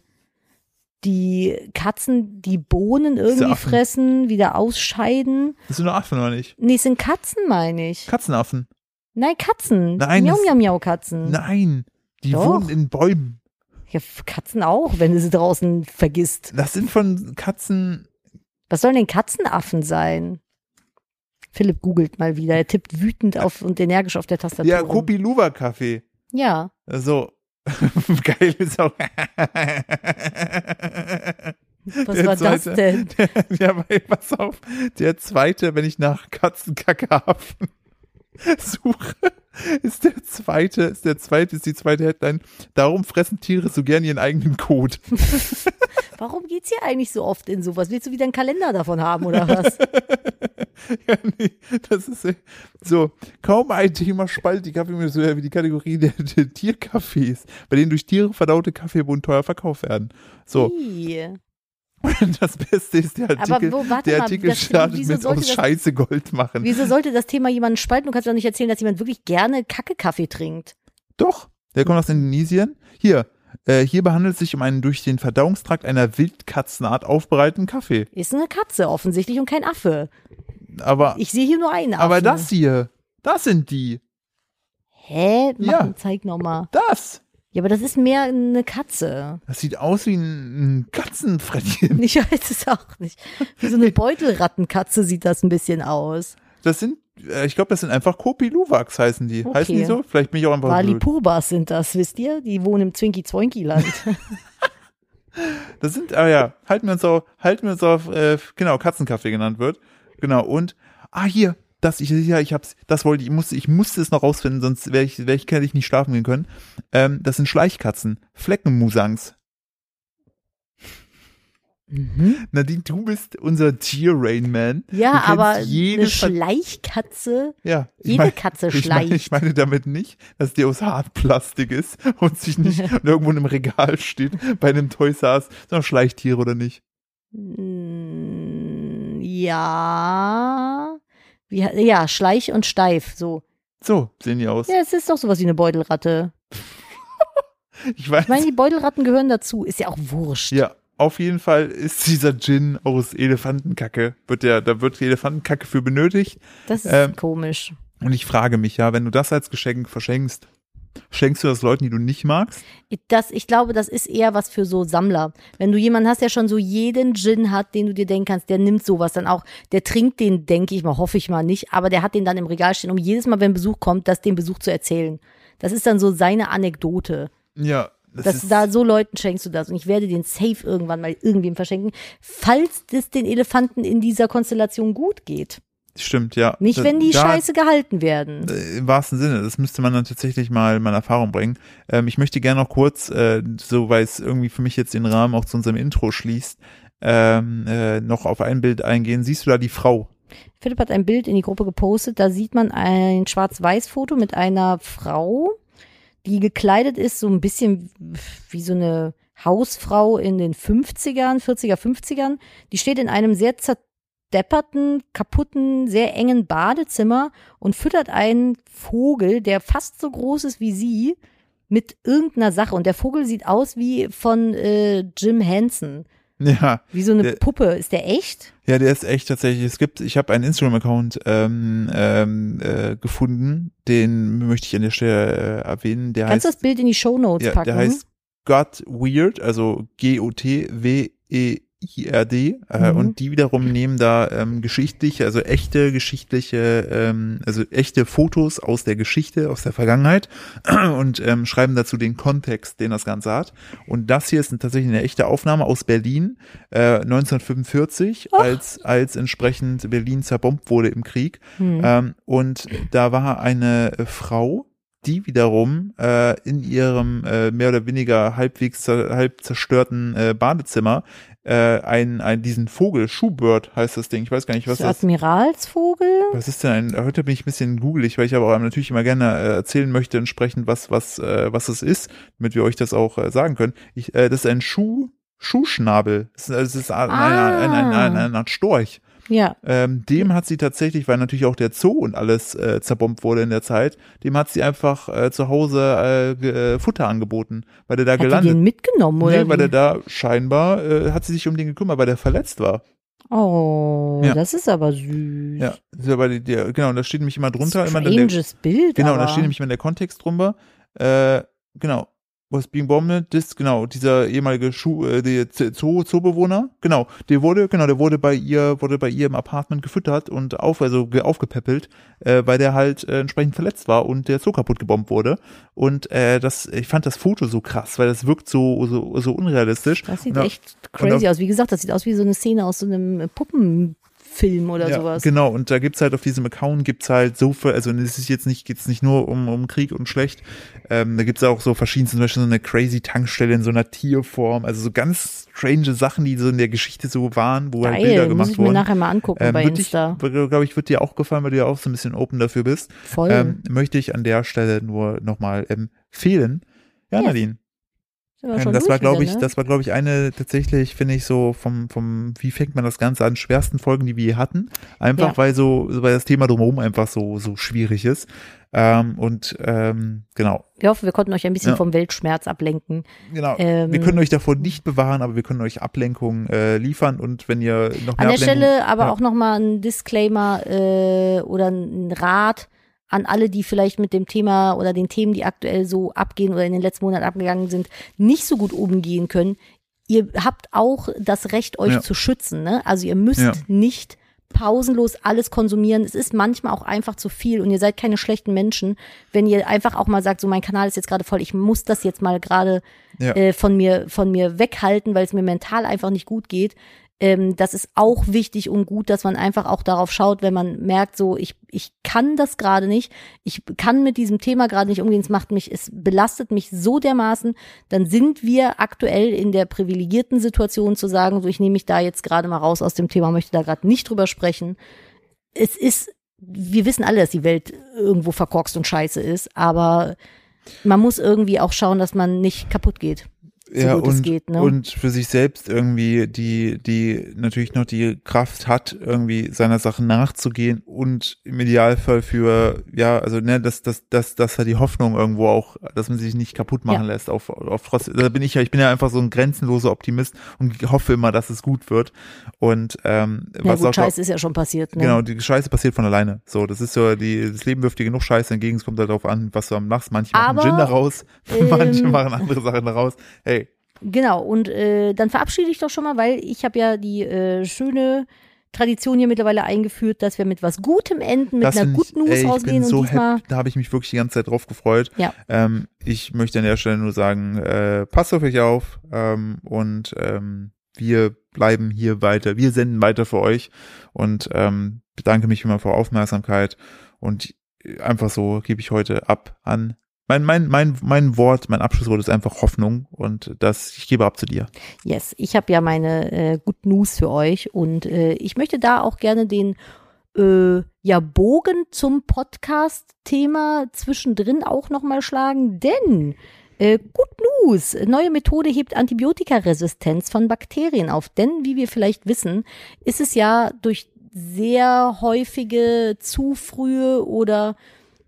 [SPEAKER 2] die Katzen die Bohnen irgendwie
[SPEAKER 1] Affen.
[SPEAKER 2] fressen, wieder ausscheiden.
[SPEAKER 1] das sind nur Affen oder nicht?
[SPEAKER 2] Nee, es sind Katzen, meine ich.
[SPEAKER 1] Katzenaffen.
[SPEAKER 2] Nein, Katzen.
[SPEAKER 1] Nein,
[SPEAKER 2] Miau,
[SPEAKER 1] das-
[SPEAKER 2] miau, miau, Katzen.
[SPEAKER 1] Nein, die
[SPEAKER 2] Mhm. Doch.
[SPEAKER 1] wohnen in Bäumen.
[SPEAKER 2] Ja, F- Katzen auch, wenn du sie draußen vergisst.
[SPEAKER 1] Das sind von Katzen.
[SPEAKER 2] Was sollen denn Katzenaffen sein? Philipp googelt mal wieder. Er tippt wütend auf und energisch auf der Tastatur.
[SPEAKER 1] Ja,
[SPEAKER 2] rum.
[SPEAKER 1] Kopi Luwa Kaffee.
[SPEAKER 2] Ja.
[SPEAKER 1] So. *laughs* Geil ist auch. *laughs*
[SPEAKER 2] Was
[SPEAKER 1] Der
[SPEAKER 2] war das
[SPEAKER 1] zweite-
[SPEAKER 2] denn?
[SPEAKER 1] ja, weil, pass auf. Der zweite, wenn ich nach Katzenkackhafen *laughs* suche, ist der zweite, ist der zweite, ist die zweite Headline. Darum fressen Tiere so gern ihren eigenen Kot.
[SPEAKER 2] Warum geht's hier eigentlich so oft in sowas? Willst du wieder einen Kalender davon haben oder was?
[SPEAKER 1] Ja, nee, das ist äh, so. Kaum ein Thema spaltet die Kaffeemilch wie die Kategorie der, der Tierkaffees, bei denen durch Tiere verdaute Kaffeebohnen teuer verkauft werden. *laughs* So,
[SPEAKER 2] Ih.
[SPEAKER 1] und *laughs* das Beste ist der
[SPEAKER 2] Hm. Aber
[SPEAKER 1] Artikel.
[SPEAKER 2] wo, warte
[SPEAKER 1] der
[SPEAKER 2] mal,
[SPEAKER 1] Artikel
[SPEAKER 2] das,
[SPEAKER 1] startet
[SPEAKER 2] wieso,
[SPEAKER 1] mit
[SPEAKER 2] sollte
[SPEAKER 1] aus
[SPEAKER 2] das,
[SPEAKER 1] Scheiße Gold machen.
[SPEAKER 2] wieso sollte das Thema jemanden spalten? Du kannst doch nicht erzählen, dass jemand wirklich gerne Kacke-Kaffee trinkt.
[SPEAKER 1] Doch, der kommt aus Indonesien. Hier, äh, hierbei handelt es sich um einen durch den Verdauungstrakt einer Wildkatzenart aufbereiteten Kaffee.
[SPEAKER 2] Ist eine Katze offensichtlich und kein Affe.
[SPEAKER 1] Aber,
[SPEAKER 2] Ich sehe hier nur einen Affen.
[SPEAKER 1] aber das hier, das sind die.
[SPEAKER 2] Hä? Mach,
[SPEAKER 1] Ja.
[SPEAKER 2] Zeig nochmal.
[SPEAKER 1] Das.
[SPEAKER 2] Ja, aber das ist mehr eine Katze.
[SPEAKER 1] Das sieht aus wie ein, ein Katzenfrettchen.
[SPEAKER 2] Ich weiß es auch nicht. Wie so eine Beutelrattenkatze sieht das ein bisschen aus.
[SPEAKER 1] Das sind, äh, ich glaube, das sind einfach Kopi Luwaks heißen die.
[SPEAKER 2] Okay.
[SPEAKER 1] Heißen die so? Vielleicht bin ich auch einfach
[SPEAKER 2] Wali
[SPEAKER 1] blöd.
[SPEAKER 2] Purbas sind das, wisst ihr? Die wohnen im Zwinki-Zwoinki-Land.
[SPEAKER 1] Das sind, ah ja, halten wir uns auf, halten wir uns auf, äh, genau, Katzenkaffee genannt wird. Genau, und, ah, hier, das, ich, ja, ich hab's, das wollte ich, musste, ich musste es noch rausfinden, sonst wäre ich, wäre ich, hätte ich nicht schlafen gehen können. Ähm, das sind Schleichkatzen, Fleckenmusangs.
[SPEAKER 2] mhm.
[SPEAKER 1] Nadine, du bist unser Tier-Rain-Man. Du
[SPEAKER 2] Ja,
[SPEAKER 1] kennst
[SPEAKER 2] aber
[SPEAKER 1] jede
[SPEAKER 2] eine
[SPEAKER 1] Ver-
[SPEAKER 2] Schleichkatze,
[SPEAKER 1] ja, ich
[SPEAKER 2] jede
[SPEAKER 1] mein-
[SPEAKER 2] Katze
[SPEAKER 1] ich meine,
[SPEAKER 2] schleicht.
[SPEAKER 1] ich meine damit nicht, dass die aus Hartplastik ist und sich nicht
[SPEAKER 2] *laughs*
[SPEAKER 1] irgendwo in einem Regal steht, bei einem Toys R Us, sondern Schleichtiere oder nicht.
[SPEAKER 2] Mm, Ja. Wie, he- ja, Schleich und Steif, so.
[SPEAKER 1] So sehen die aus.
[SPEAKER 2] Ja, es ist doch sowas wie eine Beutelratte.
[SPEAKER 1] Ich weiß
[SPEAKER 2] Ich meine, die Beutelratten gehören dazu. Ist ja auch wurscht.
[SPEAKER 1] Ja, auf jeden Fall ist dieser Gin aus Elefantenkacke. Wird der, da wird die Elefantenkacke für benötigt.
[SPEAKER 2] Das ist
[SPEAKER 1] Ähm,
[SPEAKER 2] komisch.
[SPEAKER 1] Und ich frage mich, ja, wenn du das als Geschenk verschenkst, schenkst du das Leuten, die du nicht magst?
[SPEAKER 2] Das, ich glaube, das ist eher was für so Sammler. Wenn du jemanden hast, der schon so jeden Gin hat, den du dir denken kannst, der nimmt sowas dann auch. Der trinkt den, denke ich mal, hoffe ich mal nicht, aber der hat den dann im Regal stehen, um jedes Mal, wenn Besuch kommt, das dem Besuch zu erzählen. Das ist dann so seine Anekdote.
[SPEAKER 1] Ja, das,
[SPEAKER 2] Das
[SPEAKER 1] ist,
[SPEAKER 2] da so Leuten schenkst du das und ich werde den safe irgendwann mal irgendwem verschenken, falls es den Elefanten in dieser Konstellation gut geht.
[SPEAKER 1] stimmt, ja.
[SPEAKER 2] Nicht,
[SPEAKER 1] Da-
[SPEAKER 2] wenn die
[SPEAKER 1] da-
[SPEAKER 2] scheiße gehalten werden.
[SPEAKER 1] äh, Im wahrsten Sinne, das müsste man dann tatsächlich mal in meine Erfahrung bringen. Ähm, ich möchte gerne noch kurz, äh, so weil es irgendwie für mich jetzt den Rahmen auch zu unserem Intro schließt, ähm, äh, noch auf ein Bild eingehen. Siehst du da die Frau? *laughs*
[SPEAKER 2] Philipp hat ein Bild in die Gruppe gepostet, da sieht man ein Schwarz-Weiß-Foto mit einer Frau, die gekleidet ist, so ein bisschen wie so eine Hausfrau in den 50ern, 40er, 50ern. Die steht in einem sehr zerdepperten, kaputten, sehr engen Badezimmer und füttert einen Vogel, der fast so groß ist wie sie, mit irgendeiner Sache. Und der Vogel sieht aus wie von äh, Jim Henson.
[SPEAKER 1] Ja,
[SPEAKER 2] Wie so eine
[SPEAKER 1] Der-
[SPEAKER 2] Puppe. Ist der echt?
[SPEAKER 1] Ja, der ist echt tatsächlich. Es gibt, ich habe einen Instagram-Account ähm, ähm, äh, gefunden, den möchte ich an der Stelle äh, erwähnen. Der
[SPEAKER 2] Kannst du
[SPEAKER 1] heißt,
[SPEAKER 2] das Bild in die Shownotes
[SPEAKER 1] ja,
[SPEAKER 2] packen?
[SPEAKER 1] der heißt Got Weird, also E G-O-T-W-E-I-R-D. Äh,
[SPEAKER 2] Mhm.
[SPEAKER 1] Und die wiederum nehmen da ähm, geschichtliche, also echte geschichtliche, ähm, also echte Fotos aus der Geschichte, aus der Vergangenheit *clears throat* und ähm, schreiben dazu den Kontext, den das Ganze hat. Und das hier ist tatsächlich eine echte Aufnahme aus Berlin äh, 1945, als, als entsprechend Berlin zerbombt wurde im Krieg.
[SPEAKER 2] Hm.
[SPEAKER 1] Ähm, und da war eine äh, Frau, die wiederum äh, in ihrem äh, mehr oder weniger halbwegs zer halb zerstörten äh, Badezimmer äh, einen, einen, diesen Vogel, Shoebird heißt das Ding, ich weiß gar nicht, was
[SPEAKER 2] So
[SPEAKER 1] das
[SPEAKER 2] Admiralsvogel?
[SPEAKER 1] was ist denn ein, heute bin ich ein bisschen googelig, weil ich aber auch natürlich immer gerne äh, erzählen möchte entsprechend, was, was, äh, was es ist, damit wir euch das auch äh, sagen können. Ich, äh, das ist ein Schuh, Schuhschnabel. Das ist, also, das ist ein,
[SPEAKER 2] Ah.
[SPEAKER 1] ein, ein, ein, ein, Art Storch.
[SPEAKER 2] Ja.
[SPEAKER 1] Ähm, dem hat sie tatsächlich, weil natürlich auch der Zoo und alles äh, zerbombt wurde in der Zeit, dem hat sie einfach äh, zu Hause äh, ge- äh, Futter angeboten, weil der da
[SPEAKER 2] Hat die
[SPEAKER 1] gelandet.
[SPEAKER 2] den mitgenommen, oder?
[SPEAKER 1] Nee, weil der
[SPEAKER 2] wie?
[SPEAKER 1] da scheinbar äh, hat sie sich um den gekümmert, weil der verletzt war.
[SPEAKER 2] oh,
[SPEAKER 1] Ja.
[SPEAKER 2] das ist aber süß.
[SPEAKER 1] Ja, das ist aber die, der, genau, und da steht nämlich immer drunter, immer dann der,
[SPEAKER 2] Stranges Bild.
[SPEAKER 1] Genau,
[SPEAKER 2] aber.
[SPEAKER 1] da steht nämlich mal der Kontext drüber. Äh, genau. was Bing Bombe, das, genau, dieser ehemalige Schuh, äh, der Zoo, Zoobewohner, genau, der wurde, genau, der wurde bei ihr, wurde bei ihr im Apartment gefüttert und auf, also ge- aufgepäppelt, äh, weil der halt äh, entsprechend verletzt war und der Zoo kaputt gebombt wurde. Und äh, das, ich fand das Foto so krass, weil das wirkt so, so, so unrealistisch.
[SPEAKER 2] Das sieht
[SPEAKER 1] Und auf-
[SPEAKER 2] echt crazy aus. Wie gesagt, das sieht aus wie so eine Szene aus so einem äh, Puppenfilm oder
[SPEAKER 1] ja,
[SPEAKER 2] sowas.
[SPEAKER 1] Genau, und da gibt's halt auf diesem Account gibt's halt so viel, also es ist jetzt nicht, geht's nicht nur um, um Krieg und Schlecht, ähm, da gibt's auch so verschiedenste, zum Beispiel so eine crazy Tankstelle in so einer Tierform, also so ganz strange Sachen, die so in der Geschichte so waren, wo halt Bilder
[SPEAKER 2] Geil, muss
[SPEAKER 1] gemacht
[SPEAKER 2] ich mir
[SPEAKER 1] wurden.
[SPEAKER 2] nachher mal angucken
[SPEAKER 1] Ähm,
[SPEAKER 2] bei
[SPEAKER 1] würd ich,
[SPEAKER 2] Insta.
[SPEAKER 1] glaube ich, wird dir auch gefallen, weil du ja auch so ein bisschen open dafür bist.
[SPEAKER 2] Voll.
[SPEAKER 1] Ähm, möchte ich an der Stelle nur nochmal empfehlen. Ja,
[SPEAKER 2] Ja,
[SPEAKER 1] Nadine.
[SPEAKER 2] Sind wir
[SPEAKER 1] Ähm,
[SPEAKER 2] schon
[SPEAKER 1] das
[SPEAKER 2] durch
[SPEAKER 1] war, glaube
[SPEAKER 2] wieder,
[SPEAKER 1] ich,
[SPEAKER 2] ne?
[SPEAKER 1] das war, glaube ich, eine tatsächlich, finde ich, so vom, vom, wie fängt man das Ganze an, schwersten Folgen, die wir je hatten. Einfach
[SPEAKER 2] Ja.
[SPEAKER 1] weil so, weil das Thema drumherum einfach so, so schwierig ist. Ähm, und ähm, genau.
[SPEAKER 2] Ich hoffe, wir konnten euch ein bisschen
[SPEAKER 1] Ja.
[SPEAKER 2] vom Weltschmerz ablenken.
[SPEAKER 1] Genau.
[SPEAKER 2] Ähm,
[SPEAKER 1] wir können euch davor nicht bewahren, aber wir können euch Ablenkung äh, liefern und wenn ihr noch
[SPEAKER 2] An
[SPEAKER 1] mehr Ablenkung,
[SPEAKER 2] der Stelle aber
[SPEAKER 1] ja.
[SPEAKER 2] auch nochmal ein Disclaimer äh, oder ein Rat an alle, die vielleicht mit dem Thema oder den Themen, die aktuell so abgehen oder in den letzten Monaten abgegangen sind, nicht so gut umgehen können. Ihr habt auch das Recht, euch
[SPEAKER 1] Ja.
[SPEAKER 2] zu schützen. Ne? Also ihr müsst
[SPEAKER 1] Ja.
[SPEAKER 2] nicht pausenlos alles konsumieren. Es ist manchmal auch einfach zu viel und ihr seid keine schlechten Menschen, wenn ihr einfach auch mal sagt, so mein Kanal ist jetzt gerade voll, ich muss das jetzt mal gerade
[SPEAKER 1] Ja.
[SPEAKER 2] äh, von mir von mir weghalten, weil es mir mental einfach nicht gut geht. Ähm, das ist auch wichtig und gut, dass man einfach auch darauf schaut, wenn man merkt, so ich ich kann das gerade nicht, ich kann mit diesem Thema gerade nicht umgehen, es macht mich, es belastet mich so dermaßen, dann sind wir aktuell in der privilegierten Situation zu sagen, so ich nehme mich da jetzt gerade mal raus aus dem Thema, möchte da gerade nicht drüber sprechen. Es ist, wir wissen alle, dass die Welt irgendwo verkorkst und scheiße ist, aber man muss irgendwie auch schauen, dass man nicht kaputt geht. so
[SPEAKER 1] ja,
[SPEAKER 2] gut
[SPEAKER 1] und,
[SPEAKER 2] es geht, ne?
[SPEAKER 1] und für sich selbst irgendwie die, die natürlich noch die Kraft hat, irgendwie seiner Sache nachzugehen und im Idealfall für, ja, also ne, dass dass dass dass da die Hoffnung irgendwo auch, dass man sich nicht kaputt machen lässt auf, auf trotz, da bin ich ja, ich bin ja einfach so ein grenzenloser Optimist und hoffe immer, dass es gut wird. Und ähm,
[SPEAKER 2] Na
[SPEAKER 1] was
[SPEAKER 2] gut,
[SPEAKER 1] auch
[SPEAKER 2] Scheiße ist ja schon passiert. Ne?
[SPEAKER 1] Genau, die Scheiße passiert von alleine. So, das ist so, die, das Leben wirft dir genug Scheiße entgegen, es kommt halt darauf an, was du am machst. Manche machen
[SPEAKER 2] Aber,
[SPEAKER 1] Gin daraus, *laughs* manche
[SPEAKER 2] ähm,
[SPEAKER 1] machen andere Sachen daraus. Hey,
[SPEAKER 2] Genau, und äh, dann verabschiede ich doch schon mal, weil ich habe ja die äh, schöne Tradition hier mittlerweile eingeführt, dass wir mit was Gutem enden, mit
[SPEAKER 1] Das
[SPEAKER 2] einer
[SPEAKER 1] find
[SPEAKER 2] guten News
[SPEAKER 1] ey, ich
[SPEAKER 2] rausgehen
[SPEAKER 1] bin so
[SPEAKER 2] und diesmal.
[SPEAKER 1] happy, da habe ich mich wirklich die ganze Zeit drauf gefreut.
[SPEAKER 2] Ja.
[SPEAKER 1] Ähm, ich möchte an der Stelle nur sagen, äh, passt auf euch auf ähm, und ähm, wir bleiben hier weiter, wir senden weiter für euch und ähm, bedanke mich immer für Aufmerksamkeit und äh, einfach so gebe ich heute ab an mein, mein, mein, mein Wort, mein Abschlusswort ist einfach Hoffnung und das, ich gebe ab zu dir.
[SPEAKER 2] Yes, ich habe ja meine äh, Good News für euch und äh, ich möchte da auch gerne den äh, ja, Bogen zum Podcast-Thema zwischendrin auch nochmal schlagen, denn äh, Good News, neue Methode hebt Antibiotikaresistenz von Bakterien auf, denn wie wir vielleicht wissen, ist es ja durch sehr häufige, zu frühe oder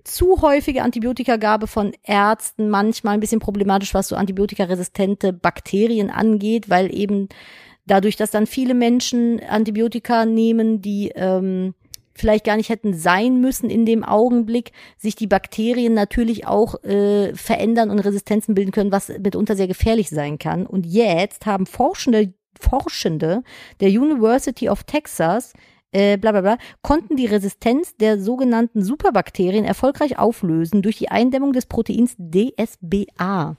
[SPEAKER 2] zu häufige Antibiotikagabe von Ärzten manchmal ein bisschen problematisch, was so antibiotikaresistente Bakterien angeht, weil eben dadurch, dass dann viele Menschen Antibiotika nehmen, die ähm, vielleicht gar nicht hätten sein müssen in dem Augenblick, sich die Bakterien natürlich auch äh, verändern und Resistenzen bilden können, was mitunter sehr gefährlich sein kann. Und jetzt haben Forschende, Forschende der University of Texas äh, bla bla bla, konnten die Resistenz der sogenannten Superbakterien erfolgreich auflösen durch die Eindämmung des Proteins DSBA.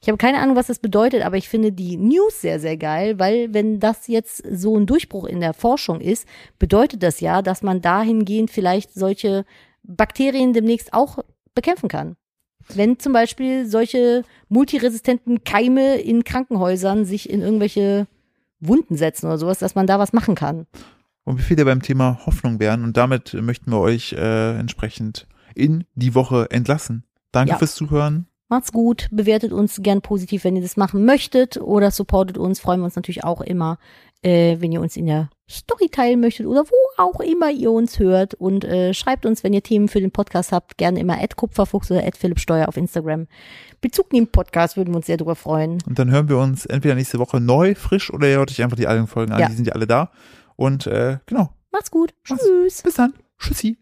[SPEAKER 2] Ich habe keine Ahnung, was das bedeutet, aber ich finde die News sehr, sehr geil, weil wenn das jetzt so ein Durchbruch in der Forschung ist, bedeutet das ja, dass man dahingehend vielleicht solche Bakterien demnächst auch bekämpfen kann. Wenn zum Beispiel solche multiresistenten Keime in Krankenhäusern sich in irgendwelche Wunden setzen oder sowas, dass man da was machen kann.
[SPEAKER 1] Und wie wir beim Thema Hoffnung wären und damit möchten wir euch äh, entsprechend in die Woche entlassen. Danke
[SPEAKER 2] Ja.
[SPEAKER 1] fürs Zuhören.
[SPEAKER 2] Macht's gut, bewertet uns gern positiv, wenn ihr das machen möchtet oder supportet uns. Freuen wir uns natürlich auch immer, äh, wenn ihr uns in der Story teilen möchtet oder wo auch immer ihr uns hört. Und äh, schreibt uns, wenn ihr Themen für den Podcast habt, gerne immer at kupferfuchs oder at philippsteuer auf Instagram. Bezug nehmen Podcast, würden wir uns sehr drüber freuen.
[SPEAKER 1] Und dann hören wir uns entweder nächste Woche neu, frisch oder ihr hört euch einfach die alten Folgen an.
[SPEAKER 2] Ja.
[SPEAKER 1] Die sind ja alle da. Und äh, genau.
[SPEAKER 2] Macht's gut.
[SPEAKER 1] Macht's-
[SPEAKER 2] Tschüss.
[SPEAKER 1] Bis dann. Tschüssi.